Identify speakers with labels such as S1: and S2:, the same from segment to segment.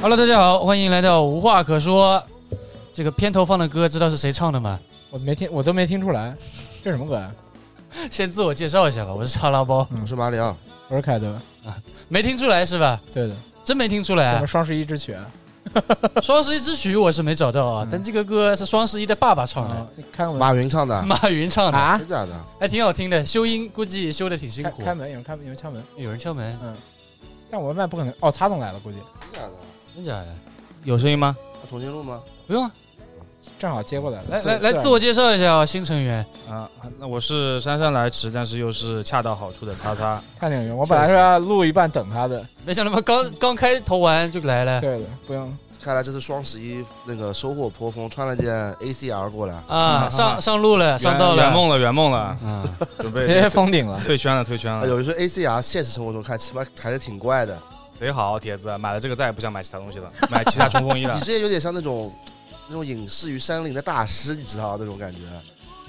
S1: Hello，大家好，欢迎来到无话可说。这个片头放的歌，知道是谁唱的吗？
S2: 我没听，我都没听出来，这什么歌啊？
S1: 先自我介绍一下吧，我是叉拉包，
S3: 嗯我是马里奥，
S2: 我是凯德，
S1: 没听出来是吧？
S2: 对的，
S1: 真没听出
S4: 哎
S1: 来、
S2: 咱
S1: 啊
S2: 们。双十一之曲啊。
S1: 双十一之曲我是没找到啊，
S2: 嗯
S1: 但这个歌是双十一的爸爸唱
S2: 啊
S1: 的，
S2: 你开个门
S3: 马云唱的，
S1: 马云唱的，
S2: 啊
S3: 真？假的？
S1: 还挺好听的。修音估计修的挺辛
S2: 开
S1: 苦。
S2: 开门，有人开门，有人敲门。
S1: 有人敲门，
S2: 嗯，但我外卖不可能。哦，擦总来了，估计
S3: 真假的？
S1: 真假的？
S4: 有声音吗？
S3: 重新录吗？
S1: 不用啊，
S2: 正好接过来了。
S1: 来来来，自我介绍一下啊，新成员。
S4: 啊，那我是姗姗来迟，但是又是恰到好处的擦擦。
S2: 看演员，我本来说要录一半等他的。
S1: 没想到嘛，刚刚开头完就来
S4: 哎
S1: 了
S2: 对的，不用。
S3: 看来这次双十一那个收获颇丰，穿了件 ACR 过来，
S1: 啊，
S4: 嗯
S1: 上上路了，上
S4: 圆
S1: 道
S4: 圆
S1: 了。
S4: 梦了，圆梦了，
S1: 啊，
S4: 准
S2: 直
S4: 备
S2: 接封顶 了。
S4: 退圈了，退圈
S3: 啊
S4: 了，
S3: 有人说 ACR 现实生活中看起码还是挺怪的，
S4: 贼好，铁子，买了这个再也不想买其他东西了，买其他冲锋衣
S3: 你
S4: 了，
S3: 这有点像那种那种隐士于山林的大师，你知道那种感觉，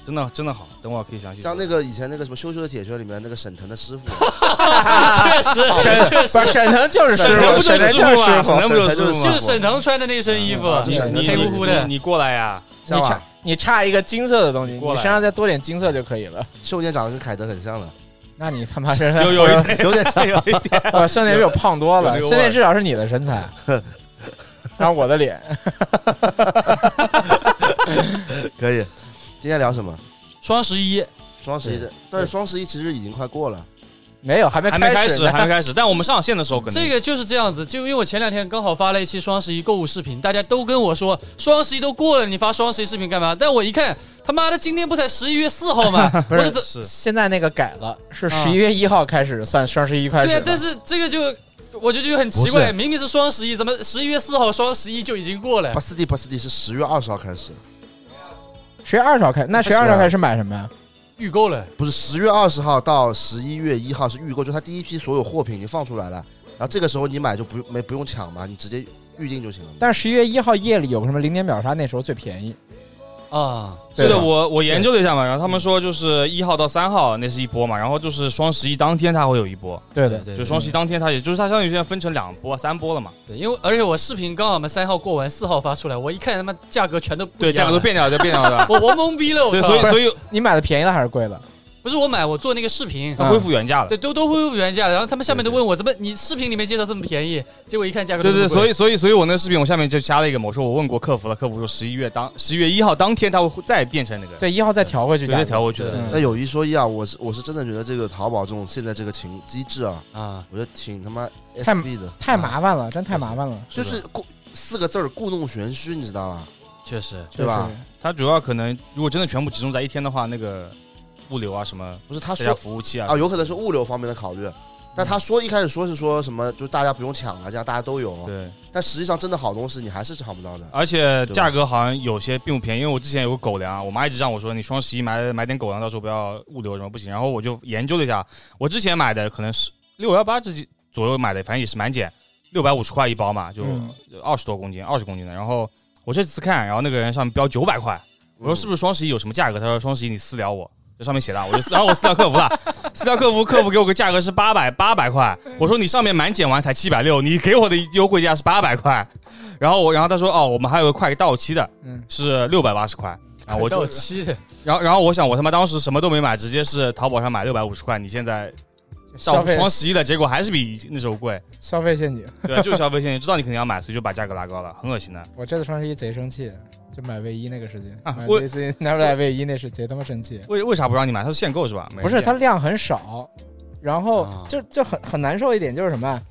S4: 真的真的好，等我可以详细说。
S3: 像那个以前那个什么《羞羞的铁拳》里面那个沈腾的师傅，
S1: 确实， 确
S2: 不
S1: 实
S2: 是，沈腾就是
S4: 沈
S2: 师
S4: 腾
S2: 傅，
S4: 不就
S2: 沈腾
S4: 是师
S2: 就是
S4: 傅
S2: 师
S4: 吗？
S2: 傅
S4: 沈。腾不就
S3: 沈
S4: 是
S1: 就是
S3: 腾就
S4: 师傅
S1: 啊
S4: 吗？
S3: 是
S1: 沈腾穿的那身衣服，
S3: 啊就
S4: 你
S3: 沈腾
S4: 你
S1: 黑乎乎的
S4: 你你过来呀！
S2: 你
S3: 像
S2: 差
S3: 吧？
S2: 你差一个金色的东西，
S4: 你
S2: 你
S4: 过来
S2: 身上再多点金色就可以了。
S3: 秀年长得跟凯德很像的，
S2: 那你他妈是
S4: 有有一
S3: 有点像。
S4: 有一点，
S2: 我兄弟比我胖多
S4: 有
S2: 了，
S4: 那个味儿
S2: 兄弟至少是你的身 材，然后我的脸，
S3: 可以。今天聊什么？
S1: 双十一
S3: 双十一 的，但是双十一其实已经快过了，
S2: 没有，还没
S4: 还没开
S2: 始
S4: 始，
S2: 呢，
S4: 还没开始。但我们上线的时候可能
S1: 这个就是这样子，就因为我前两天刚好发了一期双十一购物视频，大家都跟我说双十一都过了，你发双十一视频干嘛？但我一看，他妈的，今天不才十一月四号 吗？
S2: 不
S1: 我就
S2: 是
S1: 怎
S4: 是嗯
S2: 现在那个改了，是
S1: 啊
S2: 十一月一号开始算双十一开始
S1: 对
S2: 了。
S1: 啊？但是这个就我就觉得很奇怪，明明是双十一，怎么十一月四号双十一就已经过了
S3: 巴？斯蒂巴斯蒂是十月二十号开始，
S2: 十月二十号开，那十月二十号开始买什么呀？
S1: 预购了，
S3: 不是十月二十号到十一月一号是预购，就它第一批所有货品已经放出来了，然后这个时候你买就不用没不用抢嘛，你直接预定就行了嘛。
S2: 但是十一月一号夜里有个什么零点秒杀，那时候最便宜。
S1: 啊，
S4: 是
S2: 对
S4: 的，
S2: 吧
S4: 我我研究了一下嘛，然后他们说就是一号到三号那是一波嘛，然后就是双十一当天它会有一波，
S2: 对
S1: 对
S2: 的，
S1: 对
S4: 就双十一当天它也就是它相当于现在分成两波、三波了嘛，
S1: 对，因为而且我视频刚好嘛三号过完，四号发出来，我一看他妈价格全都不
S4: 对，
S1: 一样
S4: 价格都
S1: 了，。
S4: 变掉了，就变掉了
S1: 我我懵逼了，我
S4: 对，
S1: 靠
S4: 所以所以
S2: 你买的便宜了还是贵了？
S1: 不是我买，我做那个视频，
S4: 它恢复原价了。
S1: 对，都都恢复原价了。然后他们下面都问我，怎么你视频里面介绍这么便宜？结果一看价格都
S4: 对对，
S1: 这么
S4: 所
S1: 贵
S4: 以所以所以我那个视频我下面就加了一个嘛，我说我问过客服了，客服说十一月当十一月一号当天它会再变成那个，
S2: 对，一号再调回去
S4: 对，
S2: 价格
S4: 再调回去的。
S2: 嗯
S3: 但有一说一啊，我是我是真的觉得这个淘宝这种现在这个情机制啊，
S1: 啊，
S3: 我觉得挺他妈
S2: 太
S3: SB 的，
S2: 太麻烦了，真太麻烦了，
S3: 就是是故四个字儿故弄玄虚，你知道吧？
S1: 确实
S2: 确
S3: 对吧
S2: 实？
S4: 它主要可能如果真的全部集中在一天的话，那个物流啊什么，
S3: 不是他
S4: 大家
S3: 说
S4: 服务器啊
S3: 啊，有可能是物流方面的考虑，但他说一开始说是说什么，就大家不用抢了，这样大家都有，
S4: 对。啊
S3: 但实际上真的好东西你还是抢不到的。
S4: 而且
S3: 吧
S4: 价格好像有些并不便宜，因为我之前有个狗粮，我妈一直让我说你双十一买买点狗粮，到时候不要物流什么不行。然后我就研究了一下，我之前买的可能是六幺八之间左右买的，反正也是满减，六百五十块一包嘛，就
S2: 嗯
S4: 二十多公斤，二十公斤的。然后我这次看，然后那个人上面标九百块，我说是不是双十一有什么价格？他说双十一你私聊我，这上面写的啊，我就私，然后我私聊客服了， 私聊客服，客服给我个价格是八百八百块，我说你上面满减完才七百六，你给我的优惠价是八百块，然后我，然后他说哦，我们还有个快到期的
S2: 嗯，
S4: 是六百八十块，然后我
S1: 到
S4: 就，
S1: 期的，
S4: 然后然后我想我他妈当时什么都没买，直接是淘宝上买六百五十块，你现在
S2: 消
S4: 到
S2: 费
S4: 双十一的结果还是比那时候贵，
S2: 消费陷阱。
S4: 对， 就是消费陷阱，知道你肯定要买，所以就把价格拉高了，很恶心的。
S2: 我这次双十一贼生气，就买卫衣那个事情，
S4: 啊
S2: 买
S4: 我
S2: 卫衣拿出来卫衣那是贼他妈生气。
S4: 为为啥不让你买？它是限购是吧？
S2: 不是它量很少，然后
S3: 啊
S2: 就就很很难受一点就是什么啊，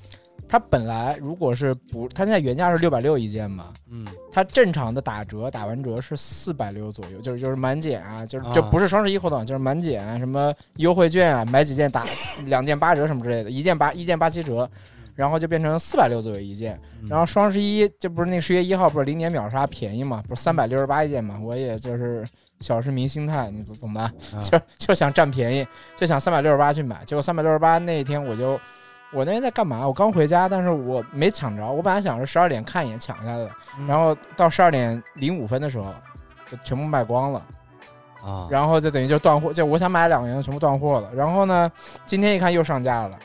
S2: 它本来如果是不，它现在原价是六百六一件嘛，
S1: 嗯，
S2: 它正常的打折打完折是四百六左右，就是就是满减啊，就是
S1: 啊
S2: 这不是双十一活动，就是满减啊，什么优惠券啊，买几件打两件八折什么之类的，一件八一件八七折。然后就变成四百六左右一件，
S3: 嗯
S2: 然后双十一这不是那个十月一号不是零点秒杀便宜嘛，不是三百六十八一件嘛，我也就是小市民心态，你懂懂吧？ 就就想占便宜，就想三百六十八去买，结果三百六十八那一天我就，我那天在干嘛？我刚回家，但是我没抢着，我本来想着十二点看一眼抢一下的，
S1: 嗯
S2: 然后到十二点零五分的时候，就全部卖光了，
S3: 啊，
S2: 然后就等于就断货，就我想买两元全部断货了，然后呢，今天一看又上架了。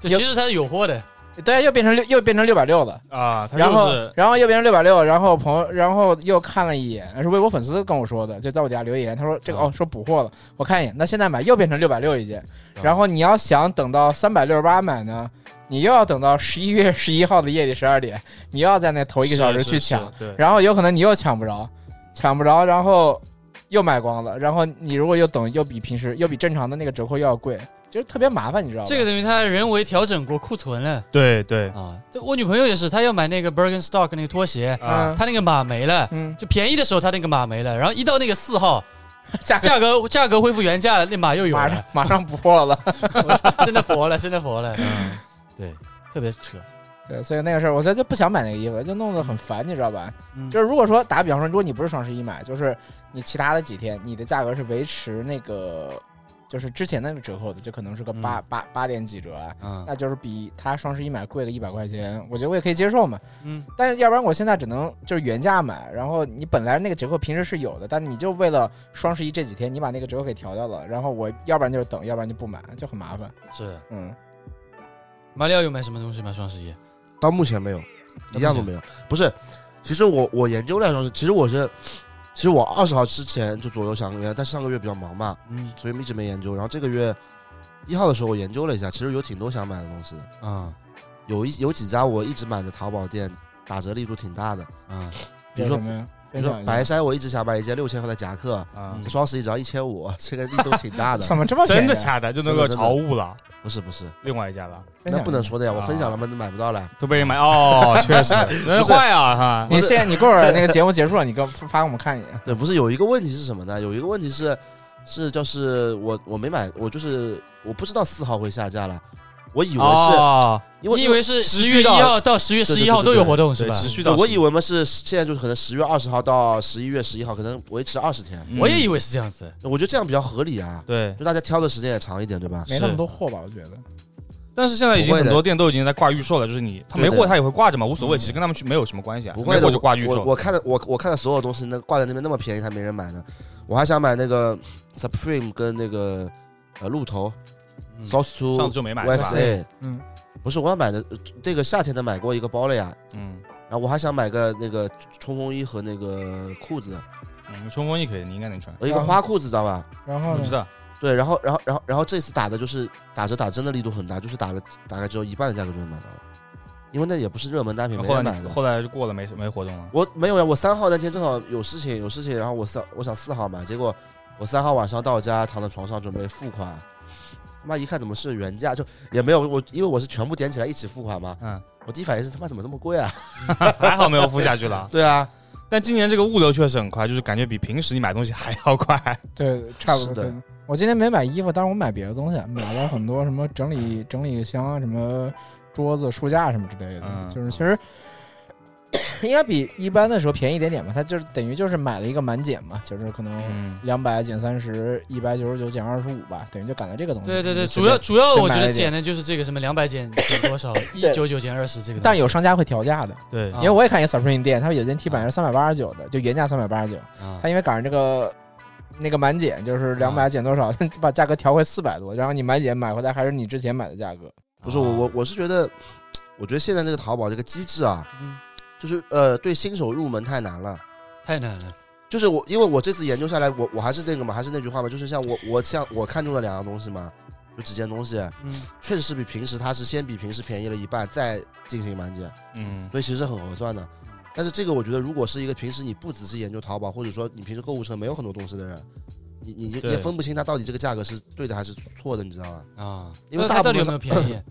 S1: 就其实它是有货的，
S2: 对，又变成六又变成六百六了。
S4: 啊，他
S2: 然后
S4: 就是，
S2: 然后又变成六百六，然后朋友，然后又看了一眼，是微博粉丝跟我说的，就在我底下留言，他说这个
S3: 啊
S2: 哦，说补货了，我看一眼，那现在买又变成六百六一件，
S3: 嗯
S2: 然后你要想等到三百六十八买呢，你又要等到十一月 十一号的夜里十二点，你又要在那头一个小时去抢，
S4: 是，是是对，
S2: 然后有可能你又抢不着，抢不着，然后又买光了，然后你如果又等，又比平时又比正常的那个折扣又要贵，就是特别麻烦，你知道吗？
S1: 这个等于他人为调整过库存了
S4: 对对
S1: 啊。这我女朋友也是，她要买那个 Birkenstock 那个拖鞋，
S4: 啊
S2: 嗯
S1: 她那个码没了，
S2: 嗯，
S1: 就便宜的时候她那个码没了，然后一到那个四号，
S2: 价 格
S1: 价格价格恢复原价了，那码又有
S2: 马
S1: 了
S2: 上，马上补货了。
S1: 真的佛了，真的佛了。嗯，对，特别扯。
S2: 对，所以那个事儿，我现在就不想买那个衣服，就弄得很烦，你知道吧？
S1: 嗯
S2: 就是如果说打比方说，如果你不是双十一买，就是你其他的几天，你的价格是维持那个就是之前那个折扣的，就可能是个八、八八点几折啊，
S3: 啊，
S2: 那就是比他双十一买贵了一百块钱，我觉得我也可以接受嘛。
S1: 嗯，
S2: 但是要不然我现在只能就是原价买，然后你本来那个折扣平时是有的，但你就为了双十一这几天，你把那个折扣给调掉了，然后我要不然就是等，要不然就不买，就很麻烦。
S1: 是
S2: 嗯，
S1: 马里奥有买什么东西吗？双十一？
S3: 到目前没有，一样都没有。不是，其实我我研究了一下双十一，其实我是，其实我二十号之前就左右想研究，但上个月比较忙嘛，
S1: 嗯
S3: 所以一直没研究。然后这个月一号的时候，我研究了一下，其实有挺多想买的东西的，
S1: 啊
S3: 有一有几家我一直买的淘宝店打折力度挺大的，
S1: 啊
S3: 比如说
S2: 有什么呀
S3: 比
S2: 分
S3: 如
S2: 享
S3: 说
S2: 一下
S3: 白筛，我一直想买一件六千块的夹克，
S4: 啊
S1: 嗯，
S3: 这双十一只要一千五，这个力度挺大的
S2: 怎。么这么便
S4: 真
S2: 宜
S4: 的
S2: 啊
S4: 假的？就那个
S3: 真的真的
S4: 潮物了，
S3: 不是不是，
S4: 另外一家了，
S2: 分享
S3: 那
S2: 一
S3: 不能
S2: 下。
S3: 说的呀，我
S4: 啊
S3: 分享了嘛，买不到了。
S4: 都被人买哦，确实， 人坏啊哈，
S2: 你
S3: 不是
S2: 现在你过会儿那个节目结束了，你给我发给我们看一眼。
S3: 对，不是有一个问题是什么呢？有一个问题是，是就是我我没买，我就是我不知道四号会下架了，我以为是、
S4: 哦
S3: 因为
S1: 你以为是
S4: 持
S1: 十
S4: 续
S1: 月一
S4: 到
S1: 号到十月十一号都有活动是
S4: 对
S1: 吧？
S4: 哦持续
S3: 对
S4: 到
S3: 我以为嘛是现在就是可能十月二十号到十一月十一号，可能维持二十天，
S4: 嗯
S1: 我也以为是这样子。
S3: 我觉得这样比较合理啊，
S4: 对，
S3: 就大家挑的时间也长一点，对吧？
S2: 没那么多货吧？我觉得
S4: 但是现在已
S3: 不
S4: 经
S3: 会的
S4: 很多店都已经在挂预售了，就是你他没
S3: 对的
S4: 货他也会挂着嘛，无所谓，其实跟他们去没有什么关系啊，
S3: 嗯不
S4: 没
S3: 会的，
S4: 货就挂预
S3: 我
S4: 售。
S3: 我看的我我看的所有东西，那挂在那边那么便宜，还没人买呢。我还想买那个 Supreme 跟那个呃鹿头
S1: 嗯
S3: South
S4: 上
S3: to
S4: 次就没买是吧？
S3: USA，
S2: 嗯，
S3: 不是我要买的，呃这个夏天的买过一个包了呀，
S4: 嗯，
S3: 然后我还想买个那个冲锋衣和那个裤子，
S4: 嗯，冲锋衣可以，你应该能穿。
S3: 呃，一个花裤子，知道吧？
S2: 然后
S4: 我知
S2: 呢？
S4: 道，
S3: 对，然后，然后，然后，然后这次打的就是打折打真的力度很大，就是打了大概只有一半的价格就能买到了，因为那也不是热门单品，没
S4: 后
S3: 人
S4: 来
S3: 买
S4: 呃你
S3: 的。
S4: 后来就过了，没没活动了。
S3: 我没有呀，我三号那天正好有事情，有事情，然后我三我想四号买，结果我三号晚上到家躺在床上准备付款，他妈一看怎么是原价，就也没有我，因为我是全部点起来一起付款嘛，
S4: 嗯，
S3: 我第一反应是他妈怎么这么贵啊？
S4: 还好没有付下去了。
S3: 对啊，
S4: 但今年这个物流确实很快，就是感觉比平时你买东西还要快。
S2: 对，差不多。
S3: 是的
S2: 对我今天没买衣服，但是我买别的东西，买了很多什么整理整理箱啊，什么桌子、书架什么之类的。
S4: 嗯
S2: 就是其实 应该比一般的时候便宜一点点吧。它就是等于就是买了一个满减嘛，就是可能
S4: 嗯，
S2: 两百减三十，一百九十九减二十五吧，等于就赶到这个东西。
S1: 对对对，
S2: 就嗯随
S1: 主要
S2: 便
S1: 主要
S2: 随便
S1: 我觉
S2: 买
S1: 得
S2: 了点
S1: 减的就是这个什么两百减减多少，一
S2: 对
S1: 九九减二十这个东西。
S2: 但有商家会调价的，
S4: 对
S1: 啊
S2: 因为我也看见 Supreme 店，它有件 T 板是三百八十九的，就原价三百八十九，
S1: 啊
S2: 它因为赶上这个那个满减，就是两
S4: 啊
S2: 百减多少， 把价格调回四百多，然后你满减买回来还是你之前买的价格。
S3: 不是我
S1: 啊
S3: 我我是觉得，我觉得现在这个淘宝这个机制啊，
S1: 嗯
S3: 就是呃对新手入门太难了。
S1: 太难了。
S3: 就是我，因为我这次研究下来，我我还是那个嘛，还是那句话嘛，就是像我我像我看中的两样东西嘛，有几件东西
S1: 嗯，
S3: 确实是比平时它是先比平时便宜了一半，再进行满减，
S4: 嗯，
S3: 所以其实是很合算的。
S1: 嗯
S3: 但是这个我觉得，如果是一个平时你不仔细研究淘宝，或者说你平时购物车没有很多东西的人，你你也
S4: 对
S3: 也分不清它到底这个价格是对的还是错的，你知道吗？
S1: 啊，
S3: 因为
S1: 它
S3: 大
S1: 到
S3: 部
S1: 底有
S3: 分
S1: 没有便宜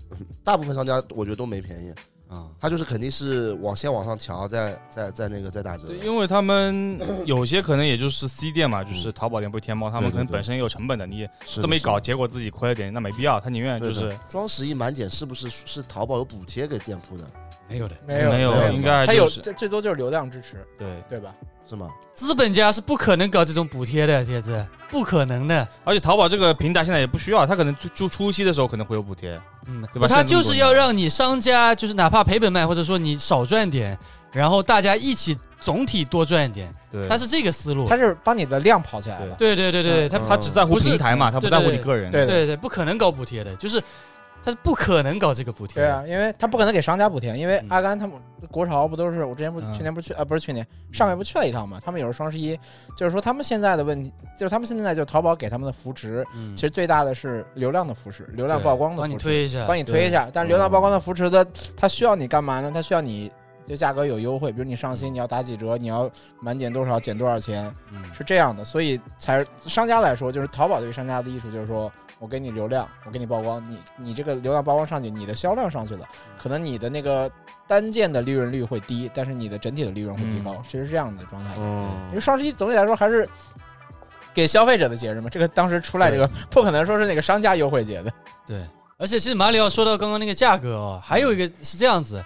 S3: 大部分商家我觉得都没便宜，
S1: 啊？
S3: 它就是肯定是往先往上调，再再再那个再打折
S4: 对，。因为他们有些可能也就是 C 店嘛，
S1: 嗯
S4: 就是淘宝店不是天猫，他们
S3: 对对
S4: 可能
S3: 对
S4: 本身也有成本的，你
S3: 是
S4: 这么一
S3: 是
S4: 搞，结果自己亏了点，那没必要，他宁愿就
S3: 对
S4: 是
S3: 的双十一满减是不是是淘宝有补贴给店铺的，
S1: 没有的，
S2: 没
S4: 没
S3: 没有
S4: 应该
S2: 它有
S4: 就是
S2: 最最多就是流量支持，
S4: 对。
S2: 对吧？
S3: 是吗？
S1: 资本家是不可能搞这种补贴的，铁子，不可能的。
S4: 而且淘宝这个平台现在也不需要，它可能初初初期的时候可能会有补贴，
S1: 嗯，
S4: 对吧
S1: 他
S4: 现在这
S1: 就
S4: 么多
S1: 是
S4: 年
S1: 要让你商家，就是哪怕赔本卖，或者说你少赚点，然后大家一起总体多赚一点，
S4: 对，
S1: 他是这个思路
S2: 它。是把你的量跑起来了。
S1: 对对对对，
S3: 嗯
S1: 他
S3: 嗯
S4: 他只在乎
S1: 不是
S4: 平台嘛，他不在乎
S1: 对对
S4: 你个人。
S2: 对
S1: 对对，不可能搞补贴的，就是他是不可能搞这个补贴。
S2: 对，啊，因为他不可能给商家补贴，因为
S1: 嗯
S2: 阿甘他们国潮不都是我之前不
S4: 嗯
S2: 去年不是去啊不是去年上面不去了一趟嘛？他们有时候双十一，就是说他们现在的问题，就是他们现在就淘宝给他们的扶持，
S3: 嗯
S2: 其实最大的是流量的扶持，流量曝光的
S1: 帮你
S2: 扶持，
S1: 推一下。
S2: 帮你推一下。但是流量曝光的扶持的，它需要你干嘛呢？它需要你就价格有优惠，比如你上新你要打几折，你要满减多少减多少钱，
S1: 嗯
S2: 是这样的，所以才商家来说，就是淘宝对于商家的益处就是说我给你流量，我给你曝光，你你这个流量曝光上去，你的销量上去了，可能你的那个单件的利润率会低，但是你的整体的利润会提高，其实是这样的状态。哎因为
S3: 嗯，
S2: 双十一总体来说还是给消费者的节日嘛，这个当时出来这个不可能说是哪个商家优惠节的，
S1: 对，而且其实马里奥说到刚刚那个价格哦，还有一个是这样子，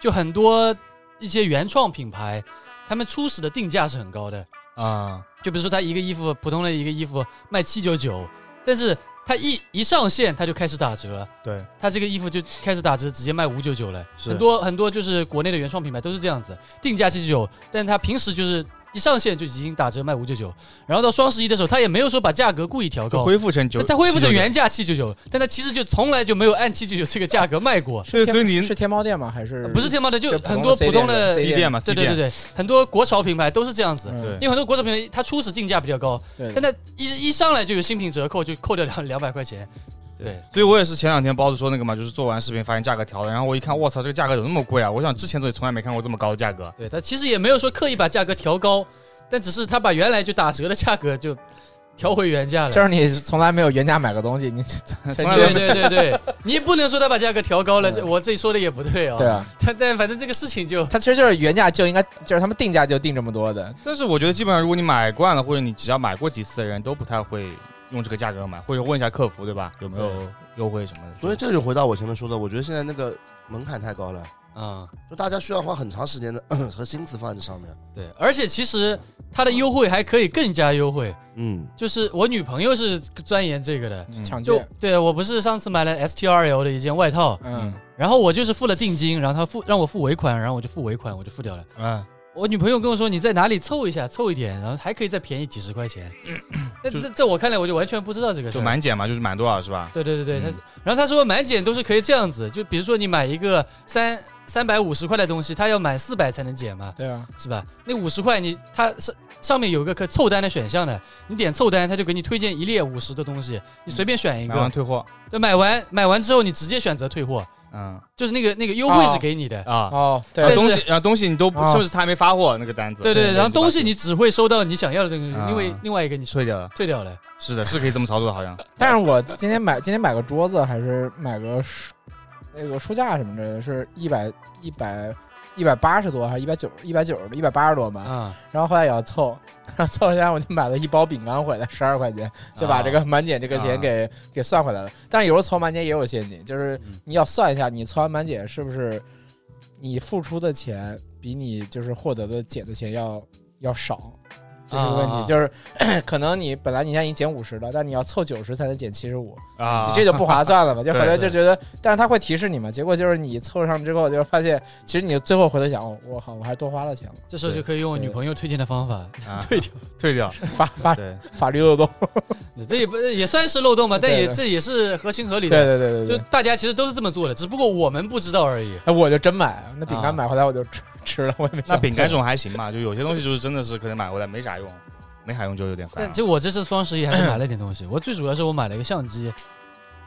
S1: 就很多一些原创品牌，他们初始的定价是很高的，
S4: 啊，
S1: 就比如说他一个衣服，普通的一个衣服卖七九九，但是他一一上线他就开始打折，
S4: 对，
S1: 他这个衣服就开始打折，直接卖五九九了。
S4: 是
S1: 很多很多就是国内的原创品牌都是这样子，定价七九九，但他平时就是一上线就已经打折卖五九九，然后到双十一的时候，他也没有说把价格故意调
S4: 就
S1: 高。
S4: 恢复成九，
S1: 它它恢复成
S4: 999。
S1: 原价七九九，但它其实就从来就没有按七九九这个价格卖过，
S4: 对，所以你
S2: 是天猫店吗？还是
S1: 不是天猫的，就
S2: 就
S1: 很多普通的，
S2: C
S4: C 店嘛
S1: 对
S4: ，C
S1: 对对
S4: 店，
S1: 对，很多国潮品牌都是这样子，
S2: 嗯
S4: 对
S1: 因为很多国潮品牌它初始定价比较高，
S2: 对
S1: 但它一一上来就有新品折扣，就扣掉两两百块钱，对，
S4: 所以我也是前两天包子说那个嘛，就是做完视频发现价格调了，然后我一看，我操，这个价格怎么那么贵啊！我想之前从从来没看过这么高的价格，
S1: 对，它其实也没有说刻意把价格调高，但只是它把原来就打折的价格就调回原价了，
S2: 就是你从来没有原价买过东西，你
S4: 从来没有
S1: 对对对对，你也不能说它把价格调高了，
S2: 嗯
S1: 这我这说的也不对啊、
S2: 对 啊。
S1: 但但反正这个事情就
S2: 它其实就是原价就应该，就是他们定价就定这么多的，
S4: 但是我觉得基本上如果你买惯了，或者你只要买过几次的人都不太会用这个价格买，或者问一下客服对吧？有没有优惠什么的？
S3: 所以这就回到我前面说的，我觉得现在那个门槛太高了，
S1: 啊。
S3: 就大家需要花很长时间的 和心思放在这上面。
S1: 对，而且其实它的优惠还可以更加优惠，
S3: 嗯，
S1: 就是我女朋友是钻研这个的，
S4: 嗯
S2: 抢
S1: 就
S2: 券，
S1: 对我不是上次买了 S T R L 的一件外套，
S2: 嗯，
S1: 然后我就是付了定金，然后她付让我付尾款，然后我就付尾款，我就付掉了。
S4: 嗯，
S1: 我女朋友跟我说你在哪里凑一下，凑一点，然后还可以再便宜几十块 钱。那
S4: 就
S1: 这这我看来我就完全不知道这个事
S4: 就
S1: 儿。
S4: 满减嘛，就是满多少是吧？
S1: 对对对对，
S4: 嗯
S1: 他是，然后他说满减都是可以这样子，就比如说你买一个三三百五十块的东西，他要满四百才能减嘛。
S2: 对啊，
S1: 是吧？那五十块你它上上面有一个可凑单的选项的，你点凑单，它就给你推荐一列五十的东西，你随便选一
S4: 买完
S1: 个。
S4: 退货，
S1: 对，买完买完之后你直接选择退货，
S4: 嗯
S1: 就是那个那个优惠是给你的。
S4: 啊，
S2: 哦，
S4: 然
S2: 对，
S4: 后东西，然后东西你都不
S2: 啊
S4: 甚至他还没发货那个单子，
S1: 对对对，然后东西
S4: 你
S1: 你只会收到你想要的东西，
S4: 啊
S1: 因为另外一个你退
S4: 退掉了，
S1: 退掉了。
S4: 是的，是可以这么操作的，好像
S2: 但是我今天买今天买个桌子，还是买个书那个书架什么之类的，是一百一百一百八十多，还是一百九一百九十多，一百八十多吧。
S1: 啊，
S2: 然后后来也要凑， 然后凑一下我就买了一包饼干回来，十二块钱，就把这
S1: 啊
S2: 个满减这个钱给、给算回来了。但是有时候凑满减也有陷阱，就是
S1: 嗯
S2: 你要算一下，你凑完满减是不是你付出的钱比你就是获得的减的钱要要少。这是个问题，
S1: 啊啊啊
S2: 就是 可能你本来你现在已经减五十了，但你要凑九十才能减七十五，
S4: 啊，
S2: 这就不划算 了嘛。就反正就
S1: 对对
S2: 觉得，但是他会提示你嘛。结果就是你凑上之后，就发现其实你最后回头想，哦我靠，我还是多花了钱了，
S1: 这时候就可以用我女朋友推荐的方法
S4: 啊
S1: 退掉。
S4: 退掉，
S2: 法法
S4: 对，
S2: 法律漏洞。
S1: 这也不也算是漏洞吧，但也
S2: 对对
S1: 这也是合情合理
S2: 对
S1: 的。
S2: 对对
S1: 就
S2: 对对，
S1: 大家其实都是这么做的，只不过我们不知道而已。
S2: 哎，我就真买那饼
S1: 啊
S2: 干，买回来我就吃 吃了，我也没想
S4: 那饼干
S2: 退
S4: 这种还行嘛，就有些东西就是真的是可能买回来没啥用，没啥用就有点烦
S1: 但
S4: 了。
S1: 就我这次双十一还是买了点东西，我最主要是我买了一个相机，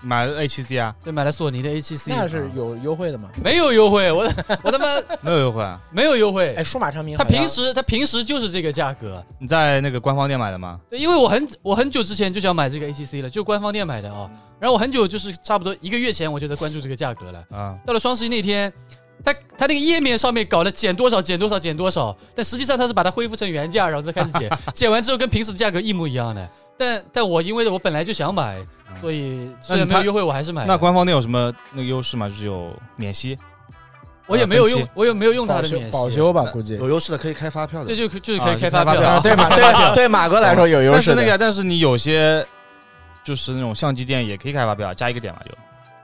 S4: 买 A 7 C 啊，
S1: 对，买了索尼的 A7C。
S2: 那是有优惠的嘛？
S1: 没有优惠，我我他妈
S4: 没有优惠啊？
S1: 没有优惠
S2: 哎，。数码产品
S1: 他
S2: 好像
S1: 平时他平时就是这个价格，
S4: 你在那个官方店买的吗？
S1: 对，因为我很我很久之前就想买这个 ATC 了，就官方店买的啊、然后我很久就是差不多一个月前我就在关注这个价格了。
S4: 啊，
S1: 到了双十一那天，他他那个页面上面搞了减多少减多少减多少，但实际上他是把它恢复成原价，然后再开始减，减完之后跟平时的价格一模一样的。但但我因为我本来就想买，所以虽然没有优惠我还是买了。
S4: 那官方店有什么那个优势吗？就是有免息，
S1: 我也没有
S4: 分期
S1: 用，我也没有用它
S2: 保
S1: 的
S2: 修
S1: 免息
S2: 保，修吧，
S4: 那
S2: 估计
S3: 有优势的可以开发票的
S1: 对，。就就是
S4: 啊
S1: 可以
S4: 就
S1: 开发
S4: 开发
S1: 票
S4: 票
S1: 啊
S2: 啊，对 马对对马哥来说有优
S4: 但
S2: 势
S4: 是
S2: 的
S4: 那个，但是你有些就是那种相机店也可以开发票，加一个点嘛，就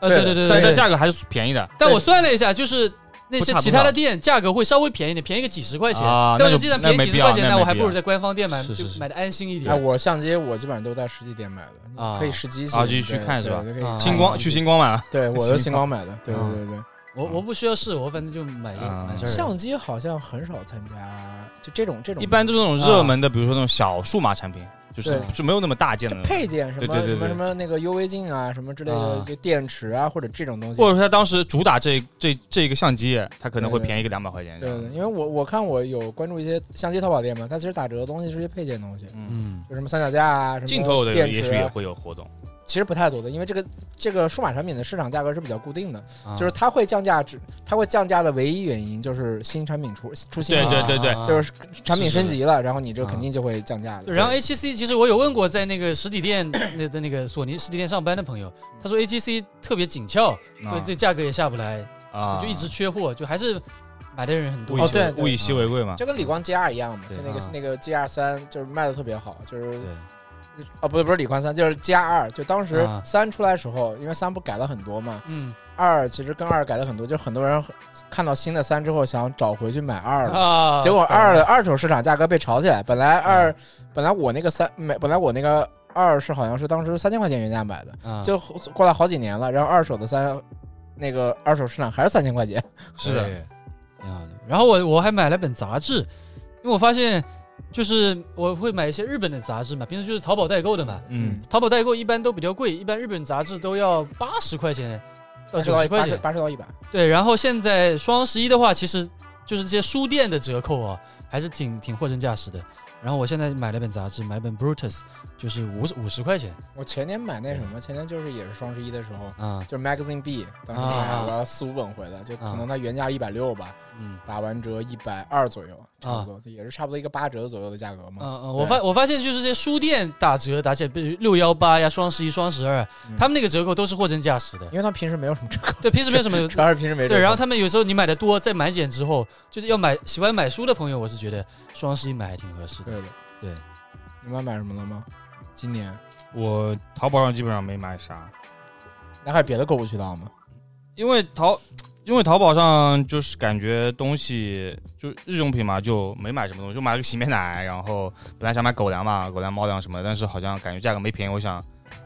S1: 呃对对对
S4: 但
S1: 对
S4: 但价格还是便宜的。
S1: 但我算了一下，就是那
S4: 不
S1: 些
S4: 差
S1: 其
S4: 多
S1: 他的
S4: 少
S1: 店价格会稍微便宜点，便宜个几十块钱。
S4: 啊
S1: 但我
S4: 那就
S1: 既然
S4: 那
S1: 便宜
S4: 没
S1: 几十
S4: 必要
S1: 块钱，那
S4: 那
S1: 我
S4: 没
S1: 还
S4: 必
S1: 不如
S4: 要
S1: 在官方店买，
S4: 是
S1: 就是
S4: 是
S1: 买的安心一
S2: 哎，
S1: 点。
S2: 我相机我基本上都在实体店买的，
S1: 啊
S2: 可以试机器
S4: 啊就去
S2: 对
S4: 看是吧
S2: 对就可以
S1: 啊
S2: 看
S4: 星光
S2: 一下
S4: 去星光买了，
S2: 对，我是星光买的，对
S1: 啊
S2: 对对对。
S1: 我我不需要试，我反正就买就
S4: 啊
S1: 完事儿了。
S2: 相机好像很少参加，就这种这种
S4: 一般都是那种
S1: 啊
S4: 热门的，比如说那种小数码产品，就是
S2: 对
S4: 就没有那么大件的，
S2: 配件什
S4: 对对
S2: 么
S4: 对
S2: 什么
S4: 对
S2: 什么那个 UV 镜啊什么之类的
S1: 啊，
S2: 就电池啊或者这种东西
S4: 或。者说他当时主打这这这个相机，它可能会
S2: 对对
S4: 便宜个两百块钱这
S2: 对
S4: 样。
S2: 对，因为我我看我有关注一些相机淘宝店嘛，它其实打折的东西是一些配件东西，
S4: 嗯，
S1: 嗯，
S2: 就什么三脚架啊，什么
S4: 镜头有的
S2: 电
S4: 也
S2: 池
S4: 许
S2: 啊
S4: 也会有活动，
S2: 其实不太多的，因为这个这个数码产品的市场价格是比较固定的，
S1: 啊
S2: 就是它会降价，只它会降价的唯一原因就是新产品出出新
S4: 对
S2: 嘛，
S4: 对对对
S1: 啊
S2: 就是产品
S1: 是是
S2: 升级了，然后你这个肯
S1: 啊
S2: 定就会降价的。
S1: 对然后 A 7 C 其实我有问过在那个实体店 那的那个索尼实体店上班的朋友，他说 A 7 C 特别紧俏，所以这价格也下不来，
S4: 啊
S1: 就一直缺货，就还是买的人很
S4: 物
S1: 多
S4: 以
S2: 哦。
S4: 稀
S2: 对
S4: 为物以稀为贵嘛。
S2: 就跟理光 GR 一样嘛，
S4: 对
S2: 就那
S1: 啊
S2: 个那个 GR 三就是卖的特别好，就是
S3: 对
S2: 哦不是不是理光三，就是 GR 二，就当时
S1: 啊
S2: 三出来的时候，因为三不改了很多嘛，
S1: 嗯
S2: 二其实跟二改了很多，就很多人看到新的三之后想找回去买二了。
S1: 啊，
S2: 结果二的二手市场价格被炒起来，本来
S1: 嗯
S2: 二，本来我那个三买，本来我那个二是好像是当时三千块钱原价买的，
S1: 啊
S2: 就过了好几年了，然后二手的三，那个二手市场还是三千块钱，
S4: 是的，
S1: 挺好的。哎然后我我还买了本杂志，因为我发现就是我会买一些日本的杂志嘛，平时就是淘宝代购的嘛。
S4: 嗯，
S1: 淘宝代购一般都比较贵，一般日本杂志都要八十块钱到九十块
S2: 哎八十
S1: 钱。
S2: 八十到一百，
S1: 对，然后现在双十一的话，其实就是这些书店的折扣啊，还是挺挺货真价实的。然后我现在买了本杂志，买本 Brutus，就是五十五十块钱
S2: 我前年买那什么，前年就是也是双十一的时候，
S1: 啊，
S2: 就是 Magazine B，当时
S1: 啊
S2: 买
S1: 啊
S2: 了四五本回来，就可能它原价一百六吧，
S1: 嗯。
S2: 打完折一百二左右，差不多，就也是差不多一个八折左右的价格嘛。
S1: 嗯嗯，我发我发现就是这些书店打折打起来，比如六幺八呀、双十一、双十二，
S2: 嗯
S1: 他们那个折扣都是货真价实 的。
S2: 因为它平时没有什么折扣，
S1: 对，平时没有什么
S2: 主要是平时没折扣。
S1: 对，然后他们有时候你买的多，在满减之后，就是要买喜欢买书的朋友，我是觉得双十一买还挺合适的。
S2: 对的，
S1: 对，
S2: 你们买什么了吗？今年？
S4: 我淘宝上基本上没买啥，
S2: 那还有别的购物渠道吗？
S4: 因为淘，因为淘宝上就是感觉东西就日用品嘛，就没买什么东西，就买了个洗面奶，然后本来想买狗粮嘛，狗粮猫粮什么的，但是好像感觉价格没便宜，我想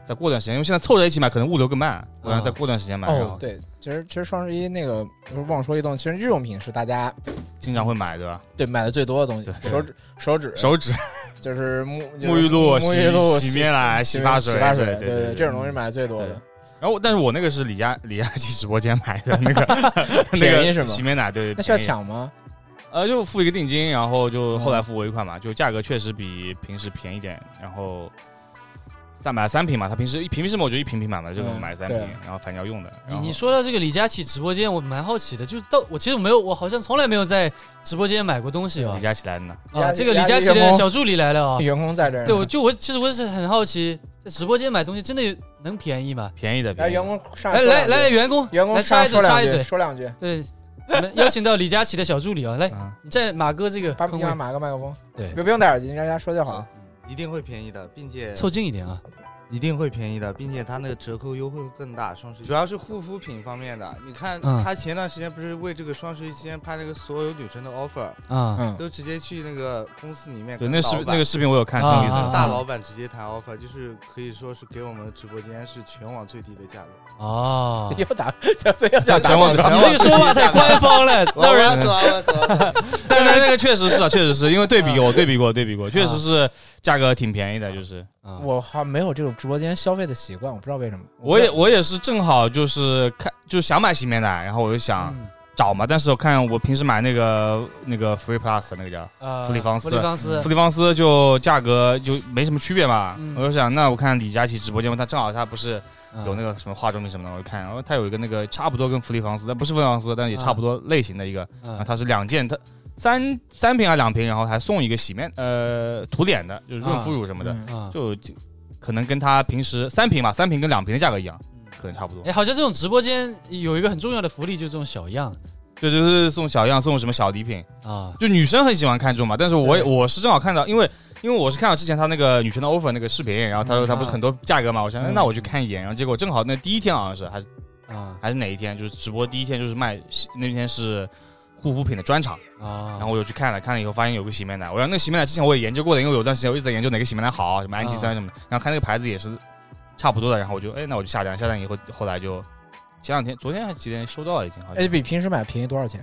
S4: 再过段时间，因为现在凑在一起买可能物流更慢，我想再过段时间买，然后
S2: 对，其实其实双十一那个不是忘说一动，其实日用品是大家
S4: 经常会买，对吧？
S2: 对买的最多的东
S4: 对
S2: 西，手指手指
S4: 手指、
S2: 就是沐
S4: 沐浴露、
S2: 沐浴露、
S4: 洗洗面奶、洗发水、
S2: 洗发水，
S4: 对
S2: 对
S4: 对
S2: 这种东西。买的最多
S4: 对
S2: 的。
S4: 然后我，但是我那个是李佳李佳琦直播间买的那个那
S2: 便宜是
S4: 个
S2: 吗
S4: 洗面奶，对，
S2: 那需要
S4: 便宜
S2: 抢吗？
S4: 呃，就付一个定金，然后
S1: 嗯
S4: 就后来付尾款嘛，就价格确实比平时便宜点，然后三买三瓶嘛，他平时一瓶什么，我就一瓶瓶买嘛，就
S2: 嗯
S4: 买三瓶
S2: 对，
S4: 然后反正要用的。然后
S1: 啊你你说到这个李佳琦直播间，我蛮好奇的，就是到我其实没有，我好像从来没有在直播间买过东西啊
S4: 李。佳琦来的呢？
S1: 啊，这个李
S2: 李
S1: 佳
S2: 佳琦
S1: 琦的
S2: 员工
S1: 小助理来了啊。
S2: 员工在这儿呢，
S1: 对，我就我其实我是很好奇，在直播间买东西真的能便宜吗？
S4: 便宜的，
S2: 来
S4: 便宜
S2: 员
S4: 的。
S2: 工上
S1: 来
S2: 说
S1: 哎来
S2: 两句
S1: 来，，员工
S2: 员工
S1: 来
S2: 上
S1: 插一
S2: 说
S1: 嘴
S2: 两
S1: 插一
S2: 句，
S1: 嘴，
S2: 说两句。
S1: 对，我们邀请到李佳琦的小助理啊，来，
S4: 啊，
S1: 你站马哥这个
S2: 把
S1: 坑
S2: 你
S1: 位
S2: 上买个麦克风，
S1: 对
S2: 不不用戴耳机，你让人家说
S4: 嗯
S2: 就好。
S5: 一定会便宜的，并且
S1: 凑近一点啊。
S5: 一定会便宜的，并且它那个折扣优惠会更大。双十一主要是护肤品方面的，你看
S1: 嗯
S5: 他前段时间不是为这个双十一期间拍那个所有女生的 offer，
S1: 啊
S2: 嗯，
S5: 都直接去那个公司里面
S4: 对，
S5: 跟
S4: 那个
S5: 老
S4: 视
S5: 板
S4: 那个视频我有看，挺
S1: 啊
S4: 有意思
S1: 啊
S4: 的。
S5: 大老板直接谈 offer，就是可以说是给我们直播间是全网最低的价格。
S1: 哦，
S4: 嗯
S2: 又打，这这又讲
S5: 全
S2: 打
S4: 啊
S2: 广
S4: 网最
S2: 告
S1: 你这
S4: 低
S1: 个说话太官方了，
S5: 我
S1: 让
S5: 我
S1: 人
S5: 要走啊，我要走啊。
S4: 但是那个确实是啊，确实是因为对比过，对比过，对比过，确实是价格挺便宜的，就是。
S1: 啊
S2: 我好像没有这种直播间消费的习惯，我不知道为什么。
S4: 我也我也是正好就是看就想买洗面奶，然后我就想
S1: 嗯
S4: 找嘛，但是我看我平时买那个那个 Free Plus 那个叫
S1: 呃
S4: 弗里方斯
S1: 弗里方斯
S4: 弗，里方斯就价格就没什么区别嘛，
S1: 嗯
S4: 我就想，那我看李佳琦直播间嘛，他正好他不是有那
S1: 个
S4: 个什么化妆品什么的，我就看，然哦后他有一个那个差不多跟弗里方斯，呃但不是弗里方斯，但也差不多类型的一个，
S1: 嗯
S4: 然后它是两件，它三三瓶还是两瓶，然后还送一个洗面呃涂脸的，就是润肤乳什么的，
S2: 嗯
S1: 啊，
S4: 就就可能跟他平时三瓶吧，三瓶跟两瓶的价格一样，可能差不多。
S1: 哎，好像这种直播间有一个很重要的福利，就是这种小样
S4: 对对对，送小样，送什么小礼品，
S1: 啊
S4: 就女生很喜欢看这种嘛，但是我也我是正好看到，因为因为我是看到之前他那个女生嗯的 offer 那个视频，然后他说他不是很多价格嘛，我想、哎那我去看一眼，然后结果正好那第一天好像是还是
S1: 啊
S4: 还是哪一天，就是直播第一天就是卖那天是护肤品的专场，
S1: 啊
S4: 然后我就去看了，看了以后发现有个洗面奶，我让那个洗面奶之前我也研究过的，因为有段时间我一直在研究哪个洗面奶好，什么氨基酸什么的，然后看那个牌子也是差不多的，然后我就哎那我就下单，下单以后后来就前两天昨天还是几天收到了已经，好像啊
S2: 哎，比平时买便宜多少钱？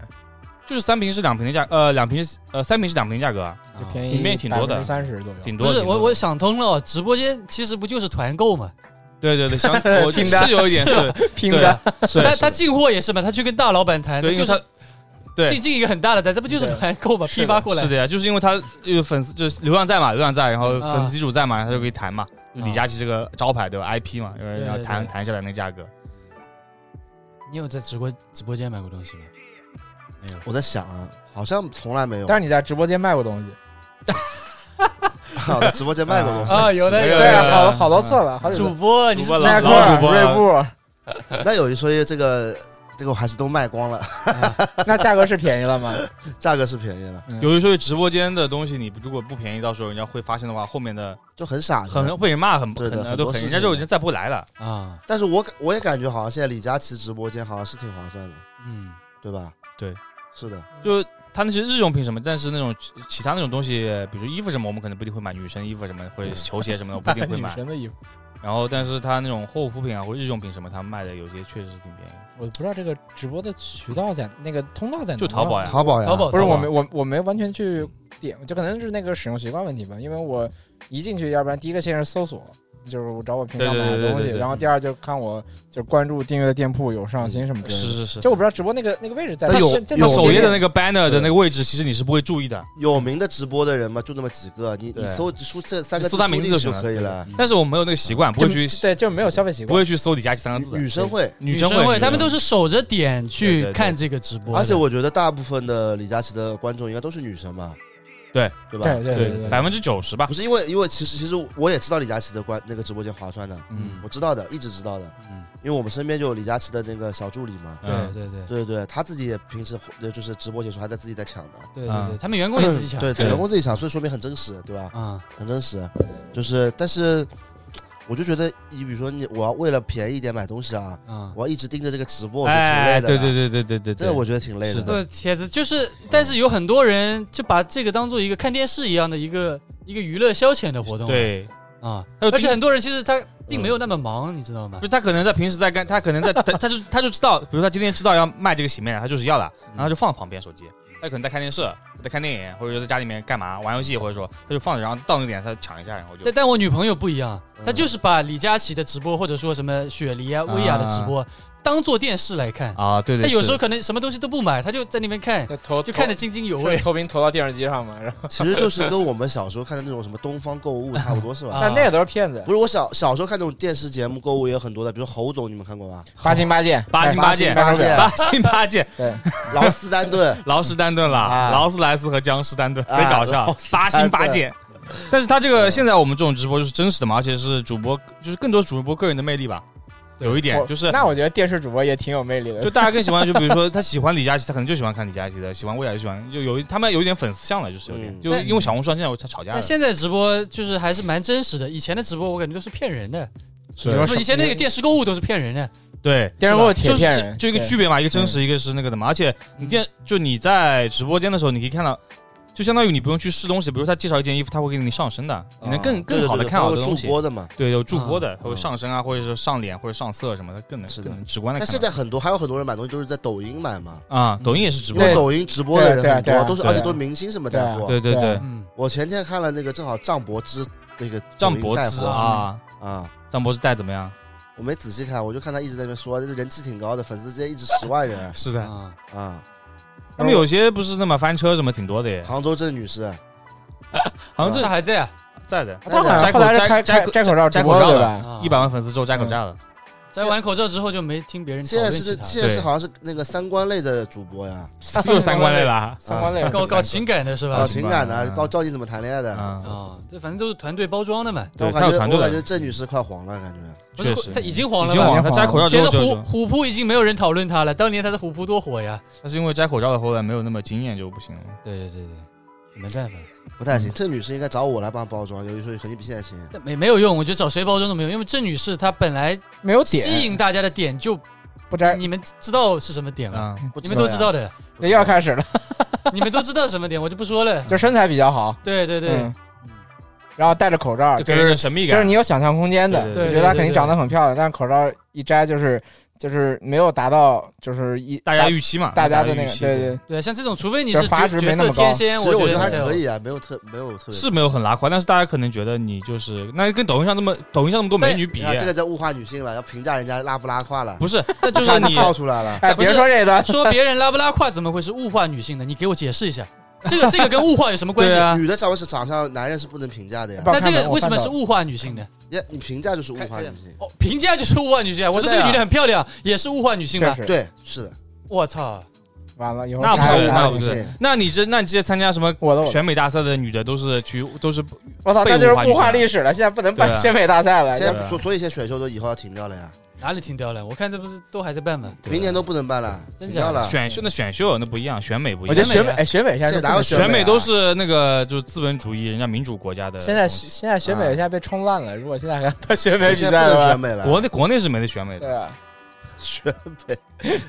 S4: 就是三瓶是两瓶的价，呃两瓶是呃三瓶是两瓶的价格啊，
S2: 就便宜
S4: 里面挺多的
S2: 三十左右。
S4: 挺多
S1: 不
S4: 的。
S1: 是
S4: 挺多
S1: 我
S4: 的
S1: 我想通了，直播间其实不就是团购嘛？
S4: 对对对，想我
S2: 拼单
S4: 是有一点是，
S2: 拼
S4: 对
S2: 的
S4: 啊，
S3: 是
S1: 他
S3: 是
S1: 他进货也是嘛，他去跟大老板谈，
S4: 对，因
S1: 就
S4: 为
S1: 是
S4: 他对
S1: 进进一个很大的单，这不就是
S2: 对
S1: 团购嘛，
S2: 是
S1: 批
S2: 的
S1: 发过来
S4: 是。的呀，就是因为他有粉丝就是流量在嘛，流量在，然后
S1: 啊
S4: 粉丝基础在嘛，他就可以谈嘛。
S1: 啊
S4: 李佳琦这个招牌对吧？IP 嘛，然后
S1: 对
S4: 然后
S1: 对
S4: 谈
S1: 对
S4: 谈下来那个价格。
S1: 你有在直播直播间买过东西吗？没有。
S3: 我在想啊，好像从来没有
S2: 但是你在直播间卖过 东西，
S3: 我在 直播间卖 过东西。
S1: 啊，有的
S4: 没
S1: 有
S4: 有
S1: 的。
S4: 对
S2: 啊，
S4: 啊
S2: 好好多次了，好几次
S1: 主。播，你是
S4: 主播
S2: 耐
S4: 老
S2: 克、
S4: 老主播啊
S2: 锐 步，
S3: 那有一说一，这个这个我还是都卖光了，
S2: 那价格是便宜了吗？
S3: 价格是便宜了，
S4: 有的时候直播间的东西，你如果不便宜，到时候人家会发现的话，后面的
S3: 就很
S1: 嗯
S3: 傻的。
S4: 很会被骂，很
S3: 对的
S4: 很
S3: 很多
S4: 都很，
S3: 事
S4: 人
S3: 情
S4: 家就已经再不来了。
S1: 啊，
S3: 但是我感我也感觉好像现在李佳琦直播间好像是挺划算的，
S1: 嗯，
S3: 对吧？
S4: 对，
S3: 是的，
S4: 就他那些日用品什么，但是那种其其他那种东西，比如说衣服什么，我们可能不一定会买，女生衣服什么，或者球鞋什么的，我不一定会
S2: 女
S4: 买。
S2: 神的衣服，
S4: 然后，但是他那种护肤品啊或日用品什么，他卖的有些确实是挺便宜的，
S2: 我不知道这个直播的渠道在那个通道在哪儿。
S4: 就淘宝呀。啊
S3: 淘宝呀，
S1: 淘宝
S2: 不是
S1: 淘宝
S2: 我没我我没完全去点，就可能是那个使用习惯问题吧，因为我一进去，要不然第一个先是搜索，就是我找我平常
S4: 对对
S2: 买
S4: 对
S2: 的东
S4: 对
S2: 西，
S4: 对对
S2: 然后第二就是看我就是关注订阅的店铺有上新什么之
S4: 是
S2: 类的。
S4: 是是，
S2: 就我不知道直播那个那个位置在
S3: 它
S2: 哪
S3: 有
S2: 现在
S3: 有
S4: 嗯它
S2: 我
S4: 首
S2: 这
S4: 页的
S2: 边
S4: 那个 banner 的
S3: 对
S4: 那个位置，其实你是不会注意的。
S3: 有名的直播的人嘛，就那么几个，你
S4: 对
S3: 你搜输这三个
S4: 搜他
S3: 字输
S4: 名字
S3: 进去
S4: 就
S3: 就
S4: 行
S3: 可以了。
S4: 但是我没有那个习惯，不会去
S2: 就对，就没有消费习
S4: 不
S2: 惯。
S4: 会去搜李佳琦三个字。
S3: 女生会，
S4: 女
S1: 生
S4: 生会，
S1: 他们都
S4: 是
S1: 是守着点
S4: 对对
S1: 去
S4: 对
S1: 看这个直播的，
S3: 而且我觉得大部分的李佳琦的观众应该都是女生吧？
S4: 对
S3: 对吧？
S2: 对对对
S4: 对
S2: 对
S4: 百分之九十吧
S3: 不。是因为因为其实其实我也知道李佳琦的关那个直播间划算的，
S1: 嗯
S3: 我知道的，一直知道的，
S1: 嗯，
S3: 因为我们身边就有李佳琦的那个小助理嘛。
S1: 对
S4: 嗯
S1: 对对
S3: 对对，他自己也平时呃就是直播结束还在自己在抢的，
S1: 对对
S4: 啊
S1: 嗯对，他们员工也自己抢，
S3: 对，
S4: 对
S3: 员工自己抢，所以说明很真实，对吧？
S1: 啊，
S3: 很真实，就是但是我就觉得，你比如说你我要为了便宜一点买东西啊，
S1: 啊，
S3: 我要一直盯着这个直播，我觉得挺累
S4: 哎，
S3: 的。
S4: 对对，对对对对
S3: 这
S4: 对，
S3: 个我觉得挺累的。
S4: 是
S1: 对，帖子就是，但是有很多人就把这个当做一个看电视一样的一个一个娱乐消遣的活动，
S4: 对，
S1: 啊，
S4: 还有
S1: 而且
S4: 平
S1: 很多人其实他并没有那么忙，你知道吗
S4: 不？是他可能在平时在干，他可能在 他他就他就知道，比如他今天知道要卖这个洗面奶，他就是要了，然后他就放旁边手机。他可能在看电视，在看电影，或者说在家里面干嘛玩游戏，或者说他就放着，然后到那个点他抢一下，然后就
S1: 但但我女朋友不一样，
S3: 嗯
S1: 她就是把李佳琦的直播或者说什么雪梨啊、薇娅的直播当做电视来看，
S4: 啊，对
S1: 她
S4: 对，
S1: 有时
S4: 是
S1: 候可能什么东西都不买，她就在那边看，
S2: 就投
S1: 就看得津津有
S2: 投
S1: 味。
S2: 投屏投到电视机上嘛，然后
S3: 其实就是跟我们小时候看的那种什么东方购物差不多， 是吧？
S1: 啊
S2: 但那个都是骗子
S3: 不，是，我小小时候看那种电视节目购物也有很多的，比如侯总，你们看过吧？
S2: 八斤八件，
S4: 八斤
S2: 哎
S4: 八件
S2: 八
S3: 八
S2: 件
S3: 件，
S4: 八斤 八件，
S2: 对，
S3: 劳斯丹顿
S4: 劳斯丹顿啦，
S3: 啊
S4: 劳斯莱斯和江诗丹顿，
S3: 啊
S4: 贼搞笑
S3: 劳，斯丹
S4: 八
S3: 顿
S4: 星八戒。但是他这个现在我们这种直播就是真实的嘛，而且是主播，就是更多主播个人的魅力吧，有一点
S2: 我
S4: 就是。
S2: 那我觉得电视主播也挺有魅力的
S4: 就，大家更喜欢，就比如说他喜欢李佳琦，他可能就喜欢看李佳琦的；喜欢魏雅就喜欢，就有一他们有一点粉丝向了，就是有点，
S3: 嗯
S4: 就因为小红书上现在有吵架
S1: 那
S4: 了，
S1: 现在直播就是还是蛮真实的，以前的直播我感觉都是骗人的，
S4: 是
S2: 你说
S1: 不是以前那个电视购物都是骗人的，
S4: 对，
S2: 电视购物
S3: 啊
S4: 是
S2: 铁
S4: 吧
S2: 骗人
S4: 就是就一个
S2: 对
S4: 区别嘛，一个真
S3: 嗯
S4: 实，一个是那个的嘛。而且你电就你在直播间的时候，你可以看到，就相当于你不用去试东西，比如他介绍一件衣服，他会给你上身的， 你能更
S3: 啊
S4: 更好
S3: 对
S4: 的
S3: 对对
S4: 看好
S3: 包
S4: 的
S3: 括
S4: 东
S3: 助
S4: 西。
S3: 播的嘛。
S4: 对，有助播的，
S3: 嗯
S4: 它会上身啊，或者是上脸或者上色什么的，更能
S3: 是的
S4: 更能直观的
S3: 但
S4: 看
S3: 现
S4: 到。
S3: 在很多还有很多人买东西都是在抖音买嘛，
S4: 啊，抖音也是直
S3: 因
S4: 播
S3: 为
S4: 的，
S3: 抖音直播的
S2: 对
S3: 人
S2: 啊
S3: 很
S2: 对啊
S3: 多，都是
S4: 对啊
S3: 而且都是明星什么带货。
S4: 对对
S2: 对
S4: 对，
S1: 嗯，
S3: 我前天看了那个，正好张柏芝那个抖
S4: 张
S3: 音
S4: 柏
S3: 带
S4: 芝
S3: 货
S4: 啊，
S3: 啊，
S4: 张柏芝带怎么样？
S3: 我没仔细看，我就看他一直在那边说，这个人气挺高的，粉丝之间一直十万 人
S4: 是，
S1: 啊，
S3: 啊。
S4: 他们有些不是那么翻车什么挺多的耶，
S3: 杭州郑女士，
S4: 好像
S1: 这
S4: 这
S1: 还在啊，
S4: 在的，
S2: 他好像后来是开
S4: 摘
S2: 开
S4: 口
S2: 摘口罩直
S4: 摘
S2: 播
S4: 口罩
S2: 对
S4: 的
S2: 吧？
S1: 啊
S4: 哎一百万粉丝之后摘口罩了，
S1: 摘完口罩之后就没听别人讨
S3: 现在
S1: 论其
S3: 是
S1: 他
S3: 现
S1: 的，
S3: 在
S4: 对
S3: 是好像是那个三观类的主播呀，
S4: 又三 观类了。
S2: 三观类的
S1: 搞搞情感啊的是
S3: 搞
S1: 吧？
S3: 情感的，
S4: 嗯
S3: 搞教你怎么谈恋爱的。
S4: 啊，
S1: 啊，这反正都是团队包装的嘛，
S3: 但我
S4: 对，他
S3: 感
S4: 有
S3: 觉
S4: 团队
S3: 我感
S4: 的
S3: 觉，郑女士快黄了，感觉
S1: 不
S4: 确
S1: 是
S4: 实
S1: 他已经黄
S4: 已
S1: 了
S4: 经
S1: 吧？
S4: 黄了。他摘口罩之
S1: 觉
S4: 后
S1: 得
S4: 就，
S1: 虎
S4: 就
S1: 虎扑已经没有人讨论他了，当年他的虎扑多火呀！
S4: 他是因为摘口罩的，后来没有那么经验就不行了。
S1: 对对对对，没办法，
S3: 不太行。郑女士应该找我来帮她包装，有一说一肯定比现在
S1: 嗯
S3: 行。
S1: 但没没有用，我觉得找谁包装都没有用，因为郑女士她本来
S2: 没有
S1: 吸
S2: 点，
S1: 引大家的点就
S2: 不摘，
S1: 你们知道是什么点吗？
S2: 啊
S4: 嗯，
S3: 不
S1: 你们都
S3: 呀
S1: 知道的，
S2: 又要开始了，
S1: 你们都知道什么点，我就不说了。
S2: 就身材比较好，
S1: 对对对
S2: 嗯，然后戴着口罩，
S4: 就
S2: 就
S4: 给人一
S2: 是
S4: 个神秘
S2: 啊就是
S4: 感。
S2: 你有想象空间的，
S4: 对
S1: 对对
S2: 就觉得她肯
S1: 对对
S2: 定
S1: 对
S2: 长得很漂亮，但是口罩一摘就是就是没有达到就是一
S4: 大家预期嘛，
S2: 大家的那
S4: 预
S2: 个
S4: 期
S2: 对对，
S1: 对，像这种，除非你
S2: 就是是阀
S1: 角
S2: 值
S1: 角
S2: 没那
S1: 色
S2: 么高
S1: 天仙，
S3: 其实我
S1: 觉
S3: 觉得还
S1: 没有
S3: 可以啊，没有特没有特别
S4: 是没有很拉胯，但是大家可能觉得你就是那跟抖音上那么抖音上那么多美女
S3: 你
S4: 比，啊
S2: 啊
S3: 看这个在物化女性了，要评价人家拉不拉胯了，
S4: 不是，那就
S3: 一
S4: 是
S3: 下
S4: 你
S3: 跳出来了。
S2: 哎，
S1: 不是
S2: 别说这一 段，
S1: 说别人拉不拉胯，怎么会是物化女性呢？你给我解释一下， 这个这个跟物化有什么关
S4: 对
S1: 系？
S4: 啊，
S3: 女的长相长相，男人是不能评价的呀。
S2: 不
S1: 那这
S2: 我看到
S1: 个
S2: 了
S1: 为什么是物化女性呢？
S3: 你你评价就是物化女性，
S1: 哦，评价就是物化女性啊。我说
S3: 真
S1: 这
S3: 的呀
S1: 个女的很漂亮，也是物化女性
S2: 确
S1: 吧？
S2: 实
S3: 对，是的。
S1: 我操，
S2: 完了以后
S4: 那不
S2: 拆
S4: 是
S2: 了
S4: 那
S2: 啊
S4: 不
S3: 对
S4: 是，那你这那你这些参加什么
S2: 我的我的
S4: 选美大赛的女的都是去都是
S2: 我操，
S4: 被
S2: 那就
S4: 物化
S2: 是
S4: 女
S2: 物化
S4: 性
S2: 历史了，现在不能办
S4: 对啊
S2: 选美大赛了
S3: 现，
S4: 对
S3: 在所所以现在选秀都以后要停掉了呀，
S1: 哪里停掉了？我看这不是都还在办
S4: 啊
S1: 吗？
S3: 明年都不能办了，
S1: 真
S3: 停
S1: 假的
S3: 掉了。
S4: 选秀那选秀那不一样，选美不一
S2: 我觉得
S4: 样，
S1: 选
S2: 选
S1: 美啊
S2: 美哎，选美现在
S3: 现
S2: 是
S3: 在哪有
S2: 不能
S3: 选
S4: 选
S3: 美
S4: 美
S3: 啊
S4: 都是那个就是资本主义人家民主国家的东西，
S2: 现在现在选美
S3: 啊
S2: 现在被冲烂了，如果现在还
S4: 啊
S2: 办选美
S3: 现
S2: 比赛
S3: 在不能
S2: 了
S3: 选，美了，
S4: 国内国内是没得选美
S2: 对
S4: 的，
S2: 啊，
S3: 选美。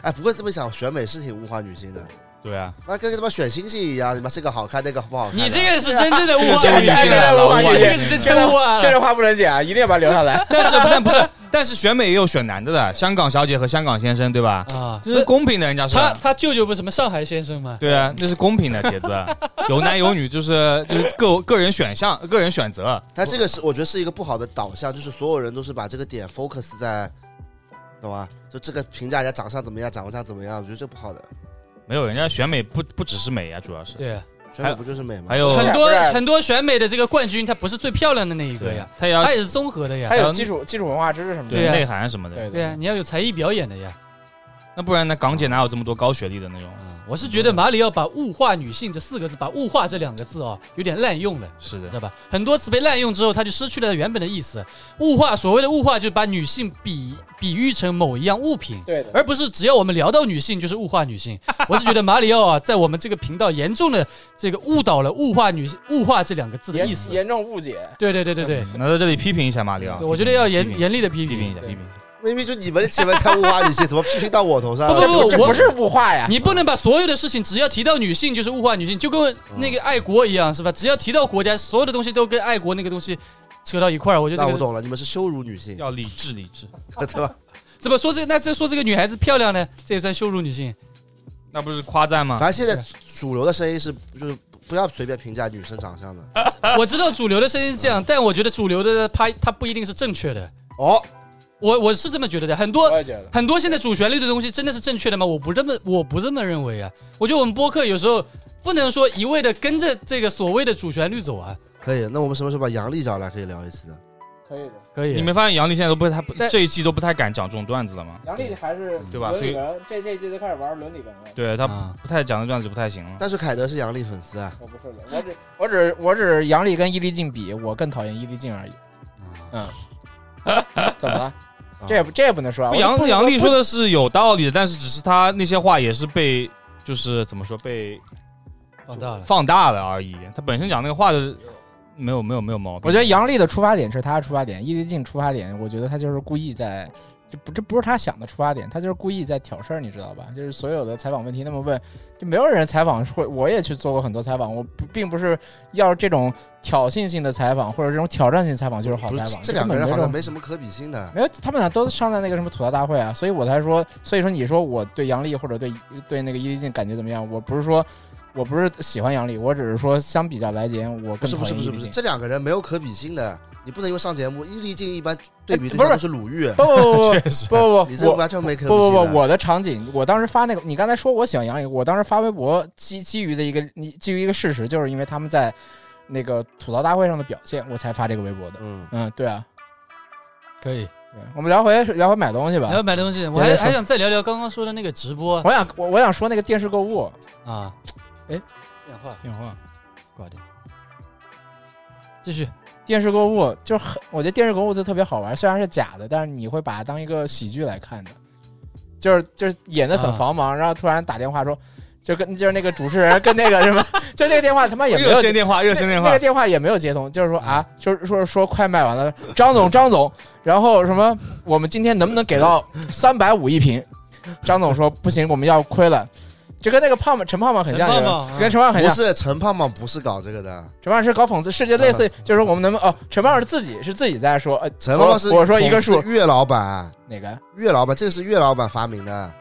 S3: 哎，不过这么想，选美是挺物化女性的，
S4: 对啊，
S3: 妈跟他妈选星星一样，你妈这个好看，那个不好看的。
S1: 你这个是真正的物
S4: 这个
S1: 化
S4: 是
S1: 女
S4: 女性
S1: 性啊
S4: 来了，
S2: 物化女性
S1: 这个是真正的物化
S2: 这
S1: 了。
S2: 句话不能讲，一定要把它留下来。
S4: 但是但不是，但是选美也有选男的的，香港小姐和香港先生，对吧？
S1: 啊，
S4: 这是公平的，人家是。
S1: 他他舅舅不是什么上海先生吗？
S4: 对啊，那是公平的，铁子，有男有女，就是就是个个人选项，个人选择。
S3: 他这个是我觉得是一个不好的导向，就是所有人都是把这个点 focus 在，懂吗？就这个评价人家长相怎么样，长相怎么样，我觉得这不好的。
S4: 没有，人家选美不不只是美呀、啊主要是
S1: 对，啊
S3: 选美不就是美吗？
S4: 还有
S1: 很
S2: 不
S1: 多
S2: 是
S1: 很多选美的这个冠军，他不是最漂亮的那一个呀
S4: 对呀，，他也要
S1: 啊他也是综合的呀
S2: 还。有
S4: 然后
S2: 基础基础文化知识什么的，
S1: 对
S4: 对
S1: 啊
S4: 内涵什么的。
S2: 对
S1: 对啊呀，你要有才艺表演的呀。
S4: 那不然呢？港姐哪有这么多高学历的那种？
S1: 我是觉得马里奥把“物化女性”这四个字，把“物化”这两个字哦，有点滥用了。
S4: 是
S1: 知道
S4: 的，
S1: 吧？很多词被滥用之后，它就失去了原本的意思。物化，所谓的物化，就是把女性比比喻成某一样物品，
S2: 对的，
S1: 而不是只要我们聊到女性就是物化女性。我是觉得马里奥啊，在我们这个频道严重的这个误导了物化女性、物化这两个字的
S2: 严
S1: 意思。
S2: 严重误解。
S1: 对对对对对，
S4: 那在这里批评一下马里奥
S1: 对，我觉得要
S4: 批
S1: 严
S4: 评
S1: 严厉的批
S4: 批评
S1: 评。
S4: 一下，
S2: 对
S4: 批评一下。
S3: 明明就你们前面在物化女性，怎么批评到我头上
S1: 不
S3: 了？
S1: 不不
S2: 这
S1: 我
S2: 不是物化 呀，
S1: 你不能把所有的事情只要提到女性就是物化女性，就跟那个爱国一样，是吧？只要提到国家，所有的东西都跟爱国那个东西扯到一块儿。我觉得
S3: 那
S1: 这个
S3: 我懂了，你们是羞辱女性，
S4: 要理智，理智。
S3: 对吧？
S1: 怎么说这那这说这个女孩子漂亮呢？这也算羞辱女性。
S4: 那不是夸赞吗？
S3: 反正现在主流的声音是，就是不要随便评价女生长相的。
S1: 我知道主流的声音是这样，但我觉得主流的它它不一定是正确的。
S3: 哦，
S1: 我我是这么觉得的，很
S2: 我
S1: 多
S2: 也觉得。
S1: 很多现在主旋律的东西真的是正确的吗？我不这么我不这么认为啊。我觉得我们播客有时候不能说一味的跟着这个所谓的主旋律走啊。
S3: 可以，那我们什么时候把杨笠找来可以聊一期呢？
S2: 可以的，
S1: 可以，啊
S4: 你没发现杨笠现在都不太不
S1: 但
S4: 这一季都不太敢讲这种段子了吗？
S2: 杨笠还是
S4: 对吧
S2: 伦理
S4: 所
S2: 文，这这一季就开始玩伦理文了。
S4: 对他
S1: 啊，
S4: 不太讲的段子就不太行了。
S3: 但是凯德是杨笠粉丝啊，
S2: 我不是的，我只我只我只杨笠跟伊丽静比，我更讨厌伊丽静而已。
S4: 啊
S2: 嗯， 怎么了？这也不这也不能说啊。
S4: 不
S2: 我就
S4: 杨
S2: 不
S4: 杨笠说
S2: 不
S4: 的是有道理的，但是只是他那些话也是被就是怎么说被
S1: 放大了。
S4: 放大了而已。他本身讲那个话的没有没有没有毛病。
S2: 我觉得 杨笠的出发点是他的出发点，伊丽静出发点，我觉得他就是故意在，这不这不是他想的出发点，他就是故意在挑事儿，你知道吧？就是所有的采访问题那么问，就没有人采访会，我也去做过很多采访，我不并不是要这种挑衅性的采访或者这种挑战性采访就是好
S3: 不
S2: 采
S3: 是
S2: 访，
S3: 这
S2: 就
S3: 两
S2: 根本
S3: 个人
S2: 没
S3: 好
S2: 有
S3: 像没什么可比性的。
S2: 没有，他们俩都上在那个什么吐槽大会啊，所以我才说，所以说你说我对杨笠或者对对那个伊丽静感觉怎么样？我不是说。我不是喜欢杨笠，我只是说相比较来讲，我
S3: 不
S2: 更
S3: 是
S2: 讨
S3: 不是
S2: 厌
S3: 不
S2: 伊
S3: 是
S2: 丽
S3: 不是，
S2: 静。
S3: 这两个人没有可比性的，你不能因为上节目，伊丽静一般对比
S2: 哎
S3: 对
S2: 不是
S3: 象都是鲁豫，
S2: 不不不 不
S4: 确 实，
S2: 不
S3: 你
S2: 不不，
S3: 这
S2: 我
S3: 完全没可比
S2: 不
S3: 性
S2: 不
S3: 的。
S2: 不，我的场景，我当时发那个，你刚才说我喜欢杨笠，我当时发微博基基于的一个，你基于一个事实，就是因为他们在那个吐槽大会上的表现，我才发这个微博的。
S3: 嗯，
S2: 嗯，对啊，
S1: 可以。
S2: 对，我们聊回聊回买东西吧
S1: 然。后买东西，我
S2: 别
S1: 还
S2: 的事儿
S1: 还想再聊聊刚刚说的那个直播
S2: 我想我我想说那个电视购物
S1: 啊。
S2: 哎，
S1: 电话
S2: 电话，
S1: 挂掉。继续，
S2: 电视购物就是很，我觉得电视购物就特别好玩，虽然是假的，但是你会把它当一个喜剧来看的，就是就是演的很
S1: 啊
S2: 防忙，然后突然打电话说。就跟就是那个主持人跟那个什么，就那个电话他妈也没有
S4: 热线电话，热线电
S2: 那
S4: 话嗯
S2: 个，电话也没有接通，就是说啊，就是说说快卖完了，张总张总，然后什么，我们今天能不能给到三百五一瓶？张总说不行，我们要亏了，就跟那个胖胖陈胖胖很像，
S1: 陈胖
S2: 有
S1: 胖
S2: 人
S1: 啊
S2: 跟陈胖胖很
S3: 不
S2: 像，
S3: 是陈胖胖不是搞这个的，
S2: 陈胖胖是搞讽刺，是就类
S4: 嗯
S2: 似，就是我们能不能哦，陈胖胖是自己是自己在说，呃，
S3: 陈胖胖是
S2: 我我说一个数
S3: 总是岳老板，
S2: 哪个？
S3: 岳老板这个是岳老板发明的，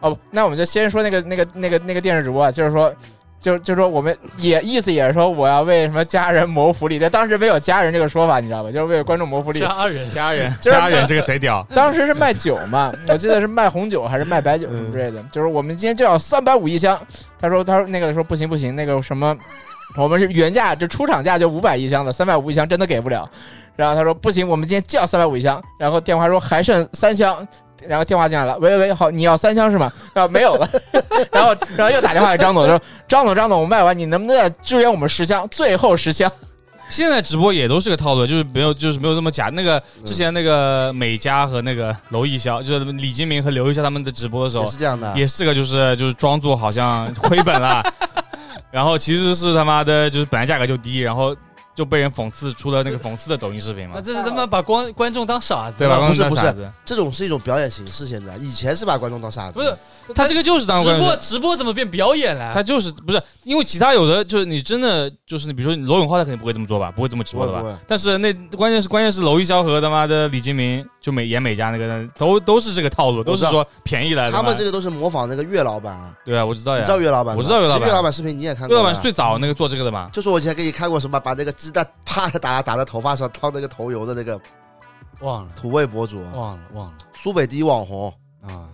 S2: 哦，不那我们就先说那个那个那个那个电视直播啊，就是说，就就说我们也意思也是说我要为什么家人谋福利，但当时没有家人这个说法，你知道吧？就是为观众谋福利。
S1: 家 人
S4: 家人，
S2: 就是
S4: 家人这个贼屌，
S2: 当时是卖酒嘛，我记得是卖红酒还是卖白酒什么之类的。就是我们今天就要三百五一箱，他说他说那个说不行不行，那个什么，我们是原价就出厂价就五百一箱的，三百五一箱真的给不了。然后他说不行，我们今天就要三百五一箱。然后电话说还剩三箱，然后电话进来了，喂喂喂，好，你要三箱是吗？然后没有了， 然后然后又打电话给张总说，张总张总，我卖完，你能不能再支援我们十箱，最后十箱？
S4: 现在直播也都是个套路，就是没有，就是没有这么假。那个之前那个美嘉和那个娄艺潇，就是李金铭和刘艺潇他们的直播的时候
S3: 也，是这样的。
S4: 啊也是这个，就是就是装作好像亏本了，然后其实是他妈的，就是本来价格就低，然后就被人讽刺出了那个讽刺的抖音视频嘛
S1: 那，这是他妈把光观众当傻子
S4: 对吧？
S1: 了
S4: 刚
S3: 不
S4: 刚
S3: 是
S4: 那
S3: 不是
S4: 傻子，
S3: 这种是一种表演形式，现在以前是把观众当傻子，
S1: 不是
S4: 他这个就是当
S1: 直
S4: 观众
S1: 播直播怎么变表演了？
S4: 他就是不是因为其他有的就是你真的就是你比如说罗永浩他肯定不会这么做吧，不会这么直播的
S3: 不会不
S4: 吧
S3: 会？
S4: 但是那关键是关键是娄艺潇和他妈的李金铭就美演美嘉那个都都是这个套路，都
S3: 知
S4: 是
S3: 道
S4: 说便宜来的嘛。
S3: 他们这个都是模仿那个岳老板，
S4: 哎对啊，我知道
S3: 你
S4: 呀
S3: 知，道岳老板吗？
S4: 我知道岳老板
S3: 其实岳老板视频你也看过
S4: 魏
S3: 吧，
S4: 老板是最早那个做这个的嘛，
S3: 就是我以前给你看过什么，把那个鸡蛋啪打打在头发上烫那个头油的那个
S1: 忘了
S3: 土味博主，啊
S4: 哦
S1: 忘了忘
S3: 苏北第一网红，
S1: 了啊！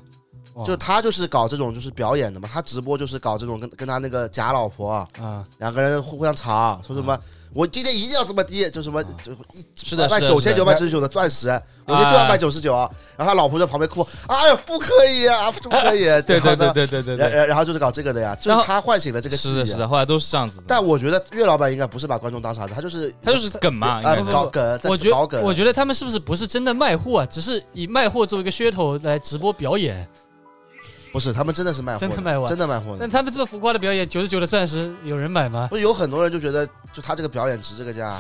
S1: 忘
S3: 就他就是搞这种就是表演的嘛，他直播就是搞这种跟跟他那个假老婆
S1: 啊，
S3: 两个人互互相吵，说什么。我今天一定要这么低，就什么
S1: 啊
S3: 就一
S4: 嗯是的
S3: 卖
S4: 是的哎
S3: 九千九
S4: 是
S3: 百九十九的钻石，我今天就要卖九十九。啊然后他老婆在旁边哭，哎呀，不可以啊，不可以。
S4: 对对
S3: 然后
S4: 对
S3: 呢
S4: 对对对
S3: 然
S4: 对，
S3: 然然后就是搞这个的呀，就
S4: 然
S3: 是
S4: 后
S3: 他唤醒了这个记
S4: 是的
S3: 忆啊
S4: 是。的，后来都是这样子的。
S3: 但我觉得岳老板应该不是把观众当傻子，他就是
S4: 他就是梗嘛，应
S3: 啊
S4: 该是
S3: 搞梗，在
S1: 我觉
S3: 搞梗。
S1: 我觉得他们是不是不是真的卖货啊？只是以卖货作为一个噱头来直播表演。
S3: 不是，他们真的是卖货的，
S1: 真的卖货
S3: 真的卖货的
S1: 但。他们这么浮夸的表演，九十九的钻石有人买吗？
S3: 不是有很多人就觉得，就他这个表演值这个价，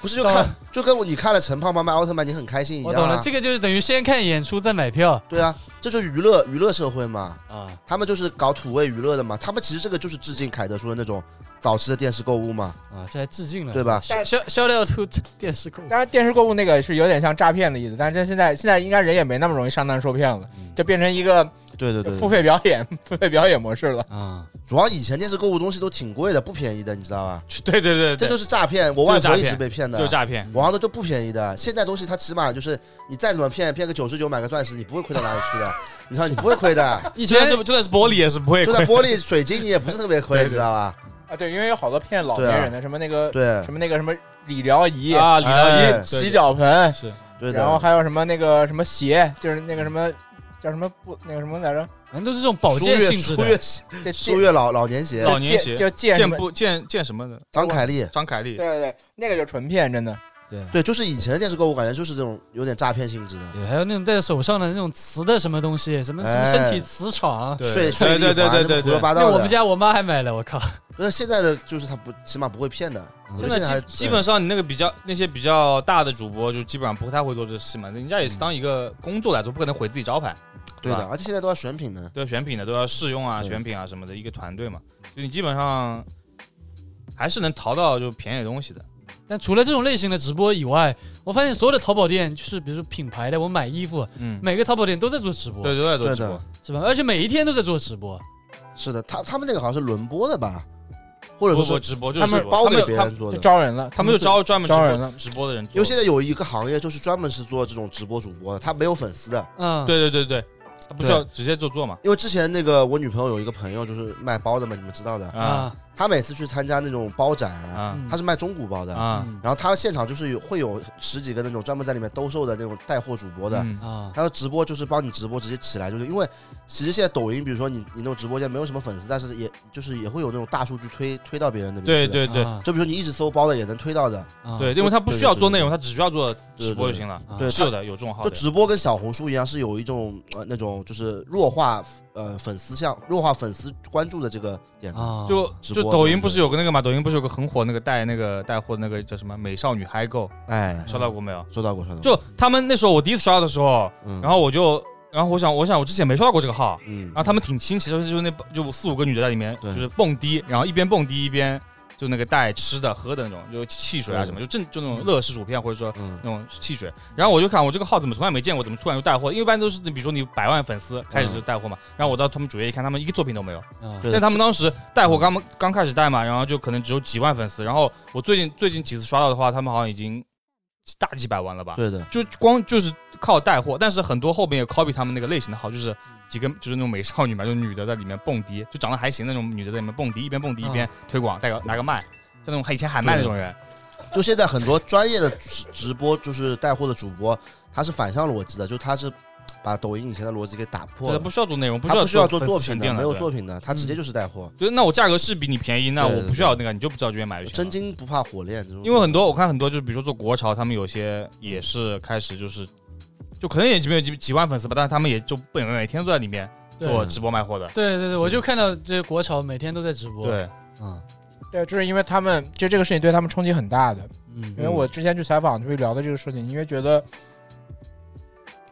S3: 不是就
S1: 当
S3: 看
S1: 然
S3: 就跟我你看了陈胖胖卖奥特曼，你很开心一
S1: 我
S3: 样、
S1: 懂了
S3: 啊，。
S1: 这个就是等于先看演出再买票
S3: 对啊，这就是娱乐娱乐社会嘛，
S1: 啊。
S3: 他们就是搞土味娱乐的嘛，他们其实这个就是致敬凯德说的那种早期的电视购物嘛，
S1: 啊，这还致敬了，
S3: 对吧？
S1: 消？消消掉出电视购物
S2: 当然，电视购物那个是有点像诈骗的意思，但是这现在现在应该人也没那么容易上当受骗了，就变成一个
S3: 嗯对对对
S2: 付
S3: 对，
S2: 费表演、 付费表演模式了。
S1: 啊，
S3: 主要以前电视购物东西都挺贵的，不便宜的，你知道吧？
S4: 对对对
S3: 这
S4: 对，
S3: 就是诈骗，我外
S4: 就是诈
S3: 婆一
S4: 骗
S3: 直被骗的，
S4: 就是诈骗。
S3: 网上的都不便宜的，现在东西它起码就是你再怎么骗，骗个九十九买个钻石，你不会亏到哪里去 的。你看你不会亏的，
S1: 以
S4: 就算
S1: 前
S4: 是就算是玻璃也是不会
S3: 就
S4: 亏
S3: 算。玻璃、水晶你也不是特别亏，
S4: 对对
S3: 知道吧？
S2: 啊，对，因为有好多骗老年人的，什么那个
S3: 对
S2: 什么那个什么理疗仪、
S4: 啊，李
S3: 哎
S4: 琦
S2: 洗洗脚盆，
S4: 是
S3: 对的。
S2: 然后还有什么那个什么鞋，就是那个什么叫什么不那个什么来着？
S1: 反正都是这种保健性质
S3: 苏
S1: 的
S3: 月
S2: 这
S3: 苏月老老年
S2: 这
S3: 鞋，
S4: 老年
S2: 这
S4: 鞋
S2: 叫健什
S4: 见
S2: 么？
S4: 不见见什么的？
S3: 张凯丽，
S4: 张凯丽
S2: 对对对，那个就是纯骗，真的。
S3: 对，就是以前的电视购物，感觉就是这种有点诈骗性质的。
S1: 对，还有那种戴在手上的那种磁的什么东西，什么什么
S3: 哎
S1: 身体磁场。
S3: 睡睡
S4: 对对对对对
S3: 胡说
S4: 对，
S3: 八
S1: 那
S3: 道
S1: 我们
S3: 的。
S1: 家我妈还买了，我靠！
S3: 那现在的就是他不，起码不会骗的。我觉得
S4: 真
S3: 现在还
S4: 的基基本上你那个比较那些比较大的主播，就基本上不太会做这事嘛。人家
S3: 嗯
S4: 也是当一个工作来做，不可能毁自己招牌，
S3: 对的，
S4: 吧
S3: 而且现在都要选品呢。
S4: 都要选品的，都要试用啊、
S3: 对
S4: 选品啊什么的，一个团队嘛。就你基本上还是能淘到就便宜的东西的。
S1: 但除了这种类型的直播以外，我发现所有的淘宝店，就是比如说品牌的，我买衣服，
S4: 嗯，
S1: 每个淘宝店都在做直播，
S4: 对，都在做
S3: 对
S4: 直播
S3: 的。，
S1: 是吧？而且每一天都在做直播，
S3: 是的，他他们那个好像是轮播的吧，或者
S4: 不
S3: 说
S4: 不
S3: 是
S4: 直播就
S3: 他
S4: 是
S3: 们
S4: 直播
S3: 包给
S4: 他
S3: 别
S4: 们他们
S3: 人做
S2: 就
S3: 的。
S2: 招人了，
S4: 他们就招专门
S2: 招人
S4: 直播
S2: 了
S4: 直播的人做
S3: 因为现在有一个行业就是专门是做这种直播主播的，他没有粉丝的。
S1: 嗯，，
S4: 对对对对，他不需要直接就做嘛。
S3: 因为之前那个我女朋友有一个朋友就是卖包的嘛，你们知道的，
S1: 啊，
S3: 他每次去参加那种包展啊，
S4: 啊
S3: 他是卖中古包的，
S4: 啊
S2: 嗯
S3: 然后他现场就是有会有十几个那种专门在里面兜售的那种带货主播的，
S4: 嗯
S1: 啊，
S3: 还有直播就是帮你直播直接起来，就是因为其实现在抖音，比如说你你那种直播间没有什么粉丝，但是也就是也会有那种大数据推推到别人那边
S4: 对
S3: 去的。
S4: 对对
S1: 啊
S3: 就比如说你一直搜包的也能推到的，
S1: 啊
S4: 对，因为他不需要做内
S3: 对
S4: 容，他只需要做直播就行了。
S1: 啊
S3: 对
S4: 是有的，有这种号
S3: 就
S4: 的。
S3: 直播跟小红书一样是有一种呃那种就是弱化呃粉丝向弱化粉丝关注的这个点的。
S1: 啊，
S4: 就
S3: 直
S4: 就
S3: 播
S4: 抖
S3: 对
S4: 音
S3: 对
S4: 不是有个那个嘛？抖音不是有个很火那个带那个带货的那个叫什么美少女嗨购，
S3: 哎，
S4: 刷到过没有？
S3: 收到过，收到过。
S4: 嗯就他们那时候我第一次刷到的时候，
S3: 嗯，
S4: 然后啊我就，然后我想，我想我之前没刷到过这个号，
S3: 嗯
S4: 然后他们挺新奇的，就是那就四五个女的在里面，就
S3: 对
S4: 是蹦迪，然后一边蹦迪一边就那个带吃的喝的那种，就汽水啊什么，就正就那种乐事薯片或者说
S3: 嗯
S4: 那种汽水。然后我就看我这个号怎么从来没见过，怎么突然就带货？因为一般都是比如说你百万粉丝开始就带货嘛，然后我到他们主页一看，他们一个作品都没有。
S1: 啊
S3: 嗯对
S4: 但他们当时带货刚刚开始带嘛，然后就可能只有几万粉丝。然后我最近最近几次刷到的话，他们好像已经大几百万了吧？
S3: 对的，
S4: 就光就是靠带货，但是很多后边也 copy 他们那个类型的好，
S3: 嗯
S4: 就是几个就是那种美少女嘛，就女的在里面蹦迪，就长得还行那种女的在里面蹦迪，一边蹦迪一
S3: 嗯
S4: 边推广，带个拿个麦，像那种以前喊麦那种人，
S3: 就现在很多专业的直直播就是带货的主播，他是反向逻辑的，就他是把抖音以前的逻辑给打破
S4: 对，
S3: 了，
S4: 不需要做内容，不
S3: 他不需要做
S4: 粉
S3: 作
S4: 丝
S3: 品
S4: 沉
S3: 的，
S4: 淀了，
S3: 没有
S4: 对嗯
S3: 作。品的，他直接就是带货，
S4: 就是那我价格是比你便宜，那
S3: 对
S4: 我不需要那个，你就不知道这边买就行
S3: 真
S4: 了。
S3: 金不怕火炼。这种
S4: 因为很多我看很多就是比如说做国潮，他们有些也是开始就是，就可能也没有几几万粉丝吧，但是他们也就不每每天都在里面
S1: 对
S4: 做直播卖货的。
S1: 对对对，我就看到这国潮每天都在直播，，
S4: 对，
S1: 嗯
S2: 对，这是因为他们，其实这个事情对他们冲击很大的。因为
S1: 嗯，
S2: 我之前去采访就会聊到这个事情，因为觉得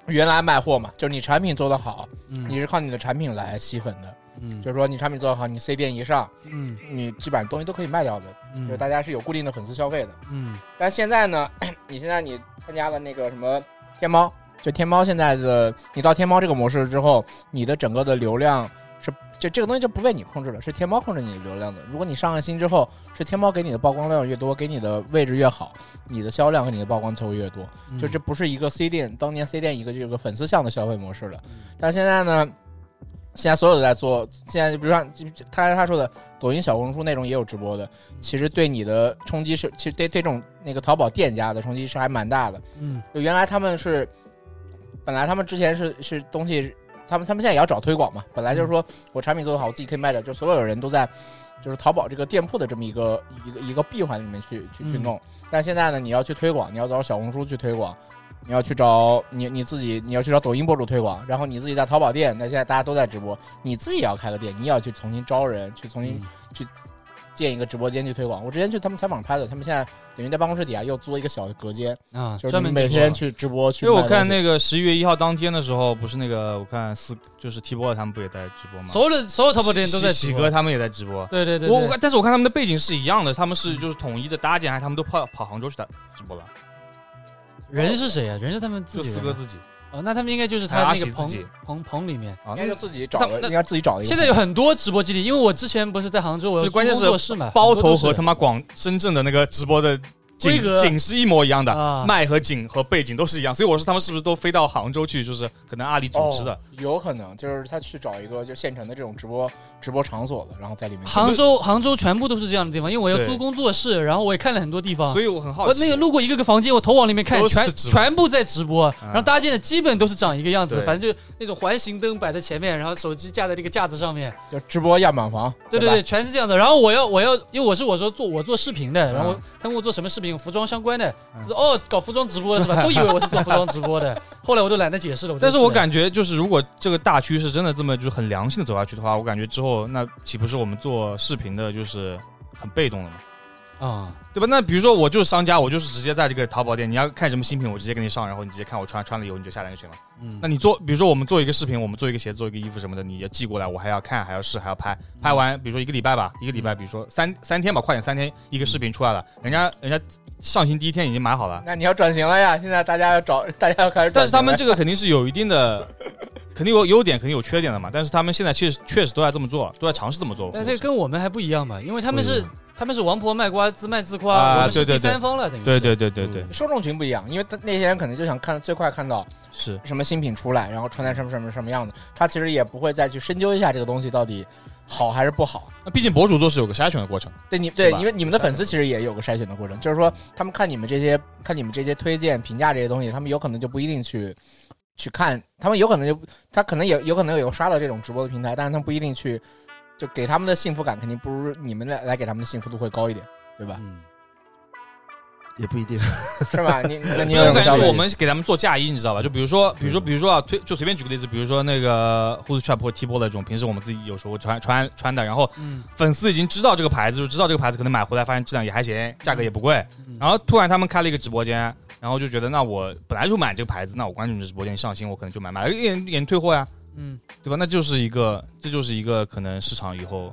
S2: 原来卖货嘛，就是你产品做得好，你是靠你的产品来吸粉的，
S1: 嗯
S2: 就是说你产品做得好，你 C 店一上，
S1: 嗯
S2: 你基本上东西都可以卖掉的，
S1: 嗯
S2: 就是大家是有固定的粉丝消费的。
S1: 嗯
S2: 但现在呢， 你现在你参加了那个什么天猫，就天猫现在的你到天猫这个模式之后，你的整个的流量是这这个东西就不被你控制了，是天猫控制你的流量的。如果你上了新之后，是天猫给你的曝光量越多，给你的位置越好，你的销量和你的曝光才会越多。
S1: 嗯
S2: 就这不是一个 C 店当年 C 店一个这个粉丝向的消费模式了，但现在呢？现在所有的在做，现在比如像他他说的，抖音、小红书那种也有直播的，其实对你的冲击是，其实对对这种那个淘宝店家的冲击是还蛮大的。
S1: 嗯
S2: 就原来他们是，本来他们之前是是东西，他们他们现在也要找推广嘛。本来就是说我产品做得好，我自己可以卖掉，就所有人都在就是淘宝这个店铺的这么一个一个一个闭环里面去去去
S1: 嗯
S2: 弄。但现在呢，你要去推广，你要找小红书去推广。你要去找你你自己，你要去找抖音博主推广，然后你自己在淘宝店，那现在大家都在直播，你自己也要开个店，你也要去重新招人，去重新建一个直播间去推广。我之前去他们采访拍的，他们现在等于在办公室底下又租一个小的隔间，
S1: 啊，
S2: 就是
S1: 专
S2: 你
S1: 门
S2: 每
S1: 直播
S2: 天去直播去
S4: 因
S2: 卖
S4: 为
S2: 东
S4: 我
S2: 西。
S4: 看那个十一月一号当天的时候，不是那个我看四就是 T 波他们不也在直播吗？
S1: 所有的所有淘宝店都在直
S4: 喜喜
S1: 播
S4: 哥，他们也在直播。
S1: 对对对，
S4: 我
S1: 对
S4: 我看但是我看他们的背景是一样的，他们是就是统一的搭建，还是他们都跑跑杭州去打直播了？
S1: 人是谁啊？人是他们自
S4: 就
S1: 己
S4: 四
S1: 人
S4: 哥
S1: 吗
S4: 自己，
S1: 哦，那他们应该就是
S4: 还有
S1: 他
S4: 阿
S1: 那个
S4: 喜自
S1: 棚
S4: 己
S1: 棚棚里面。
S4: 啊
S2: 应，该是
S4: 那就
S2: 自己找
S1: 他
S2: 的，
S1: 那
S2: 应该自己找的一个。
S1: 现在有很多直播基地，因为我之前不是在杭州，我
S4: 不是关键是
S1: 做事嘛，
S4: 包
S1: 很多
S4: 头
S1: 都是
S4: 和他妈广深圳的那个直播的景
S1: 规格
S4: 景是一模一样的，
S1: 啊
S4: 麦和景和背景都是一样，所以我说他们是不是都飞到杭州去，就是可能阿里组织的
S2: 哦，有可能就是他去找一个就县城的这种直播直播场所的，然后在里面
S1: 杭州杭州全部都是这样的地方，因为我要
S4: 对
S1: 租工作室，然后我也看了很多地方
S4: 所。以我很好
S1: 我哦
S4: 奇。
S1: 那个路过一个个房间，我头往里面看，
S4: 都是
S1: 全
S4: 直播嗯
S1: 全部在直播，然后搭建的基本都是长一个样子，
S4: 对
S1: 反正就那种环形灯摆在前面，然后手机架在这个架子上面，
S2: 就直播样板房。
S1: 对对
S2: 对吧
S1: 对，，全是这样的。然后我要我要，因为我是我说做我做视频的，然后我他问我做什么视频，服装相关的，我说哦搞服装直播的是吧？都以为我是做服装直播的， 后来我都懒得解释了。
S4: 但
S1: 是
S4: 是我感觉就是，如果这个大趋势真的这么就是很良性的走下去的话，我感觉之后那岂不是我们做视频的就是很被动了嘛，
S1: 啊，
S4: 对吧？那比如说我就是商家，我就是直接在这个淘宝店，你要看什么新品，我直接给你上，然后你直接看我穿穿了以后你就下单就行了。
S1: 嗯
S4: 那你做，比如说我们做一个视频，我们做一个鞋子，做一个衣服什么的，你要寄过来，我还要看，还要试，还要拍。拍完，比如说一个礼拜吧，一个礼拜，比如说三三天吧，快点三天，一个视频出来了，人家人家上新第一天已经买好了，
S2: 那你要转型了呀！现在大家要找，大家要开始转型了。
S4: 但是他们这个肯定是有一 定的，肯定有优点，肯定有缺点的嘛。但是他们现在确实确实都在这么做，都在尝试这么做。
S1: 但这
S4: 个
S1: 跟我们还不一样嘛，因为他们
S3: 不一
S1: 是
S3: 样
S1: 他们是王婆卖瓜自卖自夸，
S4: 啊
S1: 我们是
S4: 对对
S1: 第三方了，等于
S4: 对
S1: 是
S4: 对对对对，
S2: 受众群不一样，因为他那些人可能就想看最快看到
S4: 是
S2: 什么新品出来，然后穿在什么什么什么样子，他其实也不会再去深究一下这个东西到底好还是不好。
S4: 那毕竟博主做事有个筛选的过程，
S2: 对你
S4: 对
S2: 对，
S4: 吧
S2: 因为你们的粉丝其实也有个筛选的过程，就是说他们看你们这些看你们这些推荐、评价这些东西，他们有可能就不一定去去看，他们有可能就他可能也有可能有刷到这种直播的平台，但是他们不一定去，就给他们的幸福感肯定不如你们来来给他们的幸福度会高一点，对吧？
S3: 嗯，也不一定。
S2: 是吧？你 你
S4: 嗯没
S2: 有
S4: 有
S2: 个
S4: 感觉
S2: 消
S4: 是
S2: 费
S4: 我们给他们做嫁衣，你知道吧？就比如说，比如说，比如说啊，推就随便举个例子，比如说那个 Who's Trap 或 T 波的这种，平时我们自己有时候穿穿穿的，然后
S1: 嗯
S4: 粉丝已经知道这个牌子，就知道这个牌子可能买回来发现质量也还行，价格也不贵
S1: 嗯，
S4: 然后突然他们开了一个直播间。然后就觉得，那我本来就买这个牌子，那我关注你的直播间，你上新我可能就买，买了也也退货呀、
S1: 嗯，
S4: 对吧？那就是一个，这就是一个可能市场以后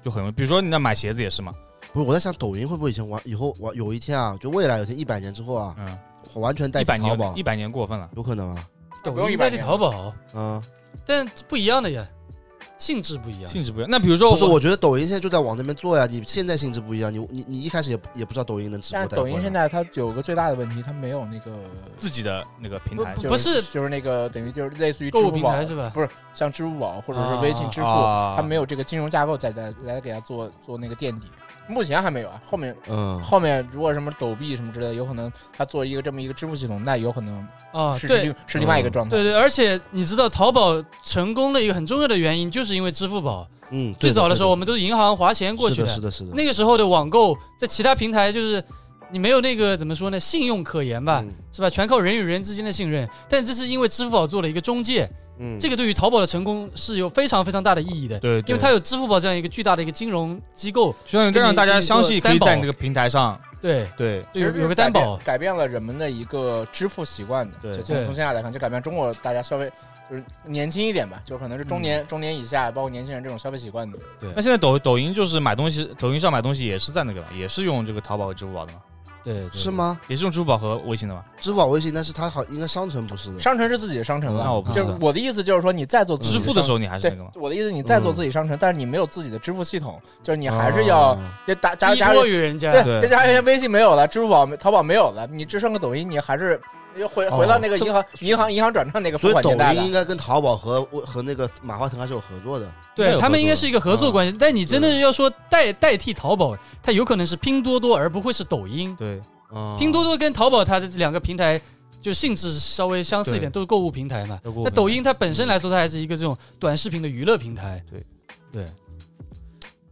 S4: 就很容易，比如说你那买鞋子也是嘛，
S3: 不是，我在想抖音会不会以前玩，以后玩有一天啊，就未来有一天一百年之后啊，
S4: 嗯，
S3: 完全代
S4: 一
S3: 替
S4: 百
S3: 淘
S4: 年
S3: 宝
S4: 一，百年过分了，
S3: 有可能啊。
S2: 不用
S1: 抖
S2: 一
S1: 音
S2: 百
S1: 代
S2: 年
S1: 替淘宝，
S3: 嗯，
S1: 但不一样的呀，性质不一样。
S4: 性质不一样。那比如说
S3: 不
S4: 我
S3: 是，我觉得抖音现在就在往那边做呀。你现在性质不一样，你你你一开始也也不知道抖音能直
S2: 但
S3: 播
S2: 是
S3: 带货呀。
S2: 抖音现在它有个最大的问题，它没有那个
S4: 自己的那个平
S1: 不
S4: 台
S1: 不
S2: 就
S1: 不是
S2: 就是那个等于就是类似于
S1: 购物
S2: 支付
S1: 平
S2: 宝
S1: 台是吧
S2: 不是像支付宝或者是
S1: 啊
S2: 微信支付，
S4: 啊
S2: 它没有这个金融架构在在来给它做做那个垫底。目前还没有啊，后面
S3: 嗯，
S2: 后面如果什么抖币什么之类的，有可能它做一个这么一个支付系统，那有可能
S1: 啊，
S2: 是
S1: 对嗯
S2: 另是另外一个状态。
S1: 对对，而且你知道淘宝成功的一个很重要的原因，就是因为支付宝。
S3: 嗯，对
S1: 最早的
S3: 对
S1: 时候，我们都是银行划钱过去
S3: 是的，是的，是的。
S1: 那个时候的网购，在其他平台就是你没有那个怎么说呢，信用可言吧，
S3: 嗯
S1: 是吧？全靠人与人之间的信任。但这是因为支付宝做了一个中介，
S3: 嗯，
S1: 这个对于淘宝的成功是有非常非常大的意义的。
S4: 对，对
S1: 因为它有支付宝这样一个巨大的一个金融机构，
S4: 就让让大家相信可以
S1: 给
S4: 在
S1: 你
S4: 那个平台上，
S1: 对，
S4: 对
S2: 其
S1: 有
S2: 实
S1: 有个担保，
S2: 改变了人们的一个支付习惯的。
S4: 对
S2: 就从
S1: 对
S2: 从现在来看，就改变中国大家消费，就是年轻一点吧，就是可
S1: 嗯
S2: 能是中年、中年以下，包括年轻人这种消费习惯的。
S4: 那现在抖抖音就是买东西，抖音上买东西也是在那个嘛，也是用这个淘宝和支付宝的嘛，
S1: 对，对
S3: 是？吗？
S4: 也是用支付宝和微信的嘛。
S3: 支付宝、微信，但是它好应该商城不是的。
S2: 商城是自己的商城
S4: 那
S2: 了，
S4: 我不知
S2: 就
S4: 道
S2: 是我的意思就是说，你再做自己
S4: 支付的时
S2: 候。
S4: 候你还是
S2: 对
S4: 那个嘛，，
S2: 我的意思，你再做
S3: 嗯
S2: 自己商城，但是你没有自己的支付系统，就是
S4: 哦
S2: 你还是要
S3: 啊
S2: 就打加
S1: 依
S2: 加
S1: 托于人家，
S2: 对，再加上微信没有了，支付宝、淘宝没有了，你只剩个抖音，你还是又回回到那个银行、银行、银行转账那个付
S3: 哦所以
S2: 款
S3: 抖
S2: 年代
S3: 音
S2: 了
S3: 应。该跟淘宝和和那个马化腾还是有合作的。
S4: 那有合
S1: 对
S4: 作
S1: 他们应该是一个合作关系。但你真的
S3: 对
S1: 要说代代替淘宝，它有可能是拼多多，而不会是抖音。
S4: 对
S3: 啊，
S1: 拼多多跟淘宝它的这两个平台就性质稍微相似一点，
S4: 对
S1: 都是购物平台嘛。
S4: 包括
S1: 那
S4: 我们
S1: 抖音它本身来说，它还是一个这种短视频的娱乐平台。
S4: 对，
S1: 对，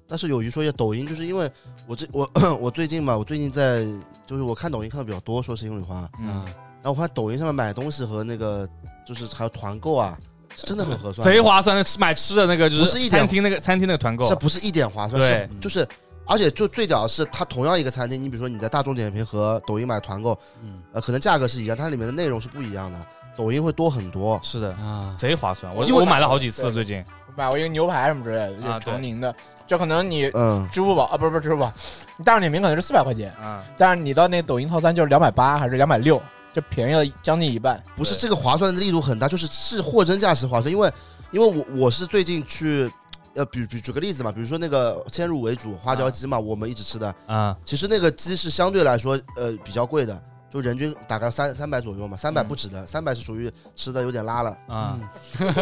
S3: 但是有一说一，抖音就是因为我这我 我最近嘛，我最近在就是我看抖音看的比较多，说心里话。
S4: 嗯，
S3: 然后我发现抖音上面买东西和那个就是还有团购啊，是真的很合算，
S4: 贼划算，那买吃的那个就
S3: 不是一点
S4: 餐厅那个餐厅那个团购
S3: 这，不是一点划算，
S4: 对
S3: 是就是，而且就最屌的是，它同样一个餐厅，你比如说你在大众点评和抖音买团购，
S1: 嗯
S3: 呃，可能价格是一样，它里面的内容是不一样的，抖音会多很多。
S4: 是的，
S1: 啊，
S4: 贼划算。我
S2: 因为
S4: 我买了好几次
S2: 对
S4: 最近，
S2: 买过一个牛排什么之类的，就
S4: 啊
S2: 是长宁的，就可能你
S3: 嗯，
S2: 支付宝啊，不是不是支付宝，你大众点评可能是四百块钱，
S4: 啊，
S2: 但是你到那抖音套餐就是两百八还是两百六，就便宜了将近一半。
S3: 不是
S4: 对
S3: 这个划算的力度很大，就是是货真价实划算，因为因为我我是最近去。呃，比比举个例子嘛，比如说那个先入为主花椒鸡嘛，我们一直吃的，
S4: 啊，
S3: 其实那个鸡是相对来说呃比较贵的，就人均大概三三百左右嘛，三百
S4: 嗯
S3: 不止的，三百是属于吃的有点拉了，
S4: 啊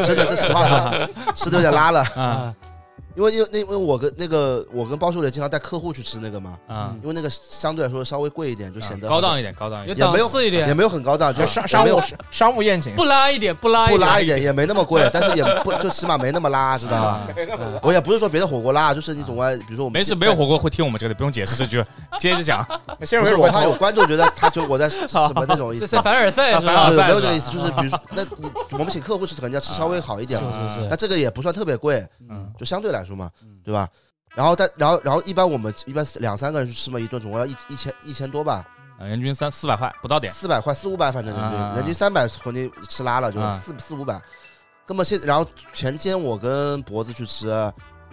S3: 真的是实话 说，吃的有点拉了。
S1: 嗯
S4: 啊
S1: 啊，
S3: 因为因为那因为我跟那个我跟包叔磊经常带客户去吃那个嘛，
S4: 啊，
S3: 因为那个相对来说稍微贵一点，就显得
S4: 高档一点，高档一
S1: 有
S4: 点，
S1: 档
S3: 没有
S1: 次一
S3: 也
S1: 点，
S3: 没有很高档，就
S2: 就是商商
S3: 啊也没
S2: 务
S3: 有
S2: 商务宴请，
S1: 不拉一点，不拉
S3: 不拉一
S1: 一点，
S3: 点，也没那么 贵，但是也不就起码没那么拉，知道吧？
S1: 嗯
S3: 我也不是说别的火锅拉，就是你总归比如说我们
S4: 没事，没有火锅会听我们这个的，不用解释这句，接着讲。
S2: 先
S3: 不
S2: 入为主
S3: 是我
S2: 观
S3: 怕有
S2: 头，
S3: 观众觉得他就我 在什么那种意
S1: 这
S3: 思
S1: 在。
S3: 啊
S1: 凡尔 赛是
S4: 凡
S1: 吧
S4: 尔？
S3: 对，
S4: 赛
S3: 没有这个意思，就是比如说，那你我们请客户吃，肯定要吃稍微好一点嘛。
S1: 是是是
S3: 那这个也不算特别贵，
S4: 嗯
S3: 就相对来说嘛
S1: 嗯，
S3: 对吧？然后但然后然后一般我们一般两三个人去吃嘛，一顿总共要一一千一千多吧，
S4: 啊，人均三四百块不到点，
S3: 四百块四五百，反正人均、
S4: 啊啊啊
S3: 人均三百肯定吃拉了，就
S4: 啊
S3: 四、四五百。那么现然后前天我跟脖子去吃，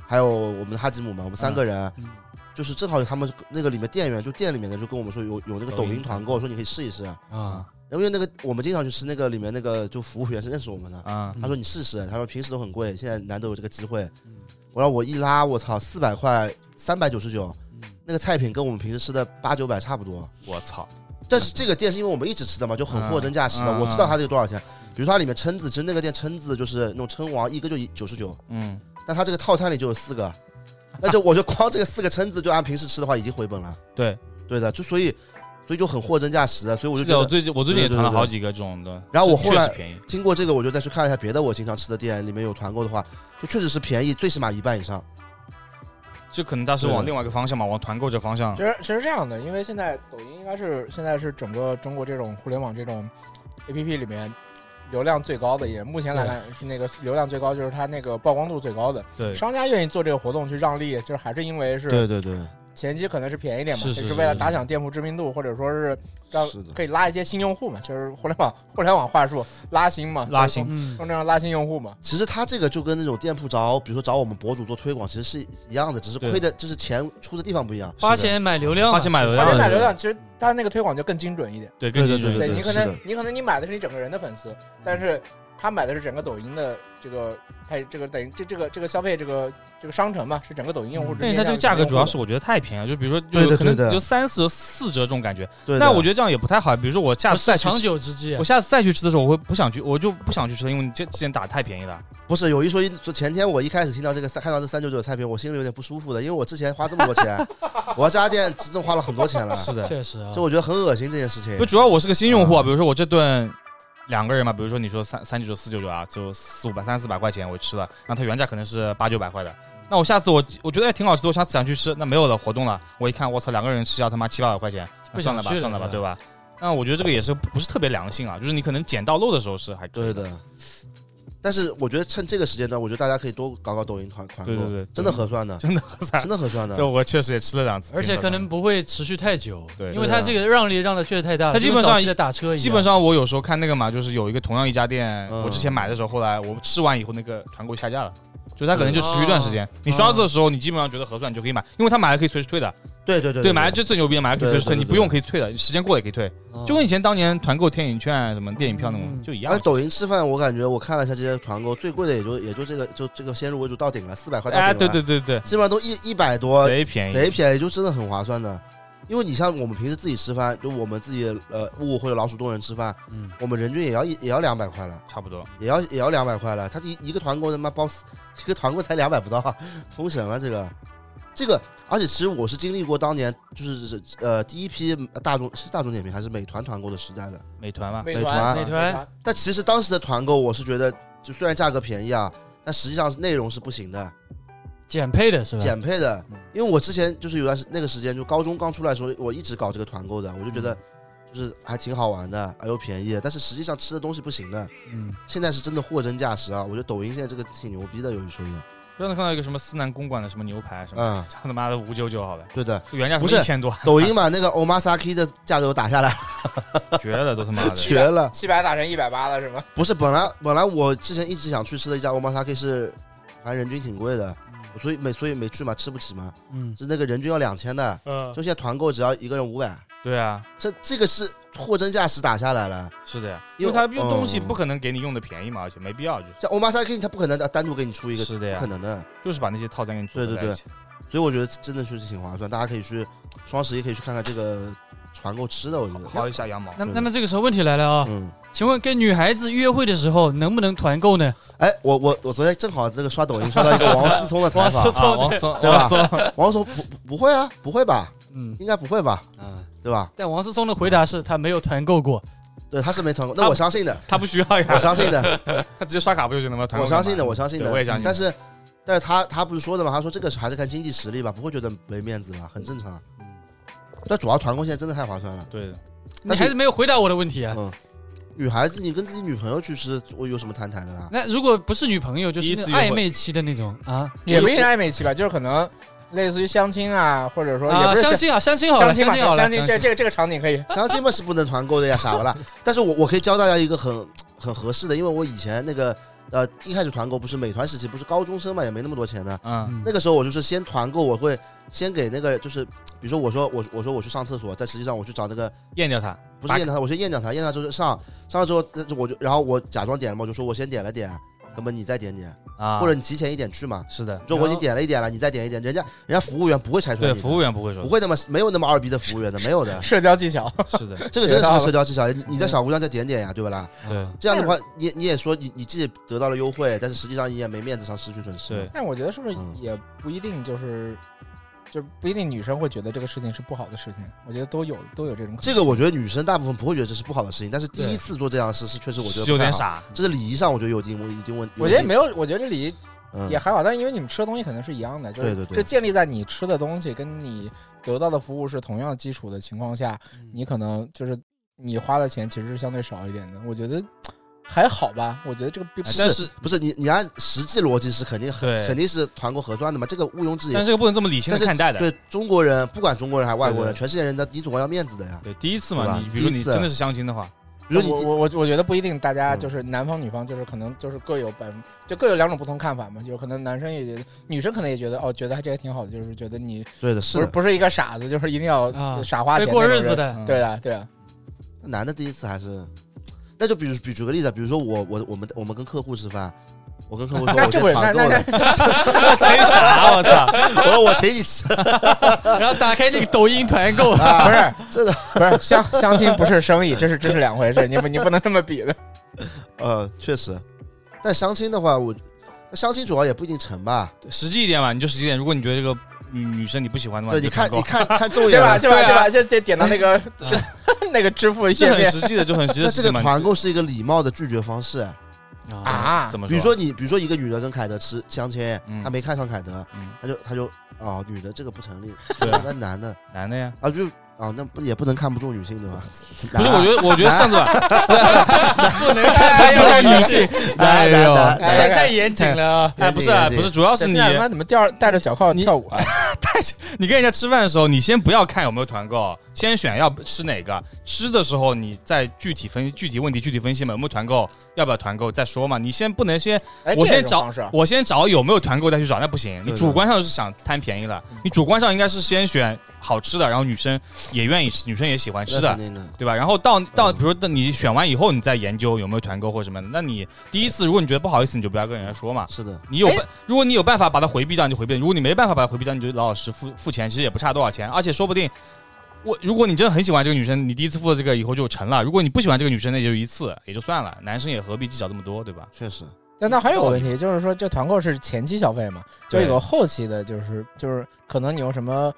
S3: 还有我们哈吉姆嘛，我们三个人、
S1: 嗯
S3: 就是正好他们那个里面店员就店里面的就跟我们说有有那个
S4: 抖
S3: 抖
S4: 音
S3: 音团购，说你可以试一试。
S1: 啊，
S3: 因为那个我们经常去吃那个里面那个就服务员是认识我们的，
S4: 啊
S1: 嗯
S3: 他说你试试，他说平时都很贵，现在难得有这个机会
S1: 嗯。
S3: 我让我一拉，我操，四百块三百九十九
S1: 嗯，
S3: 那个菜品跟我们平时吃的八九百差不多。
S4: 我操，
S3: 但是这个店是因为我们一直吃的嘛，就很货真价实的。
S4: 嗯嗯
S3: 我知道它这个多少钱，比如说它里面蛏子，其实那个店蛏子就是那种蛏王，一个就九十九，
S2: 嗯，
S3: 但它这个套餐里就有四个，那就我就光这个四个蛏子，就按平时吃的话已经回本了。
S4: 对
S3: 对的，就所以所以就很货真价实的，所以我就是觉
S4: 的，我
S3: 得
S4: 最近我最近也
S3: 对对
S4: 团了
S3: 对对
S4: 好几个这种的，
S3: 然后我
S4: 这
S3: 后来
S4: 确实便宜，
S3: 经过这个，我就再去看了一下别的我经常吃的店，里面有团购的话，就确实是便宜，最起码一半以上。
S4: 就可能当时
S3: 对
S4: 往
S3: 的
S4: 另外一个方向嘛，往团购这方向
S2: 其，实其实这样的，因为现在抖音应该是现在是整个中国这种互联网这种 A P P 里面流量最高的，也目前来看是那个流量最高，就是它那个曝光度最高的。
S4: 对，
S2: 商家愿意做这个活动去让利，就是还是因为是
S3: 对对对，
S2: 前期可能是便宜点嘛，
S4: 是
S2: 也
S4: 是
S2: 是
S4: 是
S2: 为了
S4: 是
S2: 打响店铺知名度，或者说是让
S3: 是的
S2: 可以拉一些新用户嘛，就是互联网互联网话术拉新嘛，
S4: 拉
S2: 就是
S4: 新
S1: 嗯，
S2: 用这样拉新用户嘛。
S3: 其实他这个就跟那种店铺找，比如说找我们博主做推广，其实是一样的，只是
S4: 对啊
S3: 亏的就是钱出的地方不一样。
S1: 花钱买流量嘛，啊
S4: 花钱买流
S2: 而
S4: 量
S2: 且买
S4: 对
S2: 流量，其实它那个推广就更精准一点。
S4: 对，更
S3: 对对
S4: 精准
S2: 对
S3: 对
S4: 一点
S2: 你
S3: 是
S2: 可
S3: 的
S2: 能你可能你买的是你整个人的粉丝，但是他买的是整个抖音的这个拍这个等于这这个这个消费这个这个商城嘛，是整个抖音用户。
S4: 但嗯是它这个价格主要是我觉得太便宜了，就比如说
S3: 对
S4: 就
S3: 的
S4: 可能
S3: 对的
S4: 有三折四折这种感觉，
S3: 对的，
S4: 但我觉得这样也不太好。比如说我下
S1: 不
S4: 次再
S1: 是
S4: 去
S1: 长久之计啊
S4: 我。下次再去吃的时候，我会不想去，我就不想去吃了，因为你这之前打得太便宜了。
S3: 不是有一说一，就前天我一开始听到这个三看到这三九九的菜品，我心里有点不舒服的，因为我之前花这么多 钱，我这家店真的花了很多钱了，
S4: 是的，
S1: 确实啊
S3: 就，我觉得很恶心这件事情
S4: 不，。主要我是个新用户啊，比如说我这顿两个人嘛，比如说你说三三九九、四九九啊，就四五百、三四百块钱我吃了，那它原价可能是八九百块的。那我下次我我觉得哎挺好吃的，我下次想去吃，那没有了活动了，我一看我操，两个人吃要他妈七八百块钱，
S1: 不想
S4: 算了吧
S1: 去，了
S4: 算了吧，
S1: 是吧
S4: 对吧？那我觉得这个也是不是特别良性啊，就是你可能捡到漏的时候是还可以
S3: 对，的。但是我觉得趁这个时间段，我觉得大家可以多搞搞抖音团团购，
S4: 对对对对
S3: 真的合算的，
S4: 真的很惨
S3: 真。的合算的
S4: 对，。我确实也吃了两次，
S1: 而且
S4: 挺
S1: 可
S4: 好的
S1: 能不会持续太久，
S4: 对啊
S1: 因为它这个让利让的确实太大了，
S4: 它基本上
S1: 就跟早期的打车一样，
S4: 基本上我有时候看那个嘛，就是有一个同样一家店，
S3: 嗯
S4: 我之前买的时候，后来我吃完以后，那个团购下架了，就它可能就持续一段时间。
S3: 嗯
S4: 你刷到的时候，你基本上觉得合算，你就可以买，因为它买了可以随时退的。
S3: 对对对
S4: 对，买了就最牛逼，买了可以随时退，
S3: 对对对
S4: 你不用可以退的，时间过了也可以退，
S1: 嗯
S4: 就跟以前当年团购电影券什么电影票那种
S1: 嗯
S4: 就一样
S3: 那。抖音吃饭，我感觉我看了一下这些团购，最贵的也就也就这个就这个先入为主到顶了，四百块到顶了，
S4: 哎，对对对对，
S3: 基本上都一一百多，
S4: 贼便宜，
S3: 啊呃贼便宜，就真的很划算的。因为你像我们平时自己吃饭，就我们自己呃雾或者老鼠洞人吃饭，
S1: 嗯
S3: 我们人均也要一也要两百块了，
S4: 差不多。
S3: 也要也要两百块了。他一一个团购他妈包四一个团购才两百不到， 封神了这个。这个，而且其实我是经历过当年就是呃第一批大众是大众点评还是美团团购的时代的，
S4: 美团嘛，
S2: 美
S3: 美
S2: 团
S3: 团
S1: 美团
S3: 但其实当时的团购我是觉得，就虽然价格便宜啊，但实际上是内容是不行的，
S1: 减配的是吧？
S3: 减配的
S1: 嗯，
S3: 因为我之前就是有段时那个时间，就高中刚出来的时候，我一直搞这个团购的，我就觉得就是还挺好玩的，哎又便宜，但是实际上吃的东西不行的。
S1: 嗯，
S3: 现在是真的货真价实啊！我觉得抖音现在这个挺牛逼的，有一说一，
S4: 刚才看到一个什么思南公馆的什么牛排什么，
S3: 嗯，
S4: 操他妈的五九九好了，
S3: 对的，
S4: 原价
S3: 不
S4: 一
S3: 是
S4: 千多，
S3: 抖音把那个 omasaki 的价格都打下来，
S4: 绝了都他妈的。
S3: 绝了！
S2: 七百打成一百八了是吗？
S3: 不是，本来本来我之前一直想去吃的一家 omasaki 是，反正人均挺贵的，所以没所以没去嘛，吃不起嘛，
S1: 嗯，
S3: 是那个人均要两千的，
S4: 嗯，
S3: 就现在团购只要一个人五百，
S4: 对啊，
S3: 这这个是货真价实打下来了。
S4: 是的呀，因
S3: 因
S4: 为
S3: 为
S4: 他用东西
S3: 嗯
S4: 不可能给你用的便宜嘛，而且没必要，就是
S3: 像 Omasaki 他不可能单独给你出一个，
S4: 是的呀
S3: 不可能的。
S4: 就是把那些套餐给你做
S3: 对对
S4: 在
S3: 对
S4: 一起。
S3: 所以我觉得真的确实挺划算，大家可以去双十一可以去看看这个团购吃的，我觉得。
S4: 薅一下羊毛。
S1: 那那么这个时候问题来了啊，
S3: 嗯，
S1: 请问跟女孩子约会的时候能不能团购呢？
S3: 哎，我我我昨天正好这个刷抖音刷到一个王思聪的采访
S1: 王思，
S4: 啊，王松，
S3: 对吧
S4: 王松，
S3: 王思聪不不不会啊，不会吧？
S1: 嗯，
S3: 应该不会吧？
S1: 啊，
S3: 对吧？
S1: 但王思聪的回答是他没有团购过，
S3: 对，他是没团购，那我相信的，
S4: 他不需要呀，
S3: 我相信的，
S4: 他直接刷卡不就行了吗？团
S3: 我
S4: 购干嘛
S3: 相信的，我相信
S4: 对
S3: 的。
S4: 我也相信
S3: 但是，但是他他不是说的吗？他说这个还是看经济实力吧，不会觉得没面
S4: 嗯
S3: 子吧，很正常。啊但主要团购现在真的太划算了。
S4: 对的，
S1: 你还是没有回答我的问题啊。
S3: 嗯，女孩子你跟自己女朋友去吃，我有什么谈谈的啦？
S1: 那如果不是女朋友，就
S4: 第一
S1: 是那
S4: 次
S1: 种
S4: 约会
S1: 暧昧期的那种啊
S2: 也不一定暧昧期吧，就是可能类似于相亲啊，或者说也
S1: 啊，
S2: 不是
S1: 相亲啊，相亲好
S2: 相
S1: 了，
S2: 亲吧，
S1: 亲好了，
S2: 亲这这个这个场景可以。。
S3: 相亲嘛是不能团购的呀，傻不啦？ 但是我我可以教大家一个很很合适的，因为我以前那个呃一开始团购不是美团时期，不是高中生嘛，也没那么多钱的。
S4: 嗯，
S1: 嗯
S3: 那个时候我就是先团购，我会先给那个就是，比如说我说我我说我去上厕所，但实际上我去找那个
S4: 验掉他，
S3: 不是验掉他，我先验掉他，验掉之后就上上了之后，呃我就然后我假装点了嘛，我就说我先点了点，哥们你再点点，
S4: 啊，
S3: 或者你提前一点去嘛。
S4: 是的，
S3: 如果你点了一点了，你再点一点，人家人家服务员不会拆穿
S4: 对，
S3: 你的，
S4: 服务员不会说
S3: 不，会那么没有那么二逼的服务员的，没 有的
S2: 社交技巧，
S3: 嗯
S4: 是 的，
S3: 这个真的是个社交技巧，你
S4: 嗯
S3: 你在小姑娘再点点呀，对不啦？
S4: 对
S3: 这样的话，你你也说你你自己得到了优惠，但是实际上你也没面子上失去损失。
S4: 对，
S2: 但我觉得是不是
S3: 嗯
S2: 也不一定就是。就不一定女生会觉得这个事情是不好的事情，我觉得都有都有这种可能。
S3: 这个我觉得女生大部分不会觉得这是不好的事情，但是第一次做这样的事是确实我觉得
S4: 是有点
S3: 不太好，
S4: 傻，
S3: 这个礼仪上我觉得有一定问一定问题。
S2: 我觉得也没有，我觉得这里
S3: 嗯
S2: 也还好，但是因为你们吃的东西肯定是一样的，就是
S3: 对对对
S2: 这建立在你吃的东西跟你得到的服务是同样基础的情况下，
S4: 嗯
S3: 嗯
S2: 你可能就是你花的钱其实是相对少一点的，我觉得还好吧，我觉得这个并不
S4: 但
S3: 是
S4: 是
S3: 不是你你按实际逻辑是肯定很
S4: 对
S3: 肯定是团购核算的嘛，这个毋庸置疑
S4: 但。这个不能这么理性
S3: 但是
S4: 的看待的。
S3: 对中国人，不管中国人还是外国人，
S4: 对对
S3: 全世界人的你总归要面子的呀。
S4: 对，第一次
S3: 对吧
S4: 嘛，你比如
S3: 第一
S4: 你
S3: 次
S4: 真的是相亲的话，
S3: 比如
S2: 我
S3: 你
S2: 我我我觉得不一定，大家
S3: 嗯
S2: 就是男方女方就是可能就是各有百分，就各有两种不同看法嘛，有可能男生也觉得，女生可能也觉得哦，觉得还这个挺好的，就是觉得你
S3: 对的是
S2: 不是
S3: 的，
S2: 不是一个傻子，就是一定要
S1: 啊
S2: 傻花
S1: 会
S2: 钱
S1: 过
S2: 那种
S1: 日子
S2: 人，
S4: 嗯
S1: 的，
S2: 对 啊对啊，
S3: 男的第一次还是，那就比如比举个例子，比如说我我我们我们跟客户吃饭，我跟客户说
S2: 那
S3: 我
S2: 这
S3: 去
S2: 不是那
S3: 团购
S2: 那
S3: 了，
S2: 那
S4: 贼傻，我操！
S3: 我说我请你吃，
S1: 然后打开那个抖音团购，
S2: 不是
S3: 真的，
S2: 不是相相亲不是生意，这是这是两回事，你不你不能这么比的。
S3: 呃，确实。但相亲的话，我那相亲主要也不一定成吧。
S4: 实际一点嘛，你就实际一点。如果你觉得这个女女生你不喜欢的话，
S3: 对，
S4: 就
S3: 你看
S4: 团购
S3: 你看看 重
S2: 对
S3: 眼
S2: 吧？
S3: 了。
S2: 对吧？
S4: 对啊
S2: 对吧？就就点到那个那个支付页
S4: 这很
S2: 面
S4: 实际的，就很实际
S3: 那
S4: 的
S3: 这
S4: 事
S3: 个
S4: 情嘛。
S3: 团购是一个礼貌的拒绝方式，
S2: 啊
S4: 怎么
S3: 比如说你，比如说一个女的跟凯德吃相亲，
S4: 嗯
S3: 她没看上凯德
S4: 嗯，
S3: 她就她就哦，女的这个不成立，
S4: 对
S3: 那男的
S4: 男的呀？
S3: 啊就啊那不也不能看不中女性对吧？
S4: 不是，我觉得我觉得这样子吧，
S1: 不能太
S4: 哎呦
S1: 太
S4: 女性，哎
S3: 男
S4: 呦
S3: 男，男
S2: 哎
S1: 太太严谨了啊。
S4: 哎，不是啊，不是，主要是你
S2: 现在他 妈怎么吊带着脚铐跳舞啊？
S4: 你跟人家吃饭的时候，你先不要看有没有团购，先选要吃哪个。吃的时候你再具体分具体问题具体分析嘛，有没有团购，要不要团购再说嘛。你先不能先
S2: 哎，这
S4: 我
S2: 也
S4: 先
S2: 是
S4: 找
S2: 方式啊
S4: 我先找有没有团购再去找，那不行。
S3: 对
S4: 你
S3: 的
S4: 主观上是想贪便宜了，你主观上应该是先选好吃的，然后女生也愿意吃，女生也喜欢吃
S3: 的
S4: 的
S3: 肯，定的，
S4: 对吧？然后到到，比如说你选完以后，你再研究有没有团购或什么的。那你第一次如果你觉得不好意思，你就不要跟人家说嘛。
S3: 是的，
S4: 你有
S2: 哎
S4: 办，如果你有办法把它回避掉，你就回避；如果你没办法把它回避掉，你就老老实付付钱，其实也不差多少钱。而且说不定，我如果你真的很喜欢这个女生，你第一次付了这个以后就成了；如果你不喜欢这个女生，那也就一次，也就算了。男生也何必计较这么多，对吧？
S3: 确实，
S2: 但那还有个问题，就是说这团购是前期消费嘛，就有个后期的，就是就是可能你用什么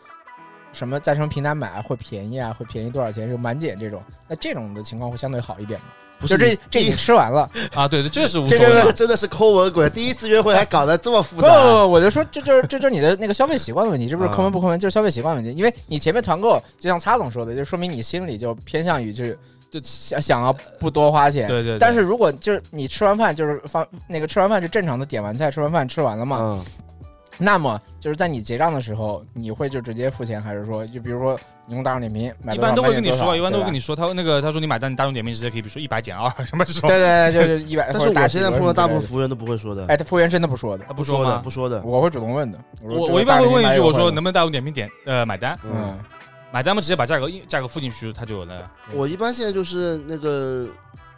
S2: 什么在什么平台买会便宜啊，会便宜多少钱，就满减这种，那这种的情况会相对好一点嘛。
S3: 不
S2: 就是这
S3: 你
S2: 这已
S3: 第
S2: 经吃完了，
S4: 啊，对对，这是无
S2: 这个
S4: 所谓
S3: 这。个真的是抠文鬼，第一次约会还搞得这么复
S2: 不不
S3: 杂，
S2: 不，我就说这就是这就是你的那个消费习惯的问题，这
S4: 嗯
S2: 不是
S3: 啊
S2: 抠门不抠门，就是消费习惯问题。因为你前面团购，就像擦总说的，就说明你心里就偏向于就是就想想要不多花钱。
S4: 对对对，
S2: 但是如果就是你吃完饭就是放那个吃完饭就正常的点完菜吃完饭吃完了嘛，
S3: 嗯，
S2: 那么就是在你结账的时候，你会就直接付钱，还是说就比如说你用大众点评买
S4: 一
S2: 多少
S4: 般都会跟你
S2: 买多少
S4: 说，一般都会跟
S2: 对吧
S4: 你说，他那个他说你买单，你大众点评直接可以，比如说一百减二什么时候？
S2: 对对对，就是 一百。
S3: 但
S2: 或
S3: 是
S2: 者
S3: 我现在
S2: 几折
S3: 碰到大部
S2: 什么之类
S3: 分服务员都不会说的
S2: 的，，哎，他服务员真的不说的，
S4: 他
S3: 不
S4: 说
S3: 的，
S4: 吗
S3: 不？说的，
S2: 我会主动问的。说
S4: 我
S2: 这个
S4: 我一般
S2: 大
S4: 会
S2: 众
S4: 问
S2: 点
S4: 一句，
S2: 评
S4: 我
S2: 买
S4: 说
S2: 优惠吗
S4: 能不能大众点评点呃买单？
S3: 嗯，
S2: 嗯，
S4: 买单嘛，直接把价格价格付进去，他就有了。
S3: 我一般现在就是那个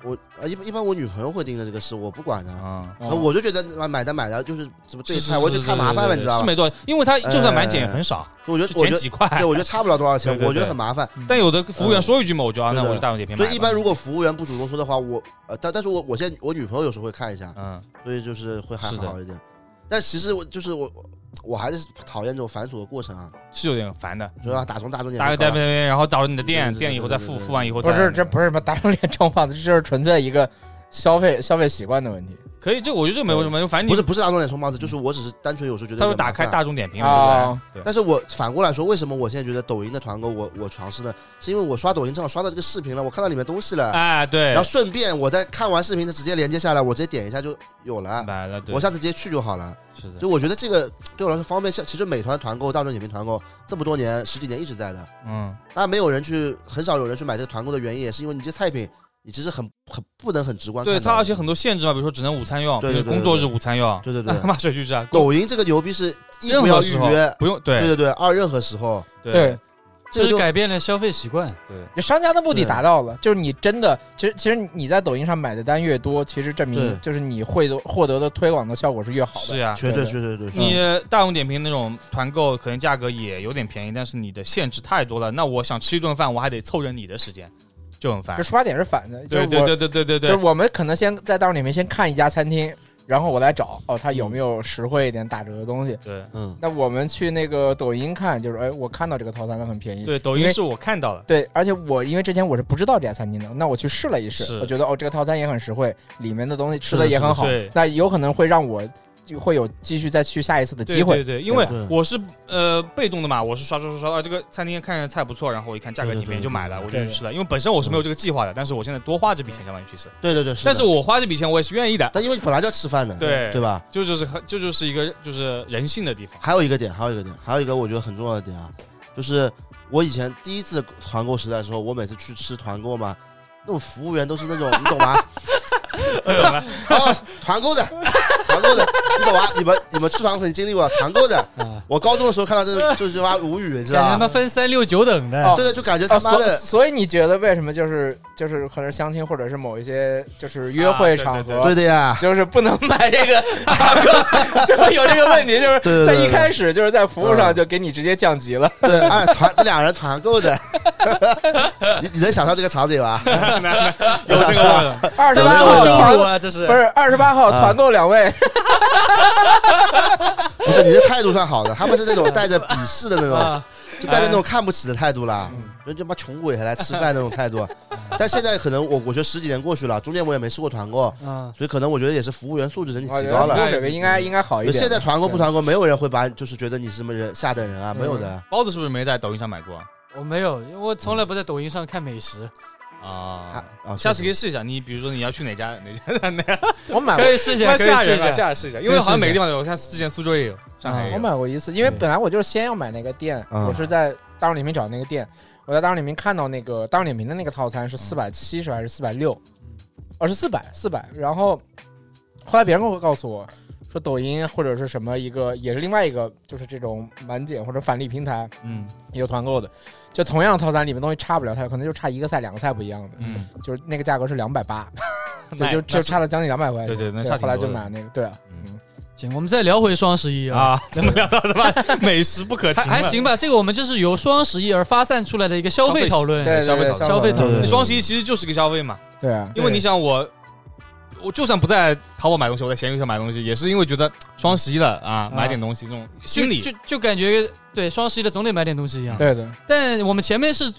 S3: 我啊，一般一般我女朋友会盯着这个事，我不管的，
S4: 嗯，
S3: 然后我就觉得啊买单买单就是怎么对
S4: 是
S3: 菜，我就太麻烦了，你知道
S4: 是
S3: 吗？
S4: 没多少，因为他就算买减也很少，
S3: 就我觉
S4: 就
S3: 得我
S4: 减
S3: 觉得
S4: 几块。
S3: 对，我觉得差不了多少钱
S4: 对，对
S3: 我觉得
S4: 对
S3: 很麻烦。
S4: 但有的服务员说一句嘛，我就啊，
S3: 对
S4: 那
S3: 对
S4: 我就大众点评买
S3: 所
S4: 吧。
S3: 以一般如果服务员不主动说的话，我呃，但但是我我现在我女朋友有时候会看一下，
S4: 嗯，
S3: 所以就是会还
S4: 是的
S3: 好一点。但其实我就是我，我还是讨厌这种繁琐的过程啊，
S4: 是有点烦的。
S3: 就要打从大众点
S4: 大概
S3: 评
S4: 在
S3: 搞
S4: 那
S3: 了。
S4: 边，然后找你的店，
S3: 对对对
S4: 店以后再
S3: 对
S4: 付，
S3: 对对
S4: 付完以后
S2: 不
S4: 再。
S2: 是这不是什么打肿脸充胖子，这就是纯粹一个消费消费习惯的问题。
S4: 可以，这我觉得这没有什么，反正
S3: 不
S4: 你
S3: 是不是打肿脸充胖子，就是我只是单纯有时候觉得
S4: 他
S3: 有
S4: 说
S3: 点麻烦。
S4: 打开大众点评
S2: 哦
S4: 嘛，对
S3: 但是我反过来说，为什么我现在觉得抖音的团购我我尝试呢？是因为我刷抖音正好刷到这个视频了，我看到里面东西了，
S4: 哎对
S3: 然后，顺便我在看完视频，它直接连接下来，我直接点一下就有了，啊
S4: 买嗯了，对
S3: 我下次直接去就好了。
S4: 是的
S3: 所，以我觉得这个对我来说方便。像其实美团团购、大众点评团购这么多年十几年一直在的，
S4: 嗯，
S3: 当然没有人去，很少有人去买这个团购的原因，也是因为你这菜品你其实很很不能很直观看
S4: 对
S3: 到。
S4: 它而且很多限制嘛，比如说只能午餐用，
S3: 对
S4: 比
S3: 对
S4: 如
S3: 对
S4: 工作日午餐用，
S3: 对对
S4: 那
S3: 对
S4: 他，妈谁去吃啊？
S3: 抖音这个牛逼是一
S4: 任
S3: 不要
S4: 何
S3: 预
S4: 时候
S3: 约，
S4: 不用
S3: 对
S4: 对
S3: 对对，二任何时候
S4: 对，
S3: 这
S1: 这
S3: 个
S1: 是
S3: 就
S1: 改变了消费习惯。
S2: 就商家的目的
S3: 对
S2: 达到了，就是你真的，其实其实你在抖音上买的单越多，其实证
S3: 对
S2: 明就是你会得获得的推广的效果是越好的。
S4: 是呀、
S3: 绝对
S2: 对
S3: 绝对对，对
S4: 你大众点评那种团购，可能价格也有点便宜，但是你的限制太多了。那我想吃一顿饭，我还得凑着你的时间，就很烦
S2: 这。出发点是反的，就是
S4: 啊对
S2: 我
S4: 对对对对对
S2: 就
S4: 对
S2: 是，我们可能先在大众点评先看一家餐厅，然后我来找哦，它
S4: 嗯
S2: 有没有实惠一点打折的东西。
S4: 对
S3: 嗯，
S2: 那我们去那个抖音看，就是哎，我看到这个套餐它很便宜。
S4: 对，抖
S2: 因
S4: 音
S2: 为
S4: 是我看到了，
S2: 对，而且我因为之前我是不知道这家餐厅的，那我去试了一试
S4: 是，
S2: 我觉得哦，这个套餐也很实惠，里面的东西吃的
S3: 是的
S2: 也很好
S4: 是的对，
S2: 那有可能会让我就会有继续再去下一次的
S4: 对
S2: 机会
S4: 对。对，因为
S3: 对吧
S4: 我是呃被动的嘛，我是刷刷刷刷，啊，这个餐厅看着菜不错，然后我一看价格
S3: 对对
S4: 挺便宜
S3: 对
S4: 就买了，
S3: 对
S4: 我
S2: 对
S4: 就去吃了。因为本身我是没有这个计划的，但是我现在多花这笔钱相当于去吃，
S3: 对对对，的
S4: 但是我花这笔钱我也是愿意的，
S3: 但因为你本来就要吃饭的，
S4: 对
S3: 对吧？
S4: 这就是很这就是一个就是人性的地 方。
S3: 还有一个点，还有一个点，还有一个我觉得很重要的点啊，就是我以前第一次团购时代的时候，我每次去吃团购嘛，那种服务员都是那种， 你懂吗？ 哦，团购的，团购的，你懂吗？你们你们吃团肯定经历过团购的。
S1: 啊，哎
S3: 我高中的时候看到这个，就是妈无语，你知
S1: 感觉他
S3: 道
S1: 妈
S3: 吗？
S1: 分三六九等的，
S2: 哦
S3: 对对，就感觉他
S2: 哦，
S3: 妈
S2: 所
S3: 的，
S2: 所以你觉得为什么就是就是可能相亲或者是某一些就是约
S4: 啊
S2: 会
S4: 对对
S2: 场
S4: 对
S2: 合，
S3: 对的呀，
S2: 就是不能买这个就会有这个问题，就
S3: 对
S2: 是
S3: 对
S2: 在
S3: 对
S2: 一开始就是在服务上
S3: 嗯
S2: 就给你直接降级了。
S3: 对，哎，团这俩人团购的， 你你能想象这个场景吗？有
S4: 那个
S1: 这
S2: 二十八
S1: 这么
S2: 号
S1: 羞辱
S2: 团
S1: 啊！这是
S2: 不是二十八号
S3: 啊
S2: 团购两位，
S3: 不是，你的态度算好的，他们是那种带着鄙视的那种，
S1: 啊？
S3: 就带着那种看不起的态度啦，就他妈穷鬼还来吃饭那种态度。但现在可能我我觉得十几年过去了，中间我也没吃过团购，
S1: 嗯，
S3: 所以可能我觉得也是服务员素质整体
S2: 我
S3: 提
S2: 觉
S3: 高
S2: 得服
S3: 了。
S2: 务水平应该应该好一点。
S3: 现在团购不团购，没有人会把就是觉得你是什么人下等人啊，
S2: 嗯
S3: 没有的。
S4: 包子是不是没在抖音上买过
S1: 我没有，因为我从来不在抖音上看美食，
S3: 啊
S4: 啊？
S3: 啊，
S4: 下次可
S3: 给
S4: 以试一下，你比如说你要去哪 家哪家哪家，
S2: 我买过
S1: 可以试一下，
S4: 太
S1: 可以
S4: 吓
S1: 试
S4: 人
S1: 一下。
S4: 了，下试一下，哦因为好像每个地方都有，我看之前苏州也有，上海也
S2: 啊我
S4: 有，
S2: 买过一次，因为
S3: 对
S2: 本来我就是先要买那个店，
S3: 嗯
S2: 我是在大众点评找那个店，我在大众点评看到那个大众点评的那个套餐是四百七十还是四百六，
S4: 嗯
S2: 哦是四百四百，然后后来别人跟我告诉我说抖音或者是什么一个也是另外一个就是这种满减或者返利平台
S4: 嗯
S2: 有团购的，就同样套餐里面东西差不了太多，可能就差一个菜两个菜不一样的，
S4: 嗯，
S2: 就是那个价格是两百 八，就
S4: 那
S2: 就
S4: 那
S2: 就是差了将近两百块
S4: 对
S2: 钱，
S4: 对，那
S2: 对
S4: 差挺
S2: 后来
S4: 多
S2: 就
S4: 的
S2: 买那个对啊，
S4: 嗯
S2: 嗯
S1: 行，我们再聊回双十一啊。
S4: 啊，怎么聊到他妈 美食不可停啊
S1: 还
S4: 了
S1: 还行吧，这个我们就是由双十一而发散出来的一个消费讨论。
S2: 对对
S4: 消费
S2: 对
S4: 讨
S1: 消费讨
S3: 论
S4: 你双十一其实就是个消费嘛，
S2: 对啊。
S4: 因为你想我，我就算不在淘宝买东西，我在闲鱼上买东西，也是因为觉得双十一了啊，买点东西这种心理
S1: 就。就就感觉对双十一的总得买点东西一样。
S2: 对的，
S1: 但我们前面是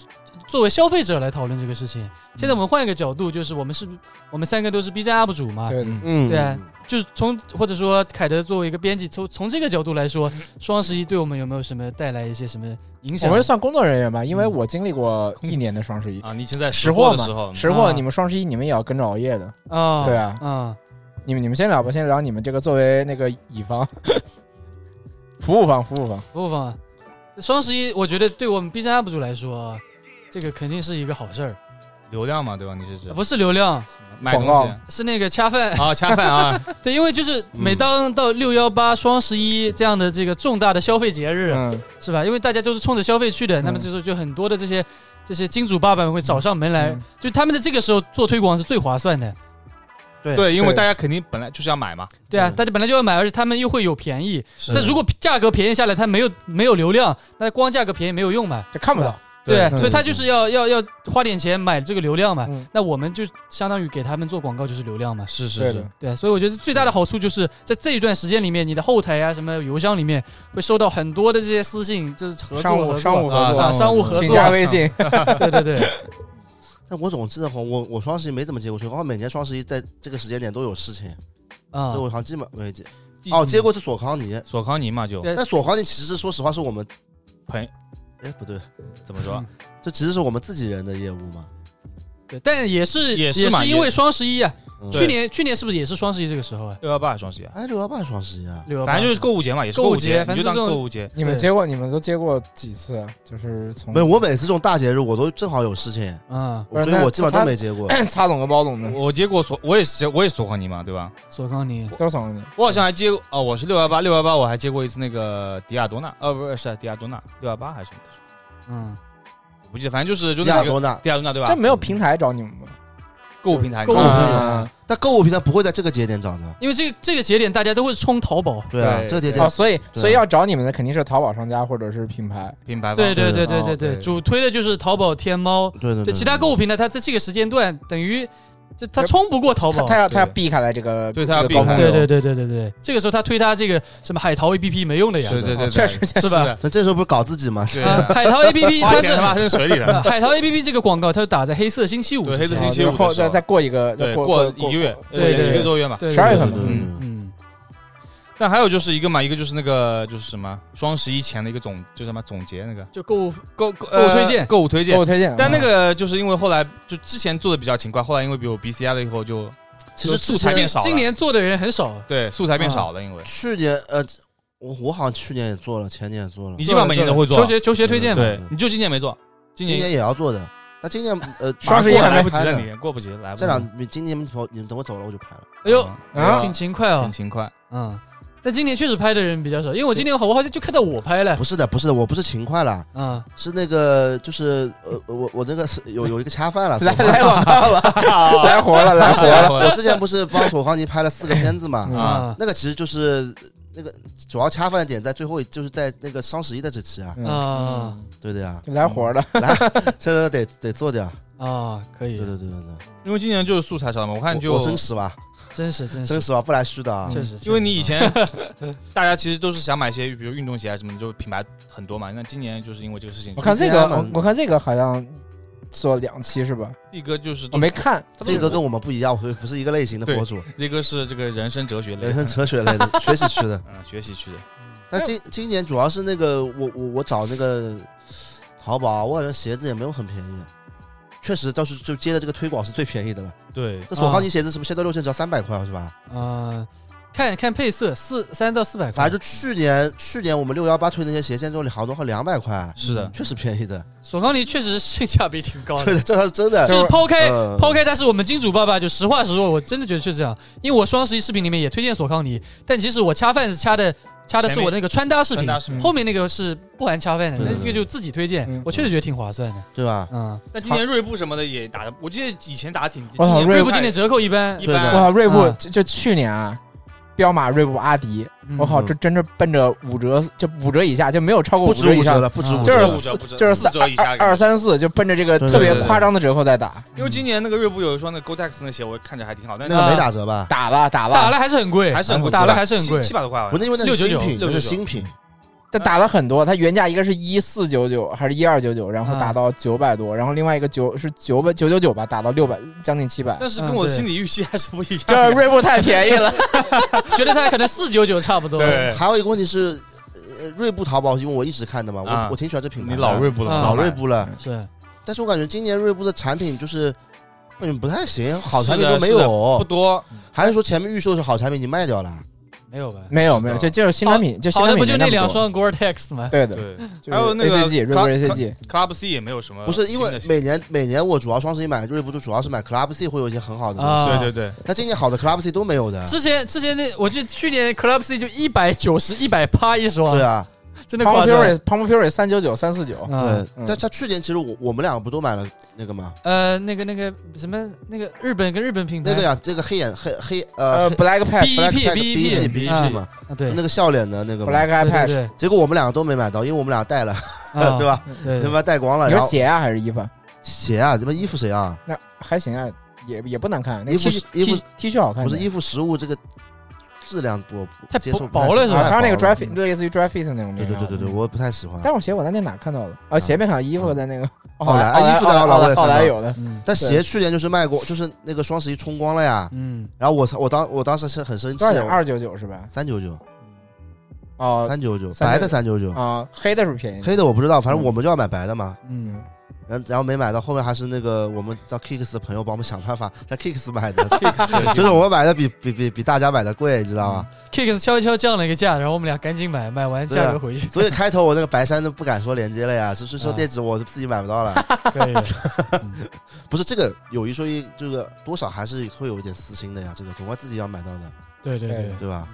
S1: 作为消费者来讨论这个事情，现在我们换一个角度，就是我们是，我们三个都是 B 站 UP 主嘛，
S2: 对的，
S3: 嗯
S1: 对啊就是从或者说凯德作为一个编辑，从从这个角度来说，双十一对我们有没有什么带来一些什么影响
S2: 我？们算工作人员吧，因为我经历过一年的双十一，
S4: 啊，你以前在
S2: 识
S4: 货
S2: 货
S4: 的
S2: 嘛
S4: 时候，
S2: 识货
S1: 啊
S2: 你们双十一你们也要跟着熬夜的。
S1: 啊
S2: 对啊
S1: 啊，
S2: 你们你们先聊吧，先聊你们这个作为那个乙方，服务方，服务方，
S1: 不妨啊，双十一我觉得对我们 B 站 UP 主来说，这个肯定是一个好事儿，
S4: 流量嘛，对吧？你啊是指
S1: 不是流量，
S4: 买东
S2: 广
S4: 西
S1: 是那个恰饭。
S4: 啊，恰饭 啊，
S1: 对，因为就是每当到六幺八、双十一这样的这个重大的消费节日，
S2: 嗯，
S1: 是吧？因为大家都是冲着消费去的，那么这时候就很多的这些这些金主爸爸们会找上门来，
S2: 嗯
S1: 就他们在这个时候做推广是最划算的。
S4: 对，因为
S2: 对
S4: 大家肯定本来就是要买嘛。
S1: 对啊，
S3: 对
S1: 大家本来就要买，而且他们又会有便宜。
S3: 是
S1: 但如果价格便宜下来，它没有没有流量，那光价格便宜没有用嘛？
S2: 这看不到，
S1: 对，
S2: 对
S1: 所以他就是要要要花点钱买这个流量嘛
S2: 嗯。
S1: 那我们就相当于给他们做广告，就是流量嘛。
S4: 是
S2: 对的，，
S1: 对，所以我觉得最大的好处就是在这一段时间里面，你的后台啊、什么邮箱里面会收到很多的这些私信，就是合
S2: 商
S1: 作
S2: 务
S1: 合
S2: 商
S1: 作，
S2: 务合
S1: 啊
S2: 作，
S1: 商务合
S2: 请
S1: 作
S2: 加，微信，
S1: 对对对，
S3: 但我总记得我我双十一没怎么接过推广，我每年双十一在这个时间点都有事情，
S1: 啊嗯
S3: 所以我好像基本没接。哦，接过是索康尼，
S4: 索康尼嘛，就
S1: 对
S3: 但索康尼其实说实话是我们
S4: 朋友
S3: 哎不对，
S4: 怎么说？
S3: 这其实是我们自己人的业务嘛。
S1: 对，但也是
S4: 也是
S1: 是
S4: 嘛
S1: 因为双十一啊，
S3: 嗯
S1: 去年去年是不是也是双十一这个时候啊？
S4: 六幺八双十一啊，
S3: 哎，六幺八双十一啊，
S1: 六幺八
S4: 反正就是购物节嘛，也是
S1: 购物
S4: 物
S1: 节
S4: 节，
S1: 反正
S4: 你就当
S1: 这种
S4: 购物节。
S2: 你们接过，你们都接过几次？啊就是从
S3: 没 有，我每次这种大节日我都正好有事情，
S1: 啊，
S2: 不是
S3: 所以
S2: 那
S3: 我基本上
S2: 他哎
S3: 都没接过。
S2: 擦总跟包总的
S4: 我我接过索，我也是接我也是索康尼嘛，对吧？
S1: 索康尼
S2: 都送给你，
S4: 我好像还接过哦，我是六幺八，六啊幺八我还接过一次那个迪亚多纳，呃，不是是迪亚多纳，六幺八还是什么？
S1: 嗯，
S4: 我不记得，反正就是就
S3: 迪
S4: 那
S3: 亚
S4: 几个
S3: 多纳
S4: 迪亚多纳对吧？
S2: 这没有平台找你们啊吗？
S4: 购物平台，啊
S1: 购物
S4: 你知道
S3: 平
S4: 吗
S3: 台嗯但购物平台不会在这个节点找的，
S1: 因为这个这个节点大家都会冲淘宝。
S3: 对啊，
S4: 对
S3: 这个节
S2: 哦，
S3: 点
S2: 所以
S3: 对
S2: 所以要找你们的肯定是淘宝商家或者是品牌。
S4: 品牌吧
S1: 对对对对
S2: 哦
S1: 对对，
S4: 对
S1: 主推的就是淘宝、天猫。
S3: 对对
S1: 对其他购物平台，它在这个时间段等于就它冲不过淘
S2: 他
S1: 宝。
S2: 他要他要
S4: 对
S2: 避开来这个
S4: 对
S2: 这
S4: 他要
S2: 个
S4: 避
S2: 高
S4: 开
S2: 峰
S1: 对
S2: 流
S1: 对对对对对，这个时候他推他这个什么海淘 APP 没用的呀，
S4: 是对对对，
S2: 确实确
S1: 是
S2: 实
S1: 吧？
S3: 那这时候不是搞自己吗？
S4: 对，
S1: 啊，海淘 APP
S4: 花
S1: 它
S4: 钱他妈
S1: 是呃
S4: 扔水里 了，
S1: 海淘 APP 这个广告，它就打在黑色星期五
S4: 对
S1: 之
S4: 黑色
S1: 前
S4: 星期
S2: 然
S4: 五
S2: 啊后
S4: 的时
S2: 再
S4: 候
S2: 再过一个，再
S4: 对，
S2: 过
S4: 过一个月，
S1: 对对对
S4: 一个多月嘛。
S1: 啊对
S2: 十二月
S3: 对
S2: 份
S3: 对
S2: 吧
S3: 对
S4: 嗯
S3: 对
S1: 嗯，
S4: 但还有就是一个嘛，一个就是那个就是什么双十一前的一个总，就是什么总结那个
S1: 就购物
S4: 购购
S1: 购物推荐
S4: 购物推荐
S2: 给我。推荐。
S4: 但那
S2: 嗯
S4: 个就是因为后来就之前做的比较勤快，后来因为比如 BCI 了以后就
S3: 其实
S4: 就
S3: 之
S4: 素材
S3: 前
S4: 变少了
S1: 今年做的人很少，
S4: 对素材变少了，因为
S3: 去年呃，我我好像去年也做了，前年也做了
S4: 你，基本上每年都会做嗯
S1: 球，鞋球鞋推荐嘛，
S4: 对，你就今年没做，今
S3: 今
S4: 年
S3: 年也要做的，但今年呃，
S2: 双十一还
S4: 来哎
S2: 没
S4: 不及了，
S3: 呢
S4: 你过不及来不及嗯
S3: 这两你今年等你们等我走了我就拍了，
S1: 哎呦，
S2: 啊
S1: 挺勤快啊
S4: 挺，勤快，
S1: 嗯，但今年确实拍的人比较少，因为我今年好我好像就看到我拍了
S3: 不，是的，不是的，我不是勤快啦，
S1: 嗯，
S3: 是那个就是呃我我那个是有有一个恰饭了，
S2: 来来广告 了，来活了，来活了。
S4: 哎
S3: 我之前不是帮索康尼拍了四个片子嘛，
S2: 嗯
S4: 啊
S1: 啊
S3: 那个其实就是那个主要恰饭的点在最后就是在那个双十一的这期啊，
S2: 嗯，
S1: 啊
S3: 对的呀，
S2: 来活的，
S3: 来， 现在得得做掉，
S1: 啊，可以
S3: 对，对对对对，
S4: 因为今年就是素材少了嘛，我看
S3: 我
S4: 就
S3: 我真实吧，
S1: 真是真
S3: 真
S1: 是，
S3: 实吧，不来虚的啊，
S1: 确实，
S4: 因为你以前 大家其实都是想买一些，比如运动鞋啊什么的，就品牌很多嘛。那今年就是因为这个事情，
S2: 我看这
S3: 这
S2: 个
S3: 样嘛，
S2: 我看这个好像做了两期是吧？
S4: 力哥就是
S2: 我没看，
S3: 这个跟我们不一样，所以不是一个类型的博主，
S4: 力哥是这个人生哲学类
S3: 人生
S4: 的，
S3: 哲学类的，学习区的。
S4: 嗯，学习去的，
S3: 但今今年主要是那个我我我找那个淘宝啊，我好像鞋子也没有很便宜，确实倒是就接的这个推广是最便宜的了。
S4: 对，
S3: 这索康尼鞋子是不是现在六千只要三百块是吧？
S1: 啊，看看配色，四三到四百块
S3: 反，正就去年去年我们六幺八推那些鞋，现在都好多好两百块，
S4: 是的，
S3: 确实便宜的。
S1: 索康尼确实性价比挺高的。
S3: 对的，这倒是真的。
S1: 哦就是抛开
S3: 嗯
S1: 抛开，但是我们金主爸爸就实话实说，我真的觉得是这样。因为我双十一视频里面也推荐索康尼，但其实我掐饭是掐的掐的是我那个穿搭视
S4: 穿
S1: 频
S4: 搭，视频。
S1: 后面那个是不含掐饭的，
S3: 对
S1: 那
S3: 对
S1: 这个就自己推荐
S2: 嗯，
S1: 我确实觉得挺划算的。
S3: 对吧？
S1: 嗯，
S4: 但今年锐步什么的也打的，我记得以前打的挺，
S2: 我操
S4: 今年
S2: 锐
S1: 锐
S2: 步
S1: 步今
S4: 今
S1: 年折扣一般
S4: 一，
S3: 对
S2: 我
S4: 般，
S2: 靠，锐步
S4: 嗯
S1: 啊
S2: 就就去年啊，彪马、锐步、阿迪，
S1: 嗯
S2: 我靠，这真是奔着五折，就五折以下就没有超过
S3: 不
S2: 五
S3: 止
S2: 折以
S3: 五折
S2: 上，
S3: 了，不止五
S1: 嗯
S4: 不
S3: 折
S2: 就是
S3: 了。
S4: 五折，不
S2: 就是
S4: 四折以下
S2: 二，三四就奔着这个
S3: 对
S2: 特别
S3: 对对
S2: 夸张的折扣在打，
S4: 因为今年那个锐步有一双那 GoTex 那鞋，我看着还挺好，但
S3: 那
S4: 是
S3: 个没打折吧？
S2: 打了打
S1: 打
S2: 了，
S1: 了还是很贵，嗯
S4: 还是很贵，
S1: 打了还是很贵
S4: 七七百多块吧啊
S3: 不，。那因为那是新
S1: 699
S3: 品，那是新品。
S2: 但打了很多，它原价一个是一四九九还是一二九九，然后
S1: 啊
S2: 打到九百多，然后另外一个九是九百九九九吧，打到六百将近七百，
S4: 但是跟我的心理预期还是不一样
S2: 就
S4: 的。
S2: 是锐步太便宜了，
S1: 觉得它可能四九九差不多。
S4: 对，
S3: 还有一个问题是，呃，锐步淘宝，因为我一直看的嘛，
S4: 啊
S3: 我我挺喜欢这品牌
S4: 你
S3: 的。
S4: 老锐步了，
S1: 啊
S3: 老锐步了，
S1: 是
S3: 但是我感觉今年锐步的产品就是。嗯，不太行，好
S4: 是的
S3: 产品都没
S4: 是的不
S3: 有，
S4: 多，
S3: 还是说前面预售的时候好产品已经卖掉了？
S1: 没有吧？
S2: 没有没有，就就是新产品，就新
S1: 好的
S2: 产
S1: 不
S2: 品
S1: 就
S2: 没
S1: 那
S2: 么
S1: 两
S2: 多，
S1: 双 Gore-Tex 吗？
S2: 对的，
S4: 对
S2: 就是
S4: 还有那个
S2: ACG 锐步
S4: Club-
S2: ACG，
S4: ，Club C 也没有什么
S3: 不
S4: 呃新的
S3: 是
S4: 鞋，
S3: 因为每年每年我主要双十一买锐步，就主要是买 Club C 会有一些很好的东西，
S1: 啊
S4: 对对对，
S3: 但今年好的 Club C 都没有的。
S1: 之前之前那，我记得去年 Club C 就一百九十、一百趴一双，
S3: 对啊，
S1: 真的
S2: p u
S1: 夸
S2: m p
S1: 张。
S2: Fury p u m p Fury 三九九三四九，
S1: 嗯
S3: 对，但他去年其实我我们两个不都买了那个吗？
S1: 呃，那个那个什么那个日本跟日本品牌
S3: 那个呀，那个黑眼黑黑
S2: 呃
S3: 呃
S2: ，Black Pad
S1: B- BEP
S3: B
S1: BEP
S3: B
S1: 啊
S3: P 嘛，
S1: 啊，对，
S3: 那个笑脸的那个嘛，
S2: Black
S1: 对
S2: iPad
S1: 对对，
S3: 结果我们两个都没买到，因为我们俩带了，
S1: 啊
S3: 对？吧？
S1: 对
S3: 他，妈带光了，
S2: 你
S3: 然
S2: 说
S3: 后
S2: 鞋啊还是衣服啊？
S3: 鞋啊，这妈衣服谁啊？
S2: 那还行啊，也也不难看。那
S3: 衣服
S2: T 恤
S3: 衣服
S2: T T 恤好看
S3: 不
S2: 点，
S3: 是衣服食物这个质量多，
S1: 太
S3: 接
S1: 薄
S3: 受不太
S1: 薄了
S3: 受
S1: 是吧
S2: 啊，
S3: 太
S2: 它那个
S3: 薄了嗯
S2: dry fit 类似于 dry fit 那种。
S3: 对对对对对，。我不太喜欢。
S2: 但我鞋我在那哪看到的？啊，鞋没看到，衣服在那个
S3: 奥莱
S2: 奥莱
S3: 衣服在奥莱
S2: 奥
S3: 我
S2: 莱
S3: 也看
S2: 奥莱
S3: 到
S2: 有的。
S1: 嗯
S3: 但鞋去年就是卖过，就是那个双十一冲光了呀。
S1: 嗯，
S3: 然后我操我当我当时是很生气
S2: 多少钱？
S3: 的，
S2: 二九九是吧？
S3: 三九九，
S1: 嗯
S2: 哦
S3: 三九九，
S2: 三
S3: 白的三九九，
S2: 啊，黑的是不是便宜的？
S3: 黑的我不知道，反正
S2: 嗯
S3: 我们就要买白的嘛。
S2: 嗯，
S3: 然后然后没买到，后面还是那个我们叫 Kicks 的朋友帮我们想办法在 Kicks 买的， 就是我们买的比比比比大家买的贵，你知道
S2: 嗯
S3: 吗？
S1: ，Kicks 悄悄降了一个价，然后我们俩赶紧买，买完价格回去。
S3: 所以开头我那个白衫都不敢说连接了呀，只是说
S2: 嗯
S1: 啊
S3: 地址我自己买不到了。
S1: 可以，
S3: 不是这个有一说一，这个多少还是会有一点私心的呀，这个总归自己要买到的，
S1: 对对对，
S3: 对吧？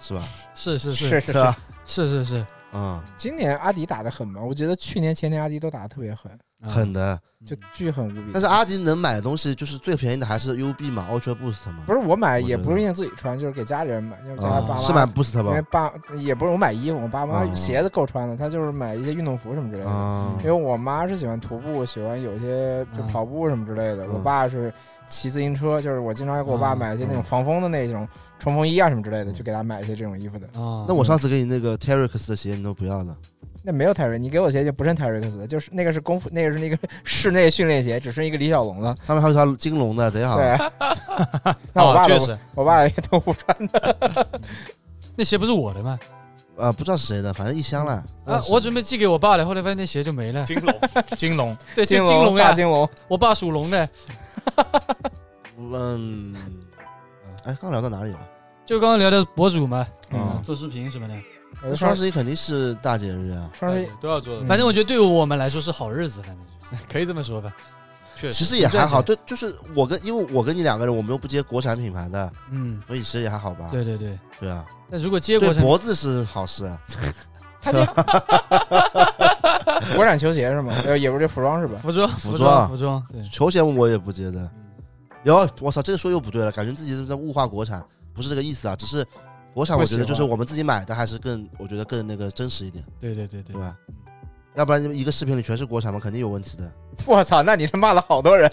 S3: 是吧？
S1: 是是
S2: 是
S1: 是
S2: 是
S3: 对吧？
S1: 是是是，
S3: 啊、嗯，
S2: 今年阿迪打的狠吗？我觉得去年、前年阿迪都打的特别狠，
S1: 啊嗯
S3: 狠的。
S2: 就巨狠无比。
S3: 但是阿迪能买的东西，就是最便宜的还是 UB 嘛，Ultra Boost 嘛。
S2: 不是我买，
S3: 我觉
S2: 也
S3: 得
S2: 不是因为自己穿，就是给家里人买，要不家
S3: 啊
S2: 爸妈
S3: 是买 Boost
S2: 因为
S3: 吧？
S2: 爸也不是我买衣服，我爸妈
S3: 啊
S2: 鞋子够穿的，他就是买一些运动服什么之类的。
S3: 啊
S2: 因为我妈是喜欢徒步，喜欢有些就
S3: 啊
S2: 跑步什么之类的。
S3: 嗯
S2: 我爸是骑自行车，就是我经常要给我爸
S3: 啊
S2: 买一些那
S3: 嗯
S2: 种防风的那种冲锋衣啊什么之类的，
S3: 嗯
S2: 就给他买一些这种衣服的。
S1: 啊
S3: 那我上次给你那个 Terex 的鞋，你都不要了。
S2: 那没有泰瑞，你给我鞋就不是泰瑞克斯的，就是那个是功夫，那个是那个 室内训练鞋，只剩一个李小龙了。
S3: 上面还有条金龙的，贼好。
S2: 对， 那
S1: 哦
S2: 我
S4: 啊，
S2: 爸都
S4: 确实，
S2: 我爸也都不穿。
S1: 那鞋不是我的吗？
S3: 啊，不知道是谁的，反正一箱了。
S1: 啊，我准备寄给我爸的，后来发现那鞋就没了。
S4: 金龙，金龙，
S1: 对，就金
S2: 龙
S1: 龙
S2: 大
S1: 呀，
S2: 金龙，
S1: 我爸属龙的。
S3: 嗯，哎，刚聊到哪里了？
S1: 就刚刚聊的博主嘛，
S2: 嗯
S3: 啊，
S1: 做视频什么的，
S2: 我就
S3: 双
S2: 双十
S3: 十一肯定是大节日啊。
S2: 双十
S4: 哎
S2: 一，
S5: 都要做
S2: 嗯
S1: 反正我觉得对于我们来说是好日子，反正就是可以这么说吧。
S4: 确
S3: 其
S4: 实，
S3: 实也还好，
S1: 赚
S3: 对，就是我跟因为我跟你两个人，我们又不接国产品牌的，
S1: 嗯，
S3: 所以其实也还好吧。
S1: 对对对。
S3: 对啊，
S1: 那如果接
S3: 对
S1: 过
S3: 脖子是好事，啊
S2: 他就 国产球鞋是吗？呃，也不是这服装是吧？
S1: 服装，
S3: 服
S1: 服
S3: 装
S1: 装，服装，对，
S3: 球鞋我也不接的。
S2: 嗯
S3: 有，我操，这个说又不对了，感觉自己是在物化国产，不是这个意思啊，只是国产，我觉得
S2: 不喜啊
S3: 就
S2: 欢
S3: 是我们自己买的还是更，我觉得更那个真实一点，
S1: 对对对对
S3: 对。吧？嗯要不然一个视频里全是国产嘛，肯定有问题的。
S2: 我操，那你这骂了好多人，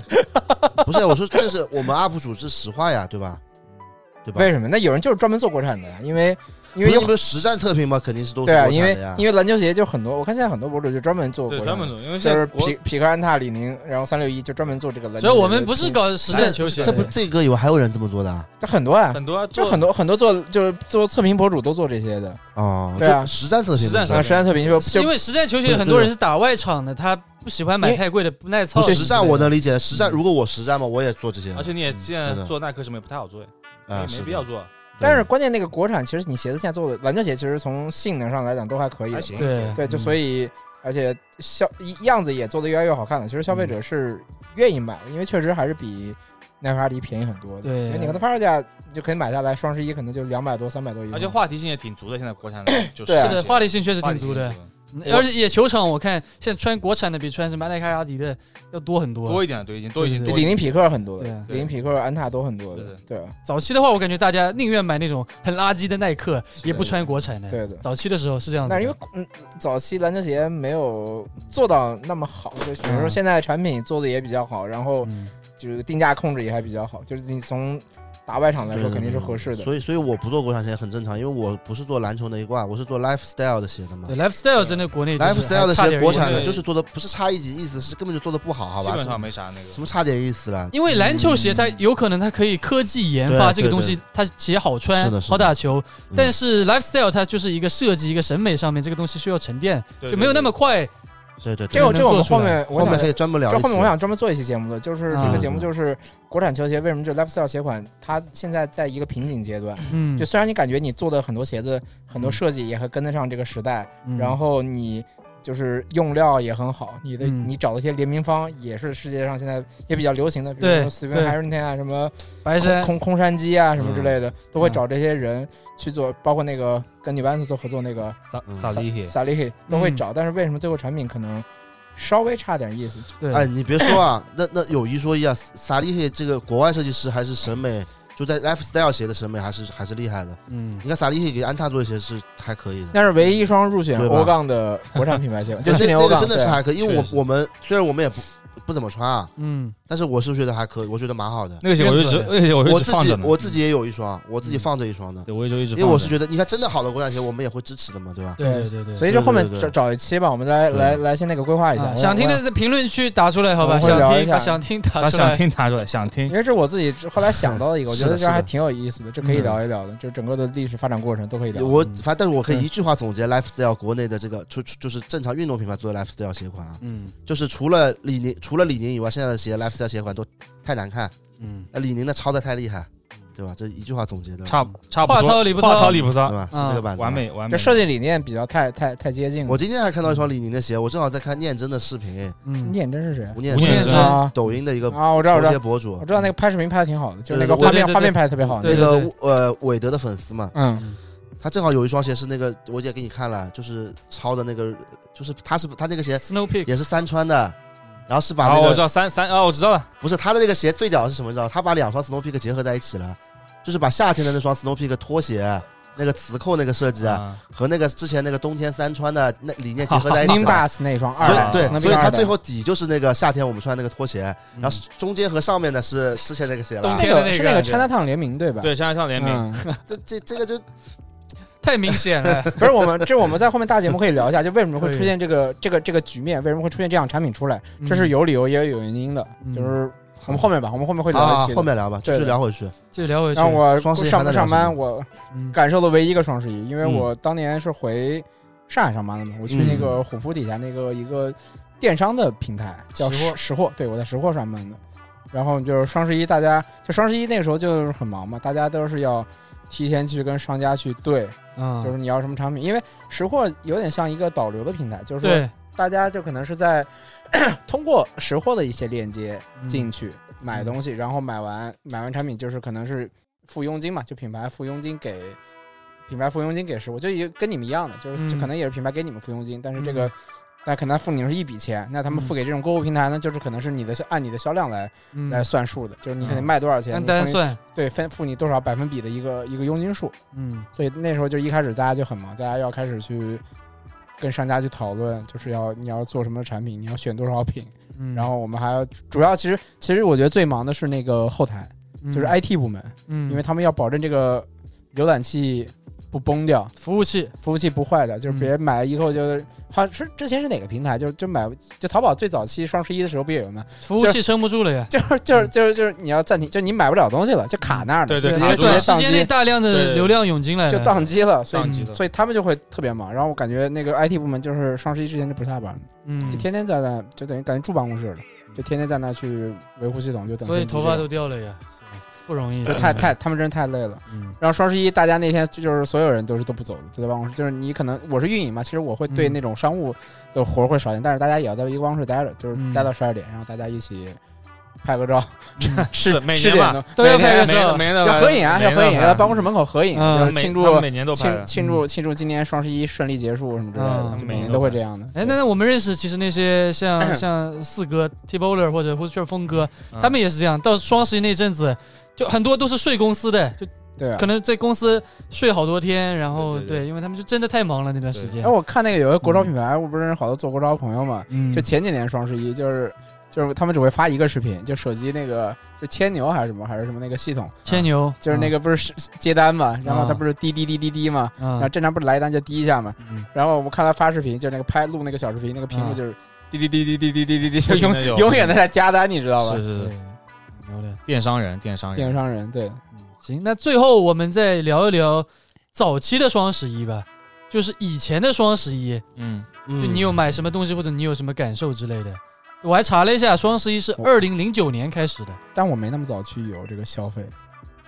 S3: 不是，啊我说这是 我们 UP 主是实话呀，对吧？对吧？
S2: 为什么？那有人就是专门做国产的呀，因为因
S3: 不是
S2: 为
S3: 你们实战测评嘛，肯定是都是
S2: 对啊，
S3: 国
S2: 因
S3: 产
S2: 为
S3: 的呀。
S2: 因为篮球鞋就很多，我看现在很多博主就专门做国
S4: 对，
S2: 产
S4: 专
S2: 的
S4: 门做，因为现
S2: 就
S4: 在
S2: 是
S4: 国
S2: 匹匹克安踏、李宁，然后三六一就专门做这个篮球
S1: 所
S2: 鞋的
S1: 以
S2: 拼。
S1: 我们不是搞实战球鞋
S3: 这
S1: 的，
S3: 不这个以外还有人这么做的啊？
S2: 这很多啊，
S4: 很多啊
S2: 就
S4: 做
S2: 很多很多做就是做测评博主都做这些的，
S3: 哦，
S2: 对啊
S3: 就实战测评，
S4: 实战测
S2: 啊，实战测评就是
S1: 因
S2: 就
S1: 为实战球鞋很多人是打外场的，他不喜欢买太贵的，不耐操
S3: 不。
S1: 对
S3: 实战我能理解，实战如果我实战嘛，我也做这些，
S4: 嗯而且你也现在
S3: 对的
S4: 做耐克什么也不太好做，
S3: 啊
S4: 也没必要。做，
S3: 的
S2: 但是
S3: 对
S2: 关键那个国产，其实你鞋子现在做的篮球鞋，其实从性能上来讲都还可以的
S4: 还
S2: 嘛，
S4: 行。
S1: 对
S2: 对，就所
S1: 以
S2: 以，而且消一样子也做的越来越好看了。其实消费者是愿意买的，因为确实还是比耐克阿迪便宜很多的。
S1: 对
S2: 因为哎你看它发售价你就可以买下来，双十一可能就两百多、三百多一
S4: 而
S2: 双
S4: 且。话题性也挺足的，现在国产的就
S2: 嗯
S4: 是
S2: 对啊
S1: 是的，话题性确实挺足的，嗯而且野球场我看现在穿国产的比穿什么耐克、阿迪的要多很多。
S4: 多一点，对，已经多已经
S2: 比
S4: 多
S2: 李宁、匹克很多
S1: 对
S2: 的
S1: 啊，
S2: 李宁、匹克、安踏都很多的
S4: 是的，
S2: 对啊
S1: 早期的话，我感觉大家宁愿买那种很垃圾的耐克，
S4: 是的
S1: 也不穿国产的。
S2: 对的。
S1: 早期的时候是哎这样子
S2: 那
S1: 的，
S2: 因为嗯，早期篮球鞋没有做到那么好，就比如说
S1: 嗯
S2: 现在产品做的也比较好，然后
S1: 嗯
S2: 就是定价控制也还比较好，就是你从打外场来说
S3: 对
S2: 肯定是
S3: 对
S2: 合适的。
S3: 所以，所以我不做国产鞋很正常，因为我不是做篮球那一挂，我是做 lifestyle 的鞋的嘛
S1: 对。lifestyle 真的国内就是
S3: lifestyle
S1: 还
S3: 的
S1: 差
S3: 鞋，
S1: 点
S3: 国
S1: 意思
S3: 产的
S4: 思
S3: 就是做的不是差一级，意思是根本就做的不好，好
S4: 基
S3: 吧？
S4: 本
S3: 什
S4: 上
S3: 么
S4: 没啥那个。
S3: 什么差点意思了？
S1: 因为篮球鞋它有可能它可以科技研发
S3: 对
S1: 这个东
S3: 对
S1: 西
S3: 对，
S1: 它鞋好
S3: 是
S1: 穿
S3: 的是的
S1: 好打球，
S3: 嗯
S1: 但是 lifestyle 它就是一个设计一个审美上面这个东西需要沉淀，
S4: 对
S1: 就没有那么快。
S3: 对对对，
S2: 这个，这个我们
S1: 能做
S2: 后
S1: 出来
S2: 面我
S3: 后
S2: 想
S3: 面可以专门聊一
S2: 这
S3: 期。
S2: 后面我想专门做一期节目的，就是这个节目就是国产球鞋为什么就 lifestyle 鞋款，它现在在一个瓶颈阶段。
S1: 嗯
S2: 就虽然你感觉你做的很多鞋子，很多设计也还跟得上这个时代，
S1: 嗯
S2: 然后你就是用料也很好，你的
S1: 嗯
S2: 你找的一些联名方也是世界上现在也比较流行的，比如
S1: 对
S2: 说 Steven
S1: 对
S2: Harrington 啊，什么
S1: 白
S2: 空
S1: 山
S2: 空空山鸡啊，什么之类的，都会
S1: 嗯
S2: 找这些人去做，包括那个跟女班子做合作那个
S3: 嗯
S4: 萨萨利希，
S2: 萨利都会
S1: 嗯
S2: 找，但是为什么最后产品可能稍微差点意思？
S1: 对，
S3: 哎，你别说啊，那那有一说一啊，萨利黑这个国外设计师还是审美，就在 lifestyle 鞋的审美还是还是厉害的。
S1: 嗯
S3: 你看萨利黑给安踏做的鞋是还可以的，
S2: 那是唯一一双入选
S3: 对吧
S2: 欧杠的国产品牌 鞋，就
S3: 那
S2: 去年
S3: 那
S2: 欧
S3: 个
S2: 杠
S3: 真的是还可以，因为我
S4: 确实
S3: 我们虽然我们也不不怎么穿啊，
S1: 嗯，
S3: 但是我是觉得还可以，我觉得蛮好的。
S4: 那个鞋我就一直，
S1: 认可
S4: 那个鞋我就
S3: 我
S4: 一直
S3: 自
S4: 放
S3: 己
S4: 着呢。
S3: 我自己也有一双，我自己放着一双的，
S4: 对，我也就一直
S3: 因
S4: 放着。
S3: 为我是觉得，你看真的好的国产鞋，我们也会支持的嘛，对吧？
S1: 对对对对。
S2: 所以就后面
S3: 对对对
S2: 找找一期吧，我们来
S3: 对
S2: 来来先那个规划一下
S1: 啊。想听
S2: 我
S1: 的在评论区打出来，好吧？
S2: 我会
S1: 想
S2: 聊一
S1: 听
S2: 下
S1: 把想听打
S4: 啊，
S1: 出
S4: 想
S1: 来。
S4: 听他说，想听
S2: 因。为这是我自己后来想到的一个，我觉
S3: 是
S2: 得
S3: 的
S2: 这还
S3: 是的嗯
S2: 挺有意思的，这可以聊一聊的，就整个的历史发展过程都可以聊。
S3: 我反正，但是我可以一句话总结 lifestyle 国内的这个，就就就是正常运动品牌做的 lifestyle 鞋款啊，
S1: 嗯
S3: 就是除了李宁，除了李宁以外，现在的鞋 lifestyle 鞋款都太难看，
S1: 嗯，
S3: 呃李宁的抄的太厉害，对吧？这一句话总结的，
S4: 差差不
S1: 话
S4: 多，
S1: 糙理不糙
S4: 话糙理不
S3: 对
S4: 糙，
S3: 吧？是嗯这个版子吧
S4: 完。美完美。
S2: 这设计理念比较太太太接近了。
S3: 我今天还看到一双李宁的鞋，我正好在看念真的视频，
S1: 嗯，
S2: 念真是谁啊
S3: 吴念
S4: 吴念真
S2: 啊？
S3: 抖音的一个
S2: 啊，我知道，我
S3: 球
S2: 知
S3: 鞋
S2: 道，
S3: 博主
S2: 我，知道那个拍视频拍的挺好的，就是那
S3: 对
S2: 个
S3: 对
S2: 画面
S1: 对对
S2: 画面拍的特别好。
S1: 对
S3: 那
S1: 对
S3: 个呃韦德的粉丝嘛，
S2: 嗯，
S3: 它正好有一双鞋是那个我也给你看了，就是抄的那个，就是它是它那个鞋
S1: Snow Peak
S3: 也是三穿的，然后是把
S4: 哦，
S3: 那
S4: 我
S3: 个
S4: 知道三三哦，我知道了，
S3: 不是他的那个鞋最屌的是什么？你知道吗？他把两双 Snow Peak 结合在一起了，就是把夏天的那双 Snow Peak 拖鞋那个磁扣那个设计啊，
S4: 啊，
S3: 和那个之前那个冬天三穿的那理念结合在 一
S2: n i
S3: 起
S2: m
S3: 了。
S2: b 那双
S3: 所
S2: 二
S3: 以
S2: 代，
S3: 对，
S2: Snow
S3: 所以
S2: Peak
S3: 它
S2: 二代
S3: 最后底就是那个夏天我们穿的那个拖鞋，然后中间和上面的是之前那个鞋
S1: 冬
S3: 了。
S1: 天
S2: 那
S1: 的
S2: 个是
S1: 那个
S2: 那个 China Town 联名对吧？
S4: 对，香香跳联名，
S2: 嗯，
S3: 这这这个就
S1: 太明显了，
S2: 不是我们，这我们在后面大节目可以聊一下，就为什么会
S1: 可以
S2: 出现这个这个这个局面，为什么会出现这样的产品出来，
S1: 嗯
S2: 这是有理由也有原因的，
S1: 嗯
S2: 就是我们后面吧，我们后面会聊
S3: 啊
S2: 一期，
S3: 后。面聊吧，继续
S2: 对的
S3: 聊回去。
S1: 就聊回去
S2: 然。后我
S3: 双十一
S2: 上
S3: 还在
S2: 班
S3: 聊
S2: 上
S3: 什
S2: 班，
S3: 么
S2: 我
S1: 嗯
S2: 感受的唯一一个双十一，因为
S4: 嗯
S2: 我当年是回上海上班的嘛，我去
S3: 嗯
S2: 那个虎扑底下那个一个电商的平台叫
S1: 识货
S2: 识识货，对我在识货上班的。然后就是双十一，大家就双十一那个时候就是很忙嘛，大家都是要提前去跟商家去对，
S3: 啊
S1: 嗯，
S2: 就是你要什么产品，因为识货有点像一个导流的平台，就是说
S1: 对
S2: 大家就可能是在 通过识货的一些链接
S1: 嗯
S2: 进去买东西，然后买完买完产品就是可能是付佣金嘛，就品牌付佣金给品牌付佣金给识货，就也跟你们一样的，就是
S1: 嗯
S2: 就可能也是品牌给你们付佣金，但是这
S1: 嗯
S2: 个。那可能付你们是一笔钱，那他们
S1: 嗯
S2: 付给这种购物平台呢，就是可能是你的销按你的销量来、
S1: 嗯
S2: 来算数的，就是你可能
S1: 嗯
S2: 卖多少钱，
S1: 按
S2: 你
S1: 单
S2: 分
S1: 算，
S2: 对分付你多少百分比的一个一个佣金数，
S1: 嗯
S2: 所以那时候就一开始大家就很忙，大家要开始去跟商家去讨论，就是要你要做什么产品，你要选多少品，
S1: 嗯，
S2: 然后我们还要主要其实其实我觉得最忙的是那个后台，
S1: 嗯
S2: 就是 IT 部门，
S1: 嗯，
S2: 因为他们要保证这个浏览器不崩掉，
S1: 服务器，
S2: 服务器不坏的，就是别买以后就是好像是之前是哪个平台，就就买就淘宝最早期双十一的时候不也有吗？
S1: 服务器撑不住了呀。
S2: 就是就是就是就是你要暂停，就你买不了东西了，就卡那儿了，
S4: 对对
S2: 就
S4: 对
S2: 直
S1: 因为
S2: 接
S4: 卡住了
S1: 短
S2: 直接
S1: 时
S2: 宕
S1: 间内
S2: 机。
S1: 大量的
S4: 对
S1: 流量涌进来了，
S2: 就宕机了，所以
S4: 宕机了，
S2: 所以他们就会特别忙。然后我感觉那个 IT 部门就是双十一之前就不下班了，
S1: 嗯，
S2: 就天天在那，就等于感觉住办公室了，就天天在那去维护系统，就等。
S1: 所以头发都掉了呀，是吧不容易，啊
S2: 就太太他们真是太累了。
S1: 嗯
S2: 然后双十一大家那天就是所有人都是都不走的，就在办公室。就是你可能我是运营嘛，其实我会对
S1: 嗯
S2: 那种商务的活儿会少一点，但是大家也要在一个办公室待着，就
S1: 嗯
S2: 是待到十二点，然后大家一起拍个照，
S1: 嗯
S4: 是每
S2: 十
S4: 年
S2: 点
S4: 嘛，
S2: 钟
S1: 都要
S2: 每年
S1: 拍个
S4: 每
S1: 照
S4: 年每年都
S2: 要合影啊，
S4: 每
S2: 要
S4: 年
S2: 合
S4: 都
S2: 影，
S4: 拍
S2: 要在办公室门口合影，
S1: 嗯
S2: 就是
S4: 每
S2: 庆
S4: 他
S2: 祝
S4: 们每年都拍
S2: 庆
S4: 的，
S2: 庆祝庆祝今年双十一顺利结束什么之类
S1: 嗯
S2: 的，就每年都会这样的。
S1: 哎，那那我们认识其实那些 像像四哥、T Bowler 或者或者旋峰哥，
S4: 嗯
S1: 他们也是这样。到双十一那阵子，就很多都是睡公司的，就
S2: 对啊
S1: 可。能在公司睡好多天，然后
S4: 对对对
S1: 对，因为他们就真的太忙了那段时间
S2: 哎，。我看那个有个国潮品牌，我不是好多做国潮朋友嘛，
S1: 嗯
S2: 就前几年双十一就是。就是他们只会发一个视频，就手机那个就牵牛还是什么还是什么那个系统，
S1: 牵牛，
S2: 就是那
S4: 嗯
S1: 个，
S2: 个不是是接单嘛，然后
S1: 啊
S2: 他不是滴滴滴滴滴嘛，然后
S1: 嗯，
S2: 正常不是来一单就滴一下嘛
S4: 嗯，
S2: 然后我看他发视频，就是那个拍录那个小视频，那个屏
S1: 啊
S2: 幕就是滴滴滴滴滴滴滴滴滴，就
S4: 永
S2: 永
S4: 远有
S2: 永远在那加单，你知道吧
S4: 是？是
S1: 对
S4: 是，
S1: 牛的。
S4: 电商人，电商人，
S2: 电商人对，
S1: 行，那最后我们再聊一聊早期的双十一吧，就是以前的双十一，
S4: 嗯，
S3: 就
S1: 就你有买什么东西或者你有什么感受之类的。我还查了一下，双十一是
S2: 我
S1: 二零零九年开始的，
S2: 但我没那么早去有这个消费，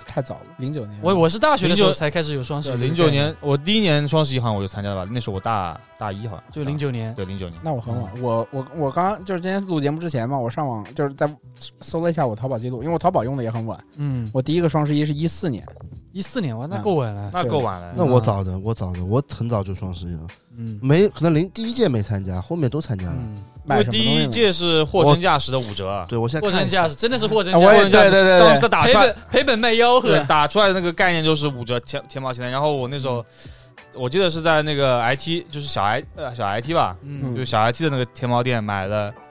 S2: 太早了，零九年。
S1: 我我是大学的时候
S4: 09
S1: 才开始有双十一。
S4: 零九年我第一年双十一好像我就参加了吧，那时候我大大一好像，
S1: 就零九年，
S4: 对零九年，
S2: 那我很晚，我我我刚就是今天录节目之前嘛，我上网就是在搜了一下我淘宝记录，因为我淘宝用的也很晚，
S1: 嗯，
S2: 我第一个双十一是一四年，
S1: 一四年哇，那
S2: 嗯
S1: 够晚了。
S4: 那够晚了，
S3: 那我早的，我早的，我很早就双十一了，
S1: 嗯
S3: 没可能零第一届没参加，后面都参加了。
S1: 嗯，
S4: 因
S2: 买
S4: 为
S2: 什么
S4: 第
S2: 东西
S4: 一
S2: 呢？
S4: 届是货真价实的五折，啊
S3: 对我现在
S1: 货
S3: 看
S1: 真
S3: 一下
S1: 价实，真的是货真
S2: 啊
S1: 价
S2: 我也
S1: 实，
S2: 对对对
S4: 当
S2: 对，
S4: 时他打
S1: 赔
S4: 出来
S1: 本赔本卖吆喝
S4: 对，，打出来的那个概念就是五折天天猫旗舰。然后我那时
S2: 嗯
S4: 候，我记得是在那个 IT，就是小 I 呃小 IT 吧，
S1: 嗯
S2: 嗯
S4: 就是小 IT 的那个天猫店买了。
S2: 哦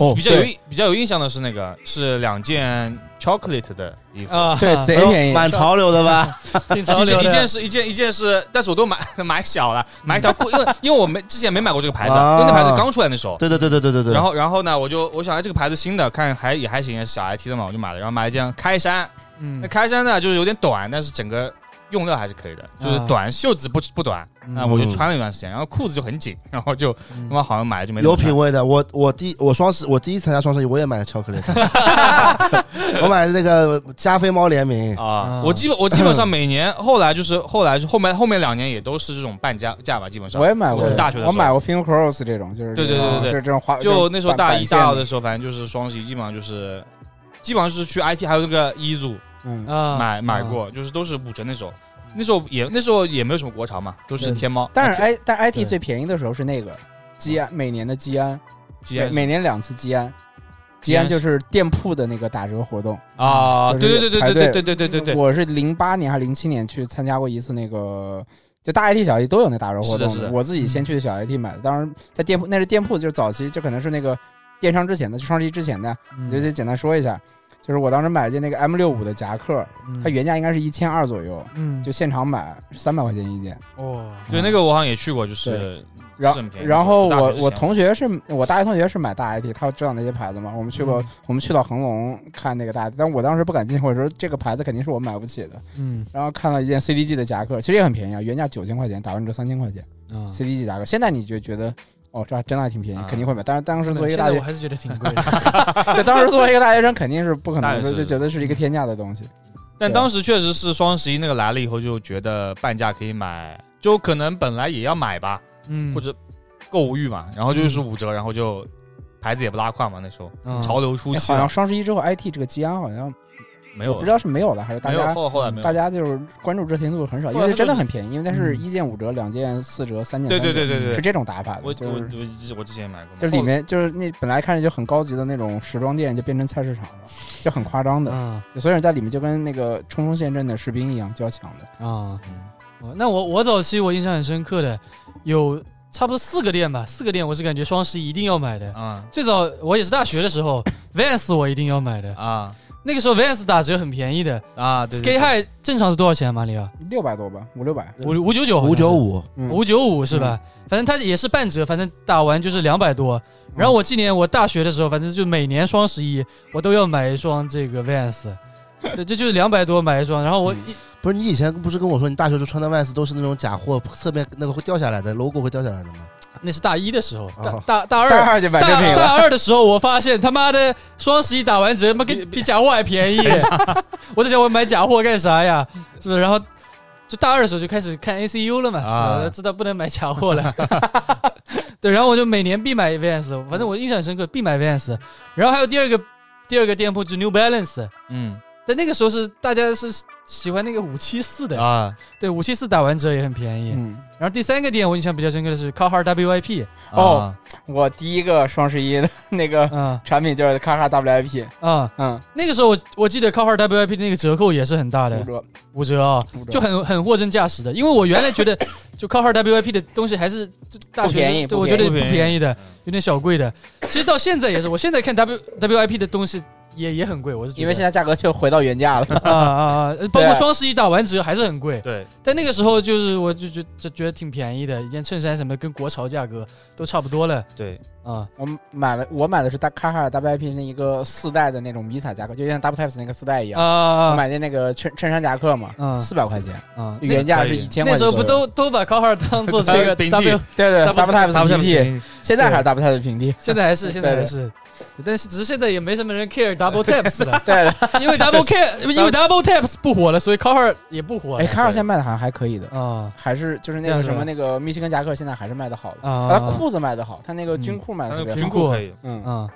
S4: 我比较有
S2: 对
S4: 印比较有印象的是那个是两件 chocolate 的衣服，
S1: 啊，
S2: 对贼便宜，
S3: 蛮哎潮流的吧？
S1: 挺潮
S4: 一
S1: 流
S4: 件一
S1: 的
S4: 件。是一件一件是，但是我都买 买小了，买一条裤，因为 因为我没之前没买过这个牌子，因
S3: 啊
S4: 为那牌子刚出来那时候。
S3: 对对对对对对对。
S4: 然后然后呢，我就我想哎这个牌子新的，看还也还行，也是小 IT 的嘛，我就买了，然后买了一件开衫，
S1: 嗯
S4: 那开衫呢，就是有点短，但是整个用料还是可以的，
S3: 啊
S4: 就是短，袖子不不短。
S1: 嗯
S3: 嗯
S4: 那啊我就穿了一段时间，然后裤子就很紧，然后就他妈好像买了就没怎
S3: 有
S4: 么穿啊
S3: 品味的，我我第我双十我第一次参加双十一，我也买了巧克 力，我买了那个加菲猫联名，
S4: 啊
S1: 啊！
S4: 我基本我 基本上每年后来就是后来就后面后面两年也都是这种半价价吧，基本上
S2: 我。也买过
S4: 我，大学的时候
S2: 我买过 Finger Cross 这种，就是
S4: 对对对对对
S2: 啊就是这种花，
S4: 就那时候大一大二的
S2: 时
S4: 时候，反正就是双十一，基本上就是基本上是去 IT 还有那个一组
S2: 嗯，
S1: 啊
S4: 买买，过，就是都是五折那时候。那时候也那时候也没有什么国潮嘛，都是
S2: 对
S4: 天猫。
S2: 但是 I 但 IT
S4: 对
S2: 最便宜的时候是那个基安，每年的基安，
S4: 基
S2: 每
S4: 安
S2: 每年两次基安，
S4: 基
S2: 基
S4: 安
S2: 安就是店铺的那个打折活动。
S4: 啊，
S2: 嗯就
S4: 对
S2: 是
S4: 对对对
S2: 排
S4: 对
S2: 队嗯
S4: 对对对对对，
S2: 我是零八年还是零七年去参加过一次那个，就大 IT 小 IT 都有那打折活
S4: 是的
S2: 动
S4: 是的嗯
S2: 我自己先去的小 IT 买的，当时在店铺那是店铺，就是早期就可能是那个电商之前的，就双十一之前的，
S1: 嗯
S2: 你就得简单说一下。就是我当时买的那个 M 六五的夹克，
S4: 嗯
S2: 它原价应该是一千二左右，
S1: 嗯
S2: 就现场买三百块钱一件。
S1: 哦，
S4: 对那个我好像也去过，就是
S2: 然
S4: 是很便宜
S2: 然后
S4: 大学
S2: 我
S4: 之前
S2: 我同学是我大学同学是买大 IT，他知道那些牌子嘛。我们去
S4: 嗯
S2: 过，我们去到恒隆看那个大 IT，但我当时不敢进，我说这个牌子肯定是我买不起的。
S1: 嗯
S2: 然后看了一件 CDG 的夹克，其实也很便宜啊，原价九千块钱，打完折三千块钱。
S1: 啊，
S2: CDG 夹克，现在你就觉得哦，这还真的还挺便宜
S4: 啊，
S2: 肯定会买。但是当时作为一个
S1: 现
S2: 大
S1: 在我
S2: 学，
S1: 还是觉得挺贵的。
S2: 对当时作为一个大学生，肯定是不可
S4: 那也
S2: 能
S4: 是
S2: 说就觉得是一个天价的东西。
S4: 但
S2: 对
S4: 当时确实是双十一那个来了以后，就觉得半价可以买，就可能本来也要买吧，
S1: 嗯
S4: 或者购物欲嘛，然后
S2: 嗯
S4: 就是五折，然后就牌子也不拉胯嘛，那时候
S1: 嗯
S4: 潮流初
S2: 哎
S4: 期
S2: 好
S4: 嘛
S2: 像双十一之后，IT 这个基安好像
S4: 没有
S2: 不知道是没有了，还是大
S4: 没有
S2: 家
S4: 后后来没
S2: 大
S4: 有，
S2: 家就是关注热程度很少，因
S4: 后来
S2: 为
S4: 它
S2: 真的
S4: 就
S2: 很便宜，因为它是
S1: 嗯
S2: 一件五折，两件四折，三件
S4: 对
S2: 三
S4: 对
S2: 折
S4: 对对
S2: 是
S4: 对，
S2: 这种打法
S4: 我
S2: 的，
S4: 我
S2: 就是
S4: 我我之前也买过嘛，
S2: 就里面就是那本来看着就很高级的那种时装店，就变成菜市场了，就很夸张的。
S1: 嗯
S2: 所有人在里面就跟那个冲锋陷阵的士兵一样，就要抢的。
S1: 啊，哦那我我早期我印象很深刻的有差不多四个店吧，四个店我是感觉双十一一定要买的。
S4: 啊
S1: 最早我也是大学的时候，Vans 我一定要买的。
S4: 啊
S1: 那个时候 Vans 打折很便宜的
S4: 啊，对
S1: ，Sky
S4: 对对
S1: High 正常是多少钱啊？马里奥
S2: 六百多吧，五六百。
S1: 五五九九，
S3: 五九，五，
S2: 嗯
S1: 五九五是吧？反正它也是半折，反正打完就是两百多。然后我今年我大学的时候，反正就每年双十一我都要买一双这个 Vans，对，这就是两百多买一双。然后我一
S3: 不是你以前不是跟我说你大学时候穿的万斯都是那种假货，侧面那个会掉下来的 logo 会掉下来的吗？
S1: 那是大一的时候，大
S3: 哦
S1: 大大二
S2: 大二就买这
S1: 大
S2: 品了，
S1: 大二的时候，我发现他妈的双十一打完折，妈跟比假货还便宜。 我在想我买假货干啥呀？是不是？然后就大二的时候就开始看 ACU 了嘛，
S4: 啊
S1: 是吧知道不能买假货了。 对，然后我就每年必买 Vans，反正我印象很深刻，必买 Vans。然后还有第二个第二个店铺就是 New Balance，
S4: 嗯
S1: 但那个时候是大家是喜欢那个五七四的，
S4: 啊
S1: 对，五七四打完折也很便宜。
S2: 嗯，
S1: 然后第三个店我印象比较深刻的是 c a r h a r WIP，
S2: 哦
S4: 啊
S2: 我第一个双十一的那个
S1: 啊
S2: 产品就是咔咔 WIP，
S1: 啊。
S2: 嗯，
S1: 那个时候我我记得 Cover WIP 那个折扣也是很大
S2: 五
S1: 的，
S2: 折，
S1: 五折啊、
S2: 五折
S1: 就很很货真价实的。因为我原来觉 得就 Cover WIP 的东西还是就大学
S2: 不便宜
S1: 对
S2: 不
S1: 我觉
S2: 便宜
S1: 得
S4: 不
S1: 不
S4: 便宜
S1: 便宜的，有点小贵的。其实到现在也是，我现在看 W WIP 的东西也也很贵，我是觉得
S2: 因为现在价格就回到原价了。
S1: 啊啊 啊，包括双十一打完折还是很贵。
S4: 对
S1: 但那个时候就是我就觉就觉得挺便宜的，一件衬衫什么的跟国潮价格都差不多了
S4: 对
S1: 啊。
S2: 我买了，我买的是大咔咔 WIP 那一个四代的那种迷彩夹克，就像 Double Types 那个四代一
S1: 啊
S2: 样。我
S1: 啊
S2: 买的那个衬衬衫夹克嘛，
S1: 嗯
S2: 四百块钱，
S1: 啊！那
S2: 原价
S4: 可
S2: 是
S4: 以
S2: 一千块钱。
S1: 那时候不都都把 Cover 当做这个
S4: 平
S1: W
S4: 替
S2: 对对
S1: Double
S2: ，Double Types
S4: 差不多
S2: 平替，现在还是 Double Types 的平替。
S1: 现在还是，现在还
S2: 对，
S1: 是，但是只是现在也没什么人 care double taps 了
S2: 对的，
S1: 因为 double care，因为 double taps 不火了，所以 cover 也不火
S2: 哎，
S1: 了。
S2: 卡尔现在卖的好像还可以的，
S1: 啊
S2: 还是就是那
S1: 这样
S2: 个
S1: 是
S2: 什
S1: 吧
S2: 么那个密西根夹克现在还是卖的好的，
S1: 啊
S2: 他裤子卖的好，他那个
S1: 嗯
S2: 军裤卖的特
S4: 那
S2: 别
S4: 个
S2: 好
S4: 军。裤可以，
S2: 嗯，
S1: 啊！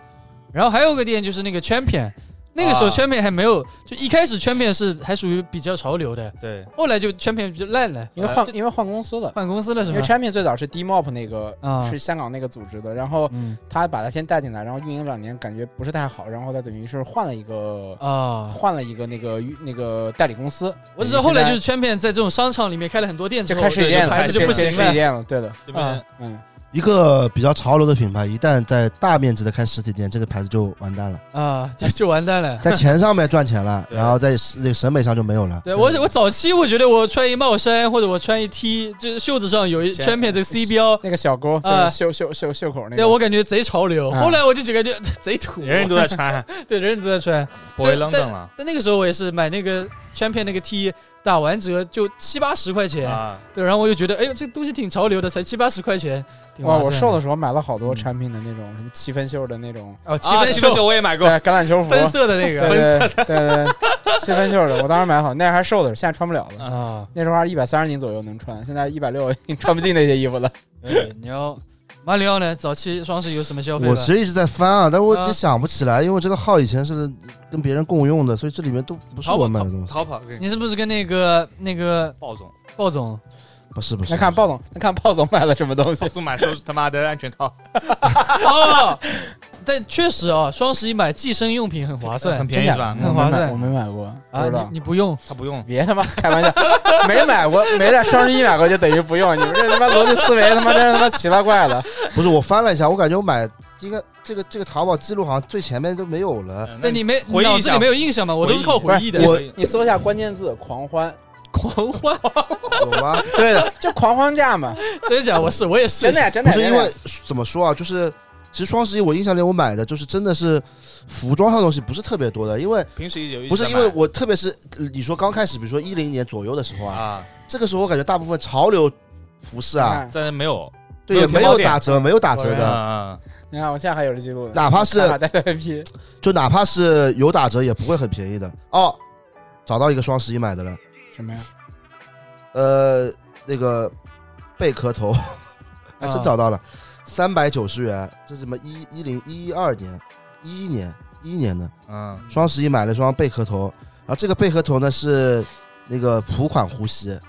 S1: 然后还有个店就是那个 champion，那个时候
S4: 啊
S1: champion 还没有，就一开始 champion 是还属于比较潮流的，
S4: 对
S1: 后来就 champion 比较烂了，
S2: 因为换因为换公司了，
S1: 呃换公司了是
S2: 因
S1: 吗
S2: 为？Champion 最早是 DMOP 那个
S1: 啊
S2: 是香港那个组织的，然后
S1: 嗯
S2: 他把他先带进来，然后运营两年感觉不是太好，然后他等于是换了一个
S1: 啊，
S2: 换了一个那个那个代理公司，
S1: 我只知道后来就是
S2: 是
S1: champion 在这种商场里面开了很多店之
S2: 就
S1: 后，
S2: 开实体
S1: 这
S2: 店
S1: 个
S2: 了，
S1: 牌子就
S2: 开
S1: 不
S2: 开
S1: 行
S2: 实体
S1: 了。
S2: 店了，对的，
S4: 这边
S1: 啊
S2: 嗯，
S3: 一个比较潮流的品牌，一旦在大面积的开实体店，这个牌子就完蛋了，
S1: 啊，就就完蛋了。
S3: 在钱上面赚钱了，
S4: 对
S3: 然后在那个审美上就没有了。
S1: 对我，我早期我觉得我穿一帽衫或者我穿一 T，就是袖子上有一
S4: 这
S1: champion 这个 C 标，
S2: 那个小钩就
S1: 啊
S2: 是袖袖袖袖口那
S1: 对
S2: 个，
S1: 我感觉贼潮流。
S2: 啊
S1: 后来我就觉 得贼土，
S4: 人人都在穿，
S1: 对人人都在穿。
S4: 不会愣登了
S1: 但那个时候我也是买那个 champion 那个 T，打完折就七八十块钱，
S4: 啊，
S1: 对，然后我就觉得哎呦这东西挺潮流的，才七八十块钱，挺划
S2: 哇，
S1: 算
S2: 我
S1: 的
S2: 瘦的时候买了好多
S1: 嗯
S2: 产品的那种什么七分袖的那种，
S1: 哦，七
S4: 啊
S1: 分
S4: 七分
S1: 袖
S4: 袖我也买
S2: 对
S4: 过，，
S2: 橄榄球服，
S1: 分色的那
S2: 对
S1: 个
S2: 对对对，对七分袖的，我当时买好，那还瘦的，现在穿不了了。
S1: 啊，
S2: 那时候还一百三十斤左右能穿，现在一百六穿不进那些衣服了。
S1: 哎你要。马里奥呢？早期双十一有什么消费
S3: 我
S1: 吧？
S3: 其实一直在翻啊，但我
S1: 啊
S3: 就想不起来，因为我这个号以前是跟别人共用的，所以这里面都不是
S4: 淘
S3: 我
S4: 宝
S3: 买的东西。
S4: 淘宝给你
S1: 你是不是跟那个那个
S4: 鲍总，
S1: 鲍总？
S3: 不是不是，
S2: 那看鲍总，那看鲍总买了什么东西
S4: 鲍？总买的都是他妈的安 全套，
S1: 哦，但确实啊，双十一买计生用品很划算
S4: 很 便宜是吧嗯
S2: 真？假的啊嗯
S1: 很划算
S2: 我没买我没买过，不
S1: 啊！
S2: 知
S1: 你
S2: 道。
S1: 你不用，
S4: 他不用，
S2: 别他妈开玩笑，没买过，没在双十一买过就等于不用。你们这他妈逻辑思维他妈真是他妈奇了怪了。
S3: 不是我翻了一下，我感觉我买应该这个这个淘宝记录好像最前面都没有 了。
S4: 嗯那
S1: 但你没
S4: 回忆一
S1: 脑子
S4: 下
S1: 里没有印象吗？我都是靠回忆的。
S4: 我
S2: 你搜一下关键字“狂欢”，
S1: 狂欢，
S3: 有吗？
S2: 对的，就狂欢假嘛，
S1: 真假？我是我也是，
S2: 真的呀，真的
S3: 不
S2: 呀。
S3: 是因
S2: 真的呀
S3: 为怎么说啊，就是其实双十一我印象里我买的就是真的是服装上的东西不是特别多的，因为
S4: 平时也有一直
S3: 不是
S4: 在
S3: 因为
S4: 买
S3: 我特别是呃你说刚开始，比如说一零年左右的时候啊，
S4: 啊，
S3: 这个时候我感觉大部分潮流服饰啊，
S2: 哎
S4: 在没有
S3: 对，也没
S4: 没有
S3: 有
S4: 天猫
S3: 打折，没有打折
S2: 对
S4: 嗯
S3: 的，
S4: 嗯，
S2: 你看我现在还有这记录呢，
S3: 哪怕是
S2: 卡卡带 IP，
S3: 就哪怕是有打折也不会很便宜的。哦，找到一个双十一买的了，
S2: 什么呀？
S3: 呃，那个贝壳头，还真
S1: 啊
S3: 找到了，三百九十元，这是什么一一零一一二年，一一年一一年的
S4: 嗯
S3: 双十一买了双贝壳头，然后这个贝壳头呢是那个普款护膝，
S4: 嗯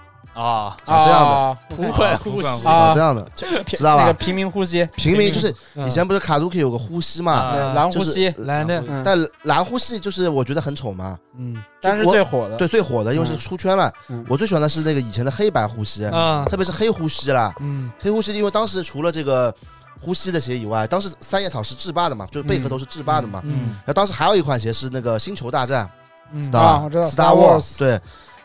S4: 啊，
S3: 长这样的，
S2: 的，
S1: 无款呼吸
S4: 啊
S3: 长
S2: 啊
S3: 这，样的，
S2: 知
S3: 知道吧
S2: 那个平民呼吸，
S3: 平民就是
S1: 嗯
S3: 以前不是卡鲁克有个呼吸嘛，
S2: 对，
S4: 啊
S2: 蓝
S3: 就
S2: 呼
S3: 是
S2: 吸，
S1: 来的，
S2: 嗯，
S3: 但蓝呼系就是我觉得很丑嘛，
S1: 嗯
S2: 但是
S3: 我
S2: 最火的，
S3: 对，最火的因为是
S2: 嗯
S3: 出圈了
S2: 嗯。
S3: 我最喜欢的是那个以前的黑白呼吸，
S1: 啊
S3: 特别是黑呼吸啦，
S1: 嗯
S3: 黑呼吸因为当时除了这个呼吸的鞋以外，当时三叶草是制霸的嘛，就是贝壳头是制霸的嘛。
S1: 嗯
S3: 然后当时还有一款鞋是那个星球大战，
S1: 嗯
S3: 知
S2: 啊
S3: 道吧
S2: 我知道
S3: Star
S2: Star Wars
S3: 对。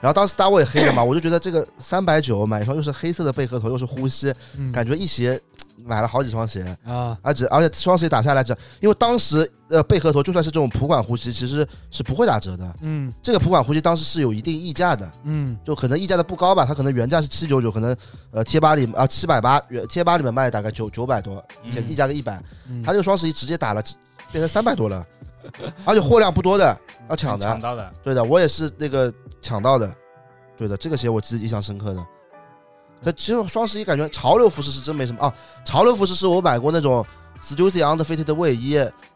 S3: 然后当时 Star Wars 也黑了嘛，我就觉得这个三百九买一双又是黑色的贝壳头又是呼吸，
S1: 嗯
S3: 感觉一鞋买了好几双鞋。
S1: 啊
S3: 而且而且双十一打下来只，因为当时呃贝壳头就算是这种普管呼吸，其实是不会打折的。
S1: 嗯
S3: 这个普管呼吸当时是有一定溢价的，
S1: 嗯
S3: 就可能溢价的不高吧，它可能原价是七九九，可能呃贴吧里啊七百八，原贴吧里面卖大概九九百多，且溢价个一百，
S1: 嗯
S3: 它这个双十一直接打了变成三百多了，而且货量不多的，要抢
S4: 抢
S3: 的，
S4: 到的，
S3: 对的，我也是那个抢到的，对的，这个鞋我记得印象深刻的。但其实双十一感觉潮流服饰是真没什么啊，潮流服饰是我买过那种 Stussy Underfitted 的卫衣，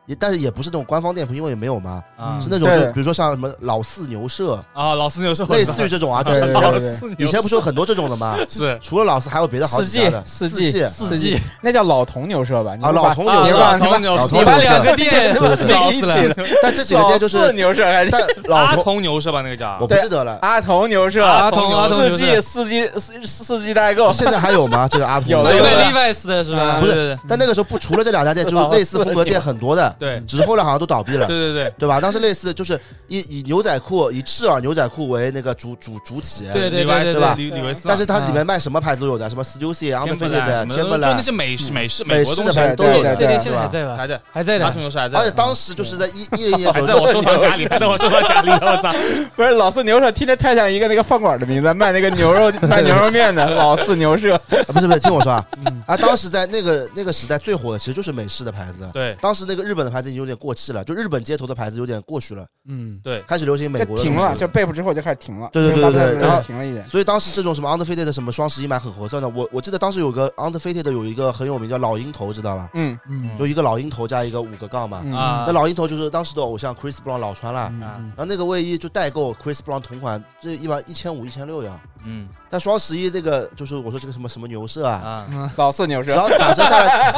S3: 也但是也不是那种官方店铺，因为也没有嘛，
S4: 啊
S3: 是那种
S2: 嗯对
S3: 就比如说像什么老四 牛舍，
S4: 啊，老四牛是
S3: 类似于这种啊，就
S2: 对对
S3: 是
S2: 对
S4: 老
S2: 对
S4: 四牛，
S3: 以前不是有很多这种的吗？
S4: 是
S3: 除了老四，还有别的好
S2: 四
S3: 几
S2: 季
S3: 家的，
S2: 四
S3: 季
S2: 季
S1: 四季
S2: 那叫老铜牛舍吧？你
S3: 啊，
S2: 不把
S3: 老铜牛
S2: 你
S3: 舍，
S2: 把
S4: 老铜牛
S3: 老
S4: 舍
S3: 铜
S1: 你把
S3: 牛
S1: 两
S3: 舍，
S1: 个店
S2: 对对对
S1: 搞死了，
S3: 但这几个店就
S2: 老四
S3: 是，
S2: 牛舍 还是
S3: 但
S4: 阿
S3: 老铜
S4: 童牛是吧？那个叫
S3: 我不记得了，
S2: 阿童牛舍，
S1: 阿童阿童牛舍
S2: 四季四季四四季代购，
S3: 现在还有吗？这个阿童
S2: 有了
S1: 有
S2: 有
S1: 个
S2: 了
S1: Levi's 的是吧？
S3: 不是
S4: 啊对对哦
S3: 但那个时候不除了这两家店， 就是类似风格店很多的，
S4: 对
S3: 只是后来好像都倒闭了
S4: 对。对对
S3: 对吧？当时类似就是以以牛仔裤以赤耳牛仔裤为那个主主主体，
S1: 对
S4: 对对
S1: 对
S4: 对，
S3: 吧
S4: 李李维斯嘛，
S3: 但是它里面卖什么牌子都有的，什么 Stussy、
S4: 天不
S3: Underfitted
S4: 蓝
S3: 的、天啊
S4: 什么的，就
S3: 不
S4: 那
S3: 蓝，
S4: 些美式美式
S3: 美
S4: 国
S3: 式
S4: 东
S3: 的
S4: 西
S3: 牌子都
S2: 对
S3: 有
S2: 对
S3: 的，
S1: 这
S2: 对
S1: 店
S3: 对
S1: 现在还
S3: 吧？
S1: 在吧？
S4: 还在，
S1: 还在
S4: 阿
S1: 的
S4: 童。牛是还在
S3: 而且
S4: 的，嗯哦
S3: 当时就是在一一零年
S4: 还
S3: 左
S4: 在
S3: 右
S4: 我，收藏夹里，还在我收藏夹里，我操！
S2: 不是老四牛舍，听着太像一个那个饭馆的名字，卖那个牛 肉卖牛肉面的老四牛舍。
S3: 啊不是不是，听我说 啊
S1: 嗯，
S3: 啊，当时在那个那个时代最火的其实就是美式的牌子，
S4: 对
S3: 当时那个日本的牌子已经有点过气了，就日本街头的牌子有点过去了，
S1: 嗯，
S4: 对，
S3: 开始流行美
S2: 就
S3: 国的
S2: 停
S3: 东西
S2: 了，就背部之后就开始停了。
S3: 对对对对对
S2: 就
S3: 然后
S2: 停了一点。
S3: 所以当时这种什么 Underfitted 的什么双十一买很合算的，我我记得当时有个 Underfitted 的有一个很有名叫老鹰头，知道吧？
S2: 嗯
S1: 嗯
S3: 就一个老鹰头加一个五个杠嘛。
S2: 嗯
S4: 啊
S3: 那老鹰头就是当时的偶像 Chris Brown 老穿了，
S2: 嗯
S1: 嗯
S3: 然后那个卫衣就代购 Chris Brown 同款，这一般一千五、一千六呀。
S4: 嗯
S3: 但双十一那个就是我说这个什么什么牛舍啊，
S4: 啊
S2: 老四牛
S3: 只
S2: 舍，
S3: 要打折下来，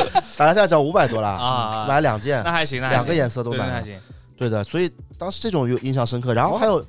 S3: 打折下来只要五百多
S4: 啊
S3: 啦，买
S4: 啊，
S3: 了两件
S4: 那，还行，那还
S3: 两个
S4: 行
S3: 颜色都
S4: 对
S3: 买
S4: 那还
S3: 了。
S4: 行，
S3: 对的，所以当时这种有印象深刻。然后还有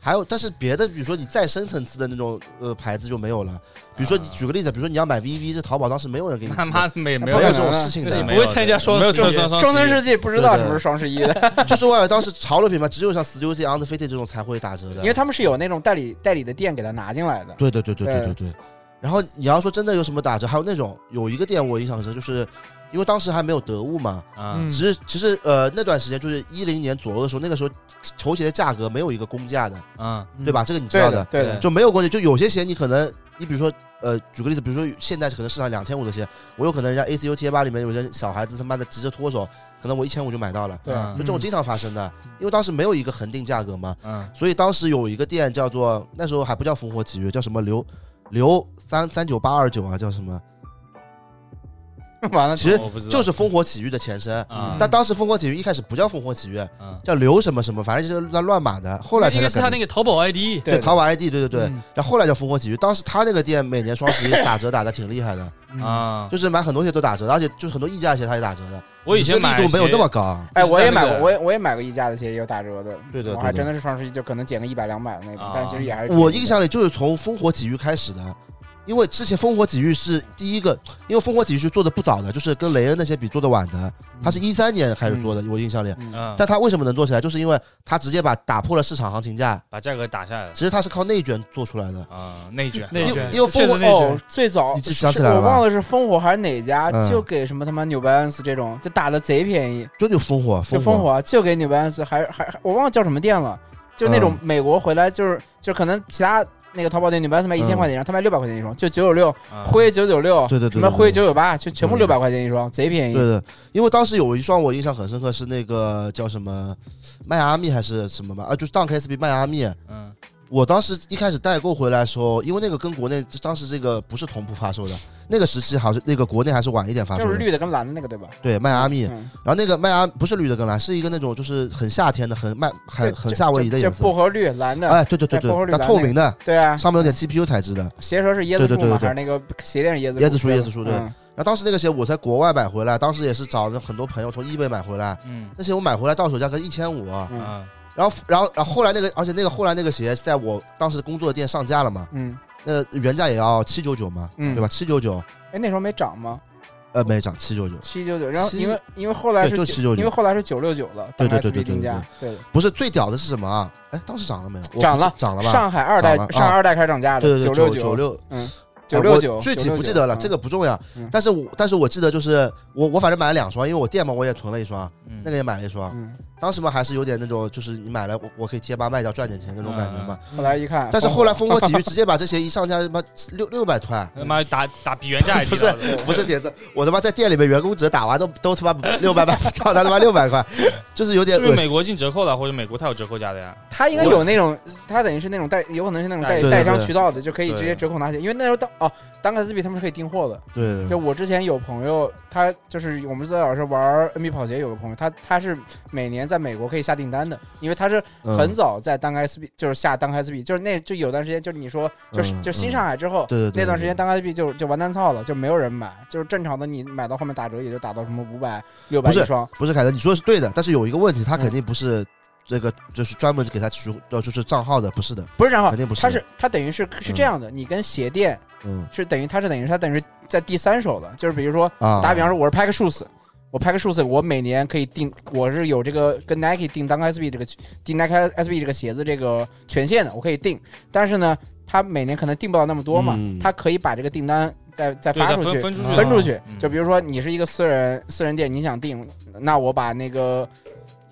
S3: 还有，但是别的，比如说你再深层次的那种呃牌子就没有了。比如说你
S4: 啊
S3: 举个例子，比如说你要买 VV，这淘宝当时没有人给你寄
S4: 他妈没没
S3: 没
S4: 有
S3: 有
S2: 不可能
S3: 这种事情
S4: 这是
S3: 的
S1: 你
S4: 没。
S1: 不
S4: 有
S1: 会参加双
S4: 没有
S1: 十一
S4: 参加双
S2: 中村
S4: 十一
S2: 世纪不知道
S3: 对对
S2: 什么是双十一的，
S3: 就是我感觉当时潮流品牌只有像 Stussy、Underfitted 这种才会打折的
S2: 因为。他们是有那种代理代理的店给他拿进来的。
S3: 对对对对对对
S2: 对
S3: 对。然后你要说真的有什么打折，还有那种有一个店我印象很深，就是因为当时还没有得物嘛，
S4: 啊
S1: 嗯
S3: 其实其实呃那段时间就是一零年左右的时候，那个时候球鞋的价格没有一个公价的，
S4: 嗯
S3: 对吧？这个你知
S2: 对
S3: 道
S2: 的
S3: 的，
S2: 对的，
S3: 就没有关系。就有些鞋你可能，你比如说，呃，举个例子，比如说现在可能市场两千五的鞋，我有可能人家 ACU 贴吧里面有些小孩子他妈的急着脱手，可能我一千五就买到了，
S2: 对
S4: 嗯
S3: 就这种经常发生的。因为当时没有一个恒定价格嘛，
S4: 嗯
S3: 所以当时有一个店叫做那时候还不叫烽火体育，叫什么刘刘三三九八二九啊，叫什么？
S2: 完了，
S3: 其实
S4: 我不知道
S3: 就是烽火起义的前身。
S4: 啊，
S3: 但当时烽火起义一开始不叫烽火起义，
S4: 嗯
S3: 叫刘什么什么，反正就是乱乱码的。后来才
S1: 应该
S3: 叫
S1: 是他
S3: 改
S1: 那个
S3: 名
S1: 淘宝 ID，
S2: 对
S3: 对淘宝 ID，对对对
S2: 嗯。
S3: 然后后来叫烽火起义，当时他那个店每年双十一打折打的挺厉害的，
S1: 嗯
S4: 啊，
S3: 就是买很多东西都打折的，而且就是很多溢价鞋他也打折的。
S4: 我以
S3: 只是
S4: 前
S3: 力
S4: 买
S3: 度没有
S4: 鞋
S3: 那么高，
S2: 哎，
S4: 就是
S2: 我也
S4: 在那
S2: 买
S4: 个
S2: 过，我也我也买过溢价的鞋，也有打折的。
S3: 对的
S2: 我
S3: 对
S2: 还
S3: 的
S2: 真的是双十一就可能减个一百两百那种
S4: 啊，
S2: 但其实也还是
S3: 我
S2: 挺
S3: 印象里就是从烽火体育开始的，因为之前烽火体育是第一个，因为烽火体育是做的不早的，就是跟雷恩那些比做的晚的，他是一三年开始做的，我印象里。
S4: 嗯，
S3: 但他为什么能做起来，就是因为他直接把打破了市场行情价，
S4: 把价格打下来了
S3: 其实他是靠内卷做出来的。
S4: 啊，内卷
S1: 内
S3: 因
S1: 卷
S3: 为因为烽
S1: 确
S3: 火
S1: 实内卷
S2: 哦，最早
S3: 你记
S2: 是
S3: 想起来了
S2: 我
S3: 吧
S2: 忘了是烽火还是哪家，
S3: 嗯
S2: 就给什么他妈 New Balance 这种，就打的贼便宜。
S3: 就有烽火，
S2: 就
S3: 烽
S2: 烽火就给 New Balance，还还还我忘了叫什么店了，就那种
S3: 嗯
S2: 美国回来就是就可能其他那个淘宝店 New Balance 卖一千
S3: 嗯
S2: 块钱一双，他卖六百块钱一双，就九九六
S4: 啊
S2: 灰九九六，
S3: 对对对
S2: 什么
S3: 对对
S2: 灰九九八，就全部
S3: 对
S2: 六百块钱一双，贼便
S3: 对
S2: 宜。
S3: 的，因为当时有一双我印象很深刻，是那个叫什么迈阿密还是什么嘛？啊，就是 Dunk SB 迈阿密。
S4: 嗯
S3: 我当时一开始代购回来的时候，因为那个跟国内当时这个不是同步发售的，那个时期好像那个国内还是晚一点发
S2: 就
S3: 售
S2: 是
S3: 的。
S2: 绿的跟蓝的那个对吧？
S3: 对，迈阿密，
S2: 嗯
S3: 然后那个迈阿不是绿的跟蓝，是一个那种就是很夏天的、很麦、很
S2: 就
S3: 很
S2: 就
S3: 夏威夷的
S2: 就
S3: 颜
S2: 就薄
S3: 色。
S2: 荷绿蓝的，
S3: 哎，对对对
S2: 薄荷
S3: 对，
S2: 绿
S3: 那
S2: 蓝
S3: 透明的，
S2: 对啊，
S3: 上面有点 TPU 材质的。
S2: 鞋舌是椰子
S3: 对对
S2: 树
S3: 对
S2: 嘛，
S3: 对
S2: 还
S3: 对
S2: 是那个鞋垫是椰子
S3: 椰子树椰子树对
S2: 嗯
S3: 然后当时那个鞋我在国外买回来，当时也是找了很多朋友从 eBay 买回来，
S4: 嗯
S3: 那鞋我买回来到手价格一千五，啊
S2: 嗯
S4: 嗯
S3: 然后然后然后后来那个，而且那个后来那个鞋在我当时工作的店上架了嘛，
S2: 嗯，
S3: 那原价也要七九九嘛，
S2: 嗯
S3: 对吧？七九九，
S2: 哎，那时候没涨吗？
S3: 呃，没涨七九九。
S2: 七九九，然后
S3: 七
S2: 因为因为后来是
S3: 对就
S2: 九
S3: 799
S2: 因为后来是九六九了，
S3: 对
S2: 当
S3: 对对对
S2: SB 定
S3: 对对
S2: 价，对的。
S3: 不是最屌的是什么啊？哎，当时涨了没有？我不
S2: 涨了
S3: 涨了吧？
S2: 上海二代
S3: 涨了啊
S2: 上海二代开始涨价
S3: 对
S2: 的，
S3: 对对，
S2: 六
S3: 九九六
S2: 九
S3: 哎
S2: 六
S3: 我
S2: 九，
S3: 具体不记得了，这个不重要
S2: 嗯。
S3: 但是我但是我记得就是我我反正买了两双，因为我店嘛我也囤了一双，
S4: 嗯
S3: 那个也买了一双。
S2: 嗯，
S3: 当时嘛还是有点那种就是你买了我我可以贴吧卖掉赚点钱那种感觉嘛。
S2: 后来一看，哦
S3: 但是后来烽火体 育直接把这鞋一上架他妈六六百块，
S4: 他妈打打比原价还低
S3: 不是
S4: 了
S3: 不是铁子，我他妈在店里面员工折打完都 都他妈六百块，到他他妈六百块，就是有点
S4: 就是
S3: 恶
S4: 美
S3: 心。
S4: 国进折扣了，或者美国它有折扣价的呀。
S2: 他应该有那种，他等于是那种代，有可能是那种代
S4: 对
S3: 对
S2: 代
S3: 对
S2: 商渠道的，就可以直接折扣拿起，因为那时候当哦，单个自币他们是可以订货的。
S3: 对
S2: 就
S3: 对
S2: 我之前有朋友，他就是我们最早是玩 NBA 跑鞋，有个朋友，他他是每年在美国可以下订单的，因为他是
S3: 嗯
S2: 很早在单开 SB 就是下单开 SB，就是那就有段时间就是你说就是
S3: 嗯
S2: 就新
S3: 嗯
S2: 上海之后，
S3: 对对对，
S2: 那段
S3: 对
S2: 时间单开币就就完蛋操了，就没有人买，就是正常的你买到后面打折也就打到什么五百六百
S3: 不是
S2: 一双，
S3: 不是凯德，你说的是对的，但是有一个问题，他
S2: 嗯
S3: 肯定不是这个，就是专门给他取呃，就是账号的，不是的，
S2: 不是然后
S3: 肯定不是
S2: 它是它等于是是这样的，你跟鞋店
S3: 嗯
S2: 是等于它是等于它等于是在第三手的，就是比如说
S3: 啊，
S2: 打比方说我是 Pack Shoes。我 Pack Shoes，我每年可以订，我是有这个跟 Nike 订单 SB 这个订 Nike SB 这个鞋子这个权限的，我可以订。但是呢，他每年可能订不到那么多嘛，
S3: 嗯
S2: 他可以把这个订单再再
S4: 对，
S2: 发
S4: 它
S2: 出去
S4: 分，分出去的，
S2: 分出去。
S4: 嗯
S2: 就比如说你是一个私人私人店，你想订，那我把那个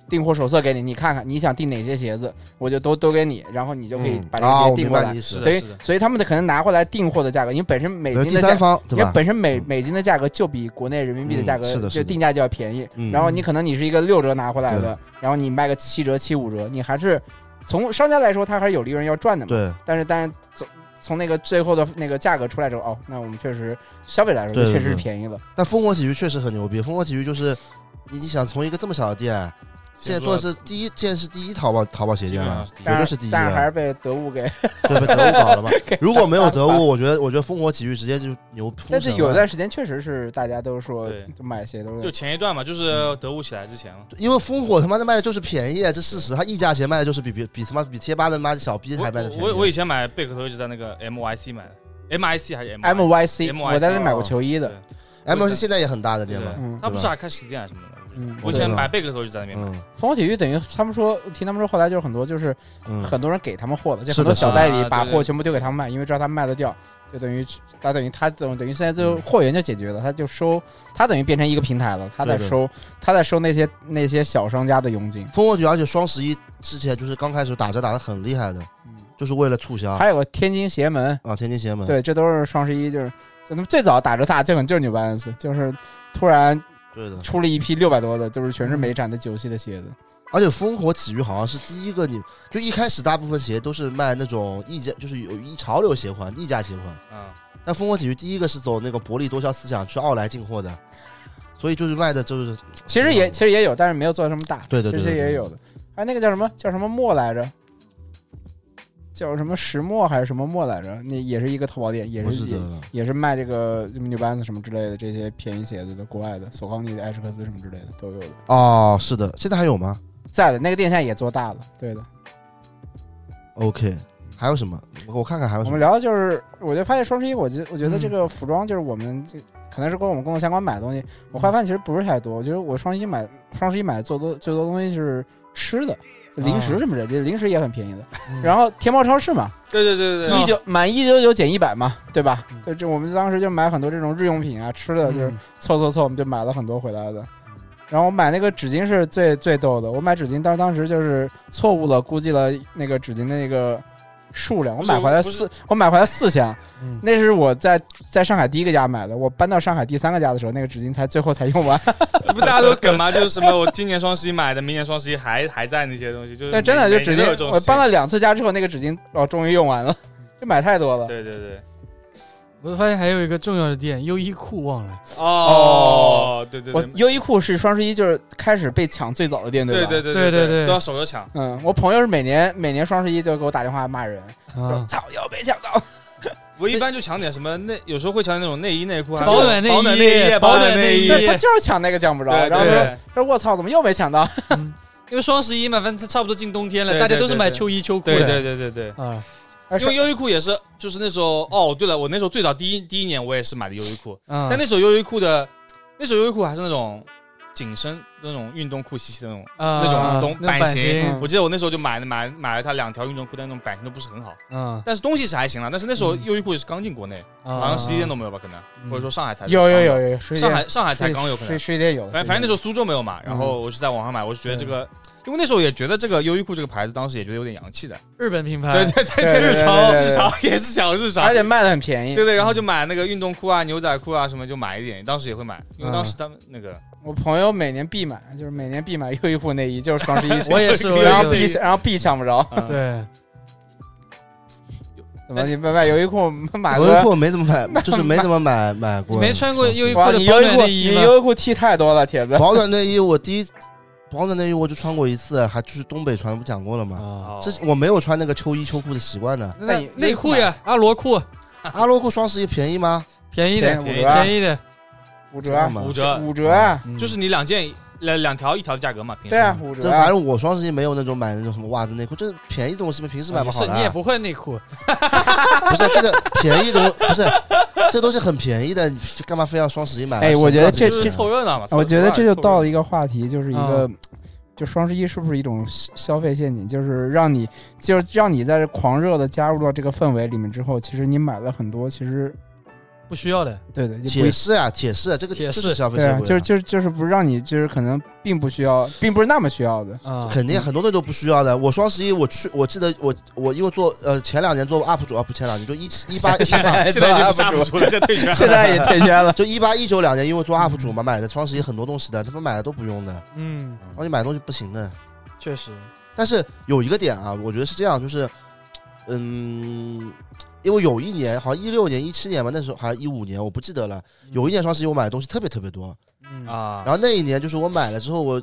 S2: 订货手册给你，你看看你想订哪些鞋子，我就都都给你，然后你就可以
S3: 嗯
S2: 把这
S3: 啊，
S2: 个鞋
S3: 我明
S2: 订过
S3: 白
S2: 来
S3: 你。意思
S4: 是的，
S2: 等于所以他们的可能拿回来订货的价格，因为本身美
S3: 等于
S2: 金的
S3: 第三
S2: 价。
S3: 方
S2: 因
S3: 对
S2: 为
S3: 吧？
S2: 本身美
S3: 嗯
S2: 美金的价格就比国内人民币的价格
S3: 嗯是的是
S2: 就
S3: 的
S2: 定价就要便宜，
S3: 嗯
S2: 然后你可能你是一个六折拿回来的，然后你卖个七折七五折，你还是从商家来说它还是有利润要赚的嘛。
S3: 对
S2: 但是但是从从那个最后的那个价格出来之后，哦，那我们确实消费来说
S3: 对
S2: 就
S3: 对
S2: 确实是
S3: 对
S2: 便宜了。
S3: 但烽火体育确实很牛逼，烽火体育就是你你想从一个这么小的店，现在做的是第一，现在是第一淘宝淘宝鞋
S4: 基
S3: 店
S4: 本
S3: 了
S4: 上，是第
S2: 但
S3: 绝对是第一
S4: 一
S2: 但是还
S3: 了，
S2: 是被德物 给。
S3: 对被德物搞了嘛
S2: 给。
S3: 如果没有德物，我觉得我觉得烽火体育直接就牛。
S2: 但
S3: 封
S2: 是
S3: 神
S2: 有
S3: 了
S2: 段时间确实是大家都说
S4: 对
S2: 就买鞋都
S4: 就是前一段嘛，就是德物起来之前嘛。
S3: 因为烽火他妈的卖的就是便宜，这事实。他溢价鞋卖的就是比比比他妈比贴吧的妈小逼还卖的
S4: 我
S3: 便宜。
S4: 我我以前买贝壳头一直在那个 MYC 买的，MIC 还是
S2: M Y C，
S4: MYC
S2: 我在那买过球衣的
S4: 哦对。
S3: M O C 现在也很大的店嘛，
S2: 嗯
S4: 他不
S3: 对
S4: 是
S3: 吧
S4: 还开实体店啊还是什么的？
S2: 嗯，
S4: 我以前买贝壳头就在那边买。
S3: 嗯
S2: 蜂窝体育等于他们说，听他们说后来就是很多就是
S3: 嗯，
S2: 很多人给他们货了，就是很
S3: 的
S2: 多
S3: 是的
S2: 小代
S4: 啊
S2: 理
S4: 对
S2: 把
S4: 对
S2: 货全部丢给他们卖，因为知道他们卖得掉，就等于他等于他等等于现在就货源就解决了，他就收他等于变成一个平台了，他在
S3: 对对
S2: 收他在收那些那些小商家的佣金。
S3: 烽火局，而且双十一之前就是刚开始打折打的很厉害的，
S2: 嗯
S3: 就是为了促销
S2: 还有个天津邪门，
S3: 啊，天津鞋门。
S2: 对，这都是双十一，就是就他们最早打折大，这可能就是 New Balance，就是突然
S3: 对的，
S2: 出了一批六百多的，就是全是美展的九系的鞋子。
S3: 而且烽火体育好像是第一个你，就一开始大部分鞋都是卖那种溢价，就是有一潮流鞋款、溢价鞋款，
S4: 嗯，
S3: 但蜂窝体育第一个是走那个薄利多销思想，去奥莱进货的，所以就是卖的就是
S2: 其实也其实也有，但是没有做这么大。
S3: 嗯对对对
S2: 其实
S3: 对对
S2: 也有的。哎，那个叫什么叫什么墨来着？叫什么石墨还是什么墨来着？那也是一个淘宝店，也
S3: 不是
S2: 是也
S3: 的了。
S2: 也是卖这个什么牛班子什么之类的这些便宜鞋子的，国外的索康尼的、艾什克斯什么之类的都有的，
S3: 哦，是的，现在还有吗
S2: 在的那个店现在也做大了，对的。
S3: ？OK，还有什么？我我看看还有
S2: 我
S3: 什
S2: 们
S3: 么。
S2: 聊的就是，我就发现双十一，我觉我觉得这个服装就是我们这可能是跟我们工作相关买的东西，我发现其实不是太多。我觉得我双十一买双十一买的最多最多东西是吃的。零食什么之类的，零食也很便宜的。然后天猫超市嘛，
S5: 对对对
S4: 啊
S2: 一九满一九九减一百嘛，对吧
S1: 嗯？
S2: 就就我们当时就买很多这种日用品啊，吃的就是
S1: 嗯
S2: 凑凑凑，我们就买了很多回来的。然后我买那个纸巾是最最逗的，我买纸巾，但是当时就是错误了，估计了那个纸巾的那个数量，我
S4: 不是
S2: 买回来
S4: 不是
S2: 四，我买回来四箱，
S1: 嗯
S2: 那是我在在上海第一个家买的，我搬到上海第三个家的时候，那个纸巾才最后才用完。
S4: 这 不大家都梗吗？就是什么我今年双十一买的，明年双十一还还在那些东西，就是
S2: 但真的就
S4: 每
S2: 纸
S4: 每年都有
S2: 巾，
S4: 这种
S2: 我
S4: 事情
S2: 搬了两次家之后，那个纸巾哦终于用完了，就买太多了。
S4: 对对对，
S1: 我发现还有一个重要的店，优衣库忘了，
S4: 哦，对对
S2: 我
S4: 对，
S2: 优衣库是双十一就是开始被抢最早的店，
S4: 对
S2: 吧？
S4: 对
S1: 对
S4: 对
S1: 对对
S4: 都要手着抢。
S2: 嗯，我朋友是每年每年双十一都给我打电话骂人，说
S4: 嗯
S1: 啊，
S2: 操又被抢到。
S4: 我一般就抢点什么内，有时候会抢点那种内衣内裤啊，
S1: 保暖内
S4: 保暖
S1: 衣
S4: 衣，
S1: 保
S4: 保
S1: 暖内
S4: 内
S1: 衣
S4: 衣。
S2: 对他就是抢那个抢不着，
S4: 对
S2: 然后
S4: 对哎
S2: 说
S4: 对
S2: 说我操，怎么又没 抢到？
S1: 嗯因为双十一嘛，反正差不多进冬天了，
S4: 对
S1: 大家都是买
S4: 对对对
S1: 秋衣秋裤
S4: 对对
S1: 的
S4: 对对对，
S1: 啊，
S2: 哎
S4: 因
S2: 说
S4: 为优衣库也是，就是那时候哦，对了，我那时候最早第一第一年我也是买的优衣库，
S1: 嗯
S4: 但那时候优衣库的，那时候优衣库还是那种紧身那种运动裤兮兮的那种。
S1: 啊
S4: 那种东
S1: 那
S4: 版
S1: 版
S4: 型
S2: 嗯
S1: 型，
S4: 我记得我那时候就买买买了它两条运动裤，但那种版型都不是很好，
S1: 嗯，
S4: 但是东西是还行了。但是那时候
S1: 嗯
S4: 优衣库也是刚进国内，好
S1: 好
S4: 像实体店都没有吧？可能
S1: 嗯
S4: 或者说上海才
S2: 啊有有有有有，水
S4: 上
S2: 电
S4: 海上海才刚有可能
S2: 水。水电有的，
S4: 反正反正那时
S2: 候
S4: 候苏州没有嘛，然
S2: 嗯
S4: 后我就在网上买，我就觉得这个，因为那时候也觉得这个优衣库这个牌子，当时也觉得有点洋气的，
S1: 日本品牌，
S4: 对 对对
S2: 哎对对
S4: 日
S2: 对
S4: 潮
S2: 对对
S4: 日潮也是想日潮
S2: 而，且卖的很便宜
S4: 对。对，然后就买那个运动裤啊、牛仔裤啊什么，就买一点，当时也会买，因为当时他们那个
S2: 我朋友每年必买，就是每年必买优衣库内衣，就是双十 一 前，
S1: 我也是，我
S2: 然后
S1: 也
S2: 必
S1: 是，
S2: 然后必抢不着。
S4: 啊
S1: 对，
S2: 怎么你买买优衣库买
S3: 优衣
S2: 个？
S3: 库没怎么 买，就是没怎么买买
S1: 你
S3: 过。
S1: 没穿过优衣库
S2: 哇，
S1: 的
S2: 你
S1: 保
S2: 优衣
S1: 暖
S2: 库
S1: 内衣
S2: 你
S1: 吗？
S2: 优衣库 T 太多了，铁子。
S3: 保暖内衣，我第一保暖内衣我就穿过一次，还去东北穿，不讲过了
S2: 哦
S3: 吗？
S1: 啊，。
S3: 这我没有穿那个秋衣秋裤的习惯的
S1: 那内裤呀，阿罗裤，
S3: 阿罗库双十一便宜吗？
S1: 便宜的，
S2: 便
S4: 宜
S1: 便宜的，
S2: 五
S3: 真
S2: 折
S3: 的
S2: 啊，
S3: 吗？
S4: 五折，
S2: 五折啊！
S1: 嗯
S4: 就是你两件两两条一条的价格嘛，平时
S2: 对啊，五
S3: 这
S2: 折
S3: 反
S2: 啊！
S3: 正我双十一没有那种买那种什么袜子内裤，这便宜的东西嘛，平时买不
S1: 你
S3: 好
S1: 是
S3: 的
S1: 你也
S3: 啊。
S1: 不换内裤，
S3: 不是这个便宜东，不是 这东西很便宜的，你就干嘛非要双十一买？啊
S2: 哎我觉得这
S4: 就是凑热闹嘛。
S2: 我觉得这就到了
S4: 一
S2: 一个话题，就是一
S3: 啊
S2: 个，就双十一是不是一种消消费陷阱？就是让你，就是让你在这狂热的加入到这个氛围里面之后，其实你买了很多，其实
S1: 不需要的，
S2: 对的，就不
S3: 铁是啊，铁是啊，这个
S1: 铁
S3: 就
S1: 是
S3: 是消费
S2: 对
S3: 社
S2: 啊，
S3: 会啊，
S2: 就是就是就是不让你，就是可能并不需要，并不是那么需要 的。
S1: 啊，
S3: 肯定很多东西都不需要
S4: 嗯
S3: 的。我双十一我去，我记得我我因为做呃前两年做 UP 主啊，不前两年就一七一八一 八
S4: 现在已经不是
S2: UP
S4: UP 主了，现在退圈了。
S2: 现在也退圈了
S3: ，就一八一九两年，因为做 UP 主嘛，买的双十一很多东西的，他们买的都不用的，
S1: 嗯，
S3: 而且买东西不行的。
S1: 确实，
S3: 但是有一个点啊，我觉得是这样，就是，嗯，因为有一年好像一六年、一七年吧，那时候还是一五年，我不记得了。有一年双十一我买的东西特别特别多，
S1: 嗯
S4: 啊
S3: 然后那一年就是我买了之后，我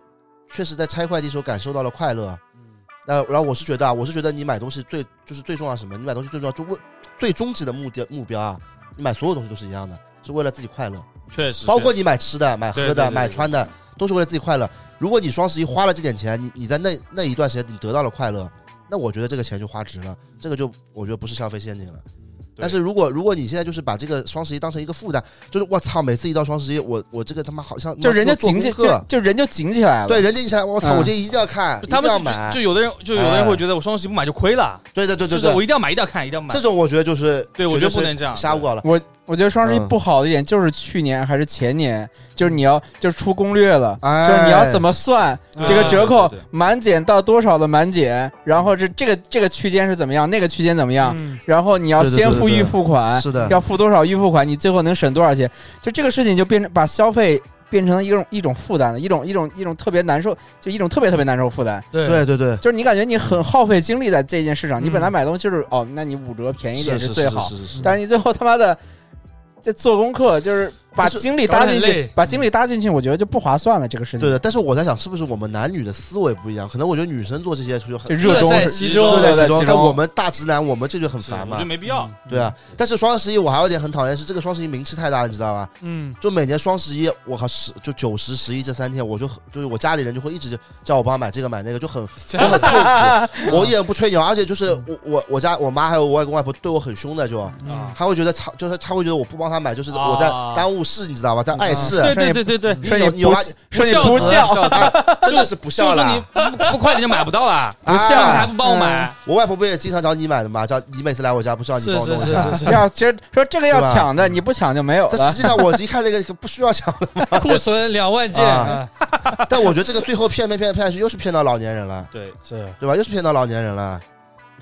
S3: 确实在拆快递的时候感受到了快乐。
S1: 嗯
S3: 那然后我是觉得啊，我是觉得你买东西最就是最重要什么？你买东西最重要就为最终极的目的目标啊，你买所有东西都是一样的，是为了自己快乐。
S4: 确实，
S3: 包括你买吃的、买
S4: 对
S3: 喝
S4: 对
S3: 的、
S4: 对
S3: 买
S4: 对
S3: 穿的，都是为了自己快乐。如果你双十一花了这点钱，你你在那那一段时间你得到了快乐，那我觉得这个钱就花值了，这个就我觉得不是消费陷阱了。
S4: 嗯对
S3: 但是如果如果你现在就是把这个双十一当成一个负担，就是我操，每次一到双十一，我我这个他妈好像
S2: 就人家
S3: 做
S2: 紧
S3: 功
S2: 起，
S3: 课
S2: 就就人就紧起来了。
S3: 对，人家一起来，我操，
S2: 嗯
S3: 我今天一定要看，
S4: 他们
S3: 一
S4: 是
S3: 定要买
S4: 就，有的人就有的人
S3: 哎
S4: 会觉得我双十一不买就亏了，
S3: 对对对
S4: 就
S3: 对
S4: 是我
S3: 对，
S4: 一定要买，一定要看，一定要买
S3: 这。种我觉得就是
S4: 对，我
S3: 绝
S4: 觉得
S3: 是
S4: 不能这样。
S3: 瞎胡搞了。
S2: 我我觉得双十一
S3: 嗯
S2: 不好的一点就是去年还是前年，就是你要就是出攻略了，
S3: 哎
S2: 就是你要怎么算
S1: 哎
S2: 这个折扣
S4: 对对对
S2: 满减到多少的满减，然后这这个这个区间是怎么样，那个区间怎么样，
S1: 嗯
S2: 然后你要
S3: 对对对
S2: 先付
S3: 对对
S2: 预付款，
S3: 是的，
S2: 要付多少预付款，你最后能省多少钱，就这个事情就变成把消费变成了一种一种负担了，一种一种一种特别难受，就一种特别特别难受的负担，
S1: 对，
S3: 对对对，
S2: 就是你感觉你很耗费精力在这件事上，你本来
S1: 嗯
S2: 买东西就是哦，那你五折便宜一点
S3: 是
S2: 最好。
S3: 是是是是
S2: 但是你最后他妈的， 这做功课就是把
S3: 就是
S2: 精力搭进
S1: 搞得很
S2: 去
S1: 累，
S2: 把精力搭进去，我觉得就不划算了。这个事情
S3: 对的，但是我在想，是不是我们男女的思维不一样？可能我觉得女生做这些就
S2: 就
S3: 很
S2: 热衷
S1: 乐在
S2: 是
S1: 其
S2: 热
S1: 中
S3: 在
S2: 在
S3: 其中，但我
S2: 中。
S3: 们大直男，我们这就很
S4: 是我
S3: 烦
S4: 觉
S3: 嘛
S4: 得。没必要。
S3: 对啊，但是双十一我还有一点很讨厌是这个双十一名气太大，你知道吗？
S1: 嗯，
S3: 就每年双十一，我靠十就九十十一这三天，我就很就是我家里人就会一直叫我帮我买这个买那个，就很
S1: 这
S3: 我
S1: 样
S3: 很痛苦。我一点不吹牛，而且就是我我我家我妈还有我外公外婆对我很凶的，就
S1: 啊
S3: 她会觉得她就是她会觉得我不帮她买，就是我在
S1: 啊
S3: 耽误事，你知道吧？在碍事。
S1: 对对对对对，
S3: 你
S2: 说
S3: 有
S2: 你
S3: 你有
S2: 不
S3: 啊
S2: 说你不
S1: 孝
S2: 孝
S1: 子，
S3: 哎 真的是不
S4: 就
S3: 孝
S4: 是说
S3: 啦啊
S4: 你！不不快点就买不到 了，
S3: 不孝
S4: 这样还不帮我买？
S3: 我外婆不也经常找你买的吗？叫你每次来我家不是要你
S1: 是
S3: 帮我
S1: 是
S3: 弄
S1: 是
S3: 吗？
S1: 是是，
S2: 要其实说这个要
S3: 对吧
S2: 抢的，你不抢就没有
S3: 但
S2: 了
S3: 实。际上我一看那个不需要抢 的，
S1: 库存两万件，
S3: 啊
S1: 啊
S3: 但我觉得这个最后骗骗骗骗去，又是骗到老年人了，
S4: 对，
S1: 是
S3: 对吧？又是骗到老年人了。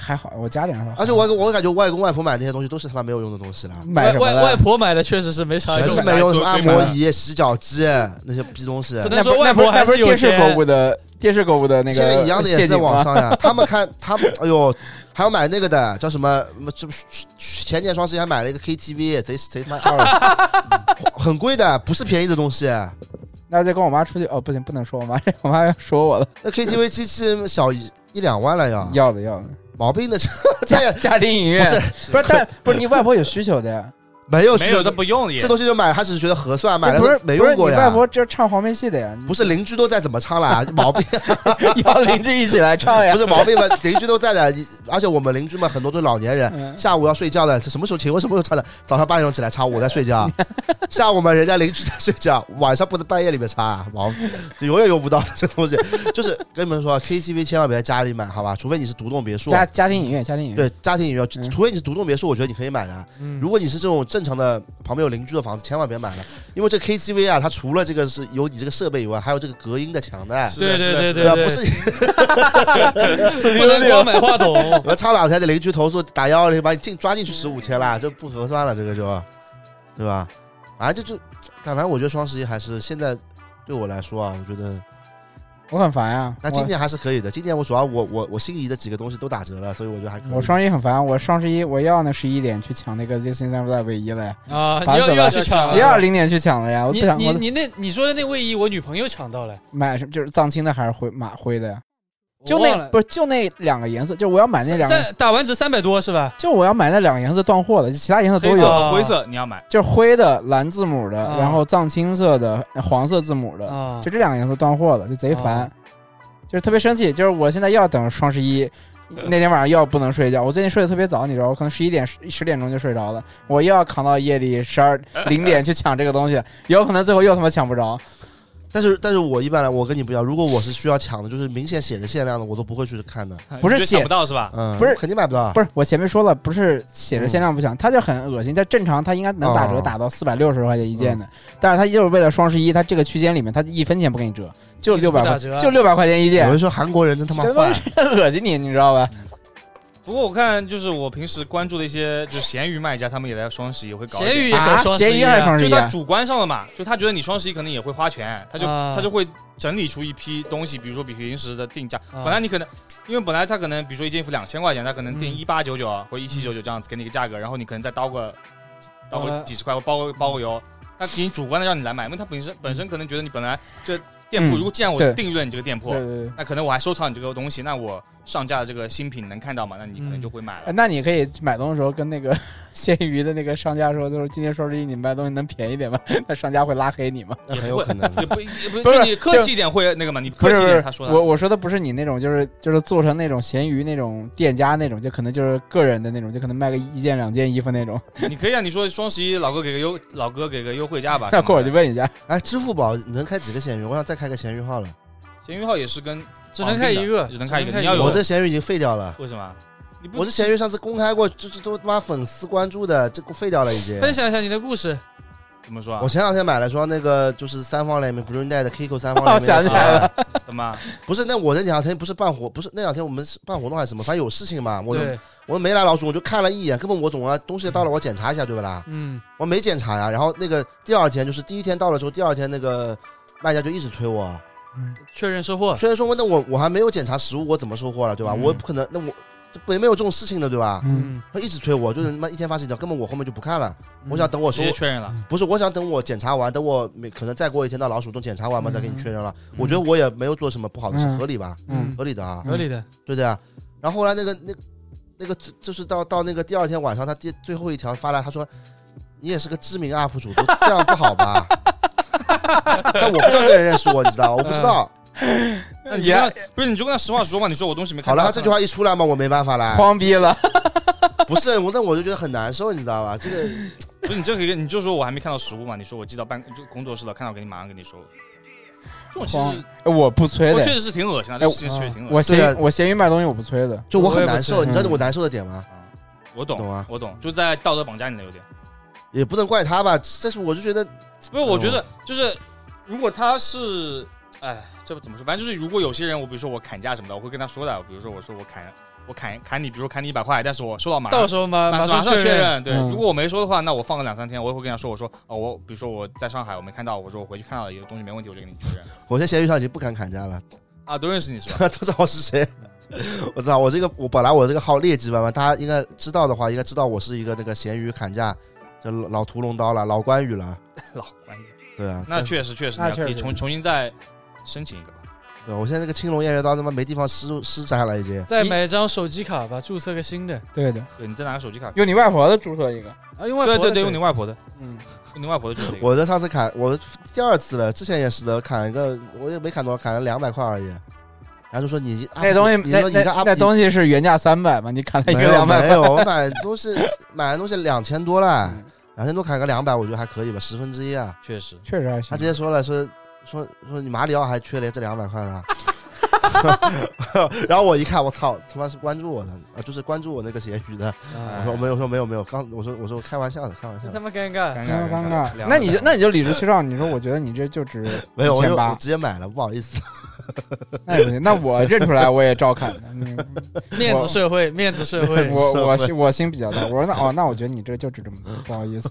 S2: 还好我家里还好，
S3: 而且我我感觉外公外婆买那些东西都是他妈没有用的东西了，
S2: 买
S1: 外
S2: 什么
S1: 外
S2: 了
S1: 外婆买的确实是没啥
S3: 全
S1: 用
S3: 是，没用，什么按摩仪、洗脚机那些逼东西。
S1: 只
S2: 那
S1: 能
S2: 不
S1: 说
S2: 那
S1: 外
S2: 不是
S1: 婆
S2: 那
S1: 还
S2: 不
S1: 是
S2: 是
S1: 有
S2: 电视购
S1: 钱
S2: 物。的电视购物的那
S3: 现在
S2: 个
S3: 一样的也
S2: 陷
S3: 是在
S2: 阱
S3: 网
S2: 吗？
S3: 上呀，他们看他们，哎呦，还要买那个的，叫什么？这前年双十一还买了一个 KTV，贼贼他妈二，很贵的，不是便宜的东西。
S2: 那就跟我妈出去哦，不行，不能说我妈，我妈要说我了。
S3: 那 KTV 机器小一一两万了呀，
S2: 要的要的，
S3: 毛病的， 这这也
S2: 家庭影
S3: 不
S2: 院
S3: 是
S2: 不是，但不是你外婆有需求的呀，
S3: 没有
S4: 没
S3: 需
S4: 有
S3: 求
S4: 他不用也
S3: 这。东西就买，他只是觉得合算， 买
S2: 不是
S3: 了没用
S2: 不
S3: 过
S2: 是你外
S3: 呀。
S2: 婆就是唱黄梅戏的呀，
S3: 不是邻居都在怎么唱啦？毛病
S2: 你 要邻居一起来唱呀
S3: 不。是毛病吧？邻居都在的，你而且我们邻居们很多都是老年人，
S2: 嗯
S3: 下午要睡觉的，什么时候请问什么时候唱的？早上八点钟起来唱，我在睡觉； 下午嘛，人家邻居在睡觉，晚上不能半夜里面唱，啊毛永远用不到的这东西。就是跟你们说，KTV 啊千万别在家里买，好吧？除非你是独栋别墅，
S2: 家家庭影院，家庭影院。
S3: 对家庭影院，
S2: 嗯
S3: 除非你是独栋别墅，我觉得你可以买的。啊
S1: 嗯
S3: 如果你是这种正常的旁边有邻居的房子，千万别买了，
S1: 嗯
S3: 因为这 KTV 啊，它除了这个是有你这个设备以外，还有这个隔音的墙的。
S4: 是
S1: 对
S4: 的
S1: 对
S4: 是的
S1: 对
S4: 是的
S3: 对啊，
S1: 对
S3: 不是
S1: 对，
S3: 你
S1: 不能光买话筒。
S3: 我唱两天的邻居投诉打幺幺零，把你进抓进去十五天
S1: 嗯
S3: 啦，这不合算了，这个就，对吧？反正就就，但反正我觉得双十一还是现在对我来说啊，我觉得
S2: 我很烦呀。
S3: 那今
S2: 我
S3: 年还是可以的。今年我主要我我我心仪的几个东西都打折了，所以我觉得还
S1: 嗯
S3: 可以。
S2: 我双十一很烦，我双十一我要那十一点去抢那个 Z C 三 Live 卫衣了呀，
S1: 啊，你
S2: 烦死
S1: 要
S2: 了
S1: 又要去抢啊
S2: 也要零点去抢了呀，我不
S1: 你
S2: 想
S1: 你
S2: 我
S1: 你那你说的那卫衣，我女朋友抢到了，
S2: 买什么就是藏青的还是灰马灰的呀？就
S1: 我忘
S2: 那
S1: 了
S2: 不是就那两个颜色，就是我要买那两个，
S1: 三打完折三百多是吧？
S2: 就我要买那两个颜色断货的，就其他颜色都
S4: 黑色
S2: 有，
S4: 和灰色你要买，
S2: 就是灰的蓝字母的，
S1: 啊
S2: 然后藏青色的黄色字母的，
S1: 啊，
S2: 就这两个颜色断货了，就贼烦，
S1: 啊
S2: 就是特别生气。就是我现在又要等双十一，那天晚上又要不能睡觉。我最近睡得特别早，你知道，我可能十一点十点钟就睡着了，我又要扛到夜里十二零点去抢这个东西，有可能最后又他妈抢不着。
S3: 但是但是我一般来，我跟你不一样，如果我是需要抢的，就是明显写着限量的，我都哦不会去看的。
S2: 不是
S4: 你觉得抢
S2: 写
S4: 不到是吧？
S3: 嗯，
S2: 不是
S3: 肯定买不到。
S2: 不是，我前面说了，不是写着限量不抢，它就很恶心。它正常它应该能打折
S3: 哦
S2: 打到四百六十块钱一件的，但是它就是为了双十一，它这个区间里面它一分钱不给你折，就
S1: 一直
S2: 六
S1: 不
S2: 百
S1: 打
S2: 块，
S1: 折
S2: 就六百块钱一件
S3: 有人，说韩国人真他妈
S2: 真
S3: 坏
S2: 的，恶心你，你知道吧？
S4: 不过我看就是我平时关注的一些就是闲鱼卖家，他们也在双十一会搞一点
S1: 咸鱼也搞
S2: 啊，
S1: 双十
S2: 咸
S1: 一
S2: 鱼还是
S1: 啊，
S2: 双十
S4: 就
S2: 一
S4: 他
S2: 啊？
S4: 主观上了嘛，就他觉得你双十一可能也会花钱，他就、
S1: 啊
S2: 嗯
S4: 他就会整理出一批东西，比如说比平时的定价，
S1: 啊
S2: 嗯
S4: 本来你可能因为本来他可能比如说一件衣服两千块钱，他可能定
S1: 嗯
S4: 一八九九或一七九九这样子给你一个价格，然后你可能再刀个刀
S1: 好
S4: 个
S1: 了
S4: 几十块或包个包个邮，他给你主观的让你来买，因为他本身本身可能觉得你本来这店
S2: 嗯
S4: 铺如果既然我
S2: 对
S4: 订阅了你这个店铺
S2: 对。对对。
S4: 那可能我还收藏你这个东西，那我上架的这个新品能看到吗？那你可能就会买了
S2: 哎。那你可以买东西的时候跟那个 鲜鱼的那个商家说，就是今天双十一你卖东西能便宜点吗？那商家会拉黑你吗？
S3: 那很有可能。
S4: 也不也不
S2: 不是
S4: 就你客气一点会那个嘛，你
S2: 不
S4: 客
S2: 是
S4: 气一
S2: 不
S4: 点，
S2: 是
S4: 他，说的
S2: 我我说的不是你那种，就是就是做成那种闲鱼那种店家那种，就可能就是个人的那种，就可能卖个一件两件衣服那种。
S4: 你可以啊，你说双十一老哥给个优，老哥给个优惠价吧。
S2: 那过会儿就问一下，
S3: 哎，支付宝能开几个闲鱼？我想再开个闲鱼号了。
S4: 闲鱼号也是跟
S1: 只能看一个，
S4: 只能看一个
S1: 只
S4: 你要有
S3: 我这闲鱼已经废掉了。
S4: 为什么？你不
S3: 我这闲鱼上次公开过，就是都他妈粉丝关注的，这个废掉了已经。
S1: 分享一下你的故事，
S4: 怎么说啊
S3: 我？前两天买了双那个就是三方联名 Blue Night 的 Kiko 三方联名的鞋，
S2: 哦想起来了
S4: 怎么啊？
S3: 不是那我那两天不是办活，不是那两天我们是办活动还是什么，反正有事情嘛，我就
S1: 对，
S3: 我没来老鼠，我就看了一眼，根本我总要东西到了我检查一下，对不啦？
S1: 嗯，
S3: 我没检查呀，然后那个第二天就是第一天到了之后，第二天那个卖家就一直催我，
S2: 嗯
S1: 确认收货，
S3: 虽然说那我我还没有检查实物，我怎么收货了，对吧？
S2: 嗯
S3: 我不可能，那我没没有这种事情的，对吧？
S2: 嗯，
S3: 他一直催我，就是他妈一天发十几条，根本我后面就不看了。我想等我
S4: 直
S3: 收
S4: 接，确认了。
S3: 不是我想等我检查完，等我每可能再过一天到老鼠洞检查完嘛，再给你确认了。我觉得我也没有做什么不好的事，
S2: 嗯
S3: 合理吧？
S2: 嗯
S3: 合理的啊，
S1: 合理的，
S3: 对的呀。然后后来那个那那个就是到到那个第二天晚上，他第最后一条发来，他说。你也是个知名 UP 主，都这样不好吧？ 但我不知道这个人认识我，你知道吗？我不知道。
S1: 啊
S4: 那你就跟他不是你就跟他实话实说嘛，你说我东西没看
S3: 好
S4: 到。
S3: 了，他这句话一出来嘛，我没办法啦。
S2: 慌逼了，
S3: 不是，我那我就觉得很难受，你知道吧？这个
S4: 不是你这个你就说我还没看到实物嘛，你说我寄到办就工作室了，看到给你马上给你收。这种其
S2: 慌
S4: 实
S2: 哎我不催
S4: 我
S2: 的
S4: 确，实是挺恶心的，
S2: 哎
S4: 这个事情确实挺恶心。
S2: 我
S3: 对啊
S2: 闲我闲鱼卖东西我不催的，
S3: 就我很
S1: 我也
S3: 难
S1: 不
S3: 受，
S1: 是
S3: 你知道我难受的点吗？
S4: 啊我懂，
S3: 懂啊
S4: 我懂，就在道德绑架你了有点。
S3: 也不能怪他吧，但是我就觉得
S4: 不是，我觉得
S3: 啊
S4: 就是如果他是，哎，这怎么说？反正就是如果有些人，我比如说我砍价什么的，我会跟他说的。比如说我说我砍我砍砍你，比如砍你一百块，但是我收到马上
S1: 到时候嘛，
S4: 呃马
S1: 上
S4: 上确
S1: 认。
S4: 认。对，
S2: 嗯
S4: 如果我没说的话，那我放个两三天，我也会跟他说，我说哦，我比如说我在上海我没看到，我说我回去看到了有东西没问题，我就给你确认。
S3: 我在闲鱼上已经不敢砍价了，
S4: 啊，都认识你是 吧？
S3: 都知道我是谁。我操，我这个我本来我这个号劣迹斑斑，大家应该知道的话，应该知道我是一个那个闲鱼砍价，就老老屠龙刀了，老关 羽了。
S4: 老关系，
S3: 对啊，
S4: 那确实确实，
S2: 那
S4: 你要可
S2: 确
S4: 以
S2: 实
S4: 重重新再申请一个吧。
S3: 对我现在这个青龙偃月刀他妈没地方施施展了，已经。
S1: 再买一张手机卡吧，注册个新的。
S2: 对的，
S4: 对你再拿个手机卡，
S2: 用你外婆的注册一个，
S1: 啊，用外
S4: 对
S1: 婆
S4: 对对，
S1: 的
S4: 用你外婆的，
S2: 嗯，
S4: 用你外婆的就是这个。
S3: 我的上次砍我第二次了，之前也是的，砍一个我也没砍多少，砍了两百块而已。然后就说你
S2: 那东西
S3: 你
S2: 那
S3: 说你个
S2: 那
S3: UP
S2: 那东西是原价三百嘛，你砍了一
S3: 没
S2: 个
S3: 有
S2: 两百
S3: 没
S2: 块，
S3: 有，我买东西买的东西两千多了
S2: 嗯，
S3: 两千多砍个两百，我觉得还可以吧，十分之一啊。
S4: 确实，
S2: 确实还
S3: 他
S2: 行
S3: 直。接说了，说说说你马里奥还缺了这两百块呢。 然后我一看，我操，他妈是关注我的啊，就是关注我那个闲鱼的。我
S4: 哎
S1: 啊，
S3: 说没有，我说没有没有，刚我说我说我开玩笑的，开玩笑
S1: 真
S3: 的
S1: 他，妈尴尬。
S4: 尴
S2: 尴
S4: 尬
S2: 尬
S4: 尬
S2: 那你就那你就理直气壮，你说我觉得你这就值
S3: 没有，
S2: 一
S3: 我
S2: 千
S3: 就我
S2: 八，
S3: 直接买了，不好意思。
S2: 那也不行，那我认出来我也照砍的。你
S1: 面子社会，面子社会。
S2: 我我心我心比较大，我说那哦，那我觉得你这就值这么多，不好意 思，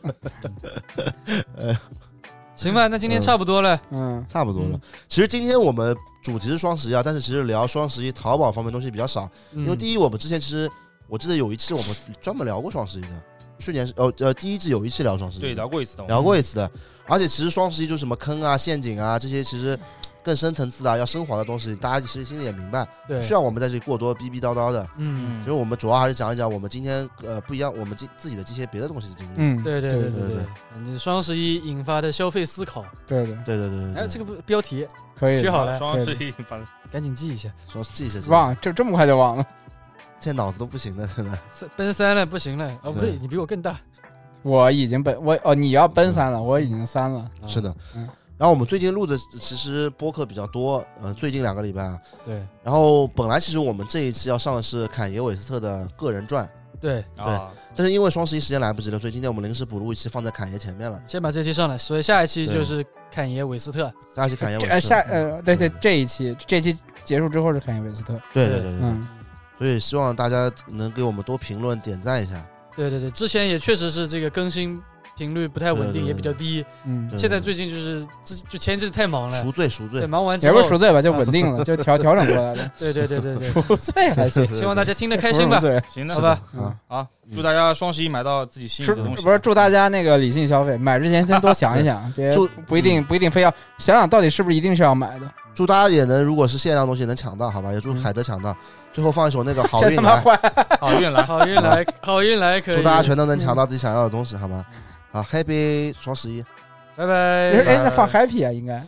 S1: 行吧，那今天差不多了。
S2: 嗯
S3: 差不多了
S1: 嗯。
S3: 其实今天我们主题是双十一啊，但是其实聊双十一淘宝方面东西比较少，因为
S1: 嗯
S3: 第一我们之前其实我记得有一期我们专门聊过双十一的，去年是哦呃第一季有一期聊双十一，
S4: 对聊过一次的，
S3: 聊过一次的。而且其实双十一就是什么坑啊、陷阱啊这些，其实更深层次的、啊、要升华的东西，大家其实心里也明白，
S1: 对
S3: 不，
S2: 啊
S3: 需要我们在这里过多逼逼叨叨的。
S1: 嗯，
S4: 嗯
S3: 所以我们主要还是讲一讲我们今天呃不一样，我们自自己的这些别的东西的经历。
S2: 嗯，
S1: 对对对
S2: 对
S3: 对
S1: 对
S3: 对，嗯
S1: 嗯这双十一引发的消费思考。
S2: 对对，
S3: 对对对
S1: 哎，
S3: 对
S1: 这
S3: 对，
S1: 个标题
S2: 可以
S1: 学
S2: 的，
S1: 好了
S4: 双十一反正
S1: 赶紧记一下。
S3: 说记一下，
S2: 忘了这这么快就忘了，
S3: 现在脑子都不行了，真的。
S1: 三奔三了，不行了。哦，不对，
S3: 对
S1: 你比我更大。
S2: 我已经奔我哦，你要奔三了，我已经三了，
S1: 啊
S3: 是，的，
S2: 嗯
S3: 然后我们最近录的其实播客比较多，呃，最近两个礼拜啊。
S1: 对
S3: 然后本来其实我们这一期要上的是坎爷韦斯特的个人传，
S1: 对，
S4: 啊，
S3: 但是因为双十一时间来不及了，所以今天我们临时补录一期放在坎爷前面了。
S1: 先把这期上来，所以下一期
S3: 对
S1: 就是侃爷韦斯特。
S3: 大家去坎爷
S2: 这
S3: 韦
S2: 呃
S3: 斯特
S2: 下。呃对对
S3: 嗯
S2: 这一期这一期结束之后是坎耶韦斯特，
S3: 对对对对对，
S2: 嗯，
S3: 所以希望大家能给我们多评论、点赞一下。
S1: 对对对，之前也确实是这个更新频率不太稳
S3: 对对
S1: 定，
S3: 对
S1: 也比较低。
S2: 嗯
S3: 对，
S1: 现在最近就是这就前阵子太忙了
S3: 赎，罪赎
S1: 对，
S3: 罪，
S1: 忙完之
S2: 也不
S1: 后
S2: 是，赎罪吧，就
S3: 嗯
S2: 稳定了，就调调整过来 了，
S1: 对对对对对，
S2: 赎罪还行，
S1: 希望大家听得开
S2: 赎什
S1: 心
S2: 么
S1: 吧。
S2: 罪
S4: 行，那
S1: 好吧
S2: 嗯
S3: 啊，
S4: 啊，祝大家双十一买到自己心仪
S2: 是
S4: 的东西。
S2: 不是祝大家那个理性消费，买之前先多想一想，别
S3: 祝
S2: 不一定不一定非要想想到底是不是一定是要买的，
S3: 祝大家也能，如果是限量东西能抢到，好吧？也祝
S2: 嗯
S3: 凯德抢到。最后放一 首那个好
S2: 这
S3: 运
S2: 他妈
S3: 来，
S2: 坏，
S4: 好运来，
S1: 好运来，好运来，可以。
S3: 祝大家全都能抢到自己想要的东西，好吗？好，Happy 双十一。
S1: 拜拜。
S2: 哎，那放 happy 啊，应该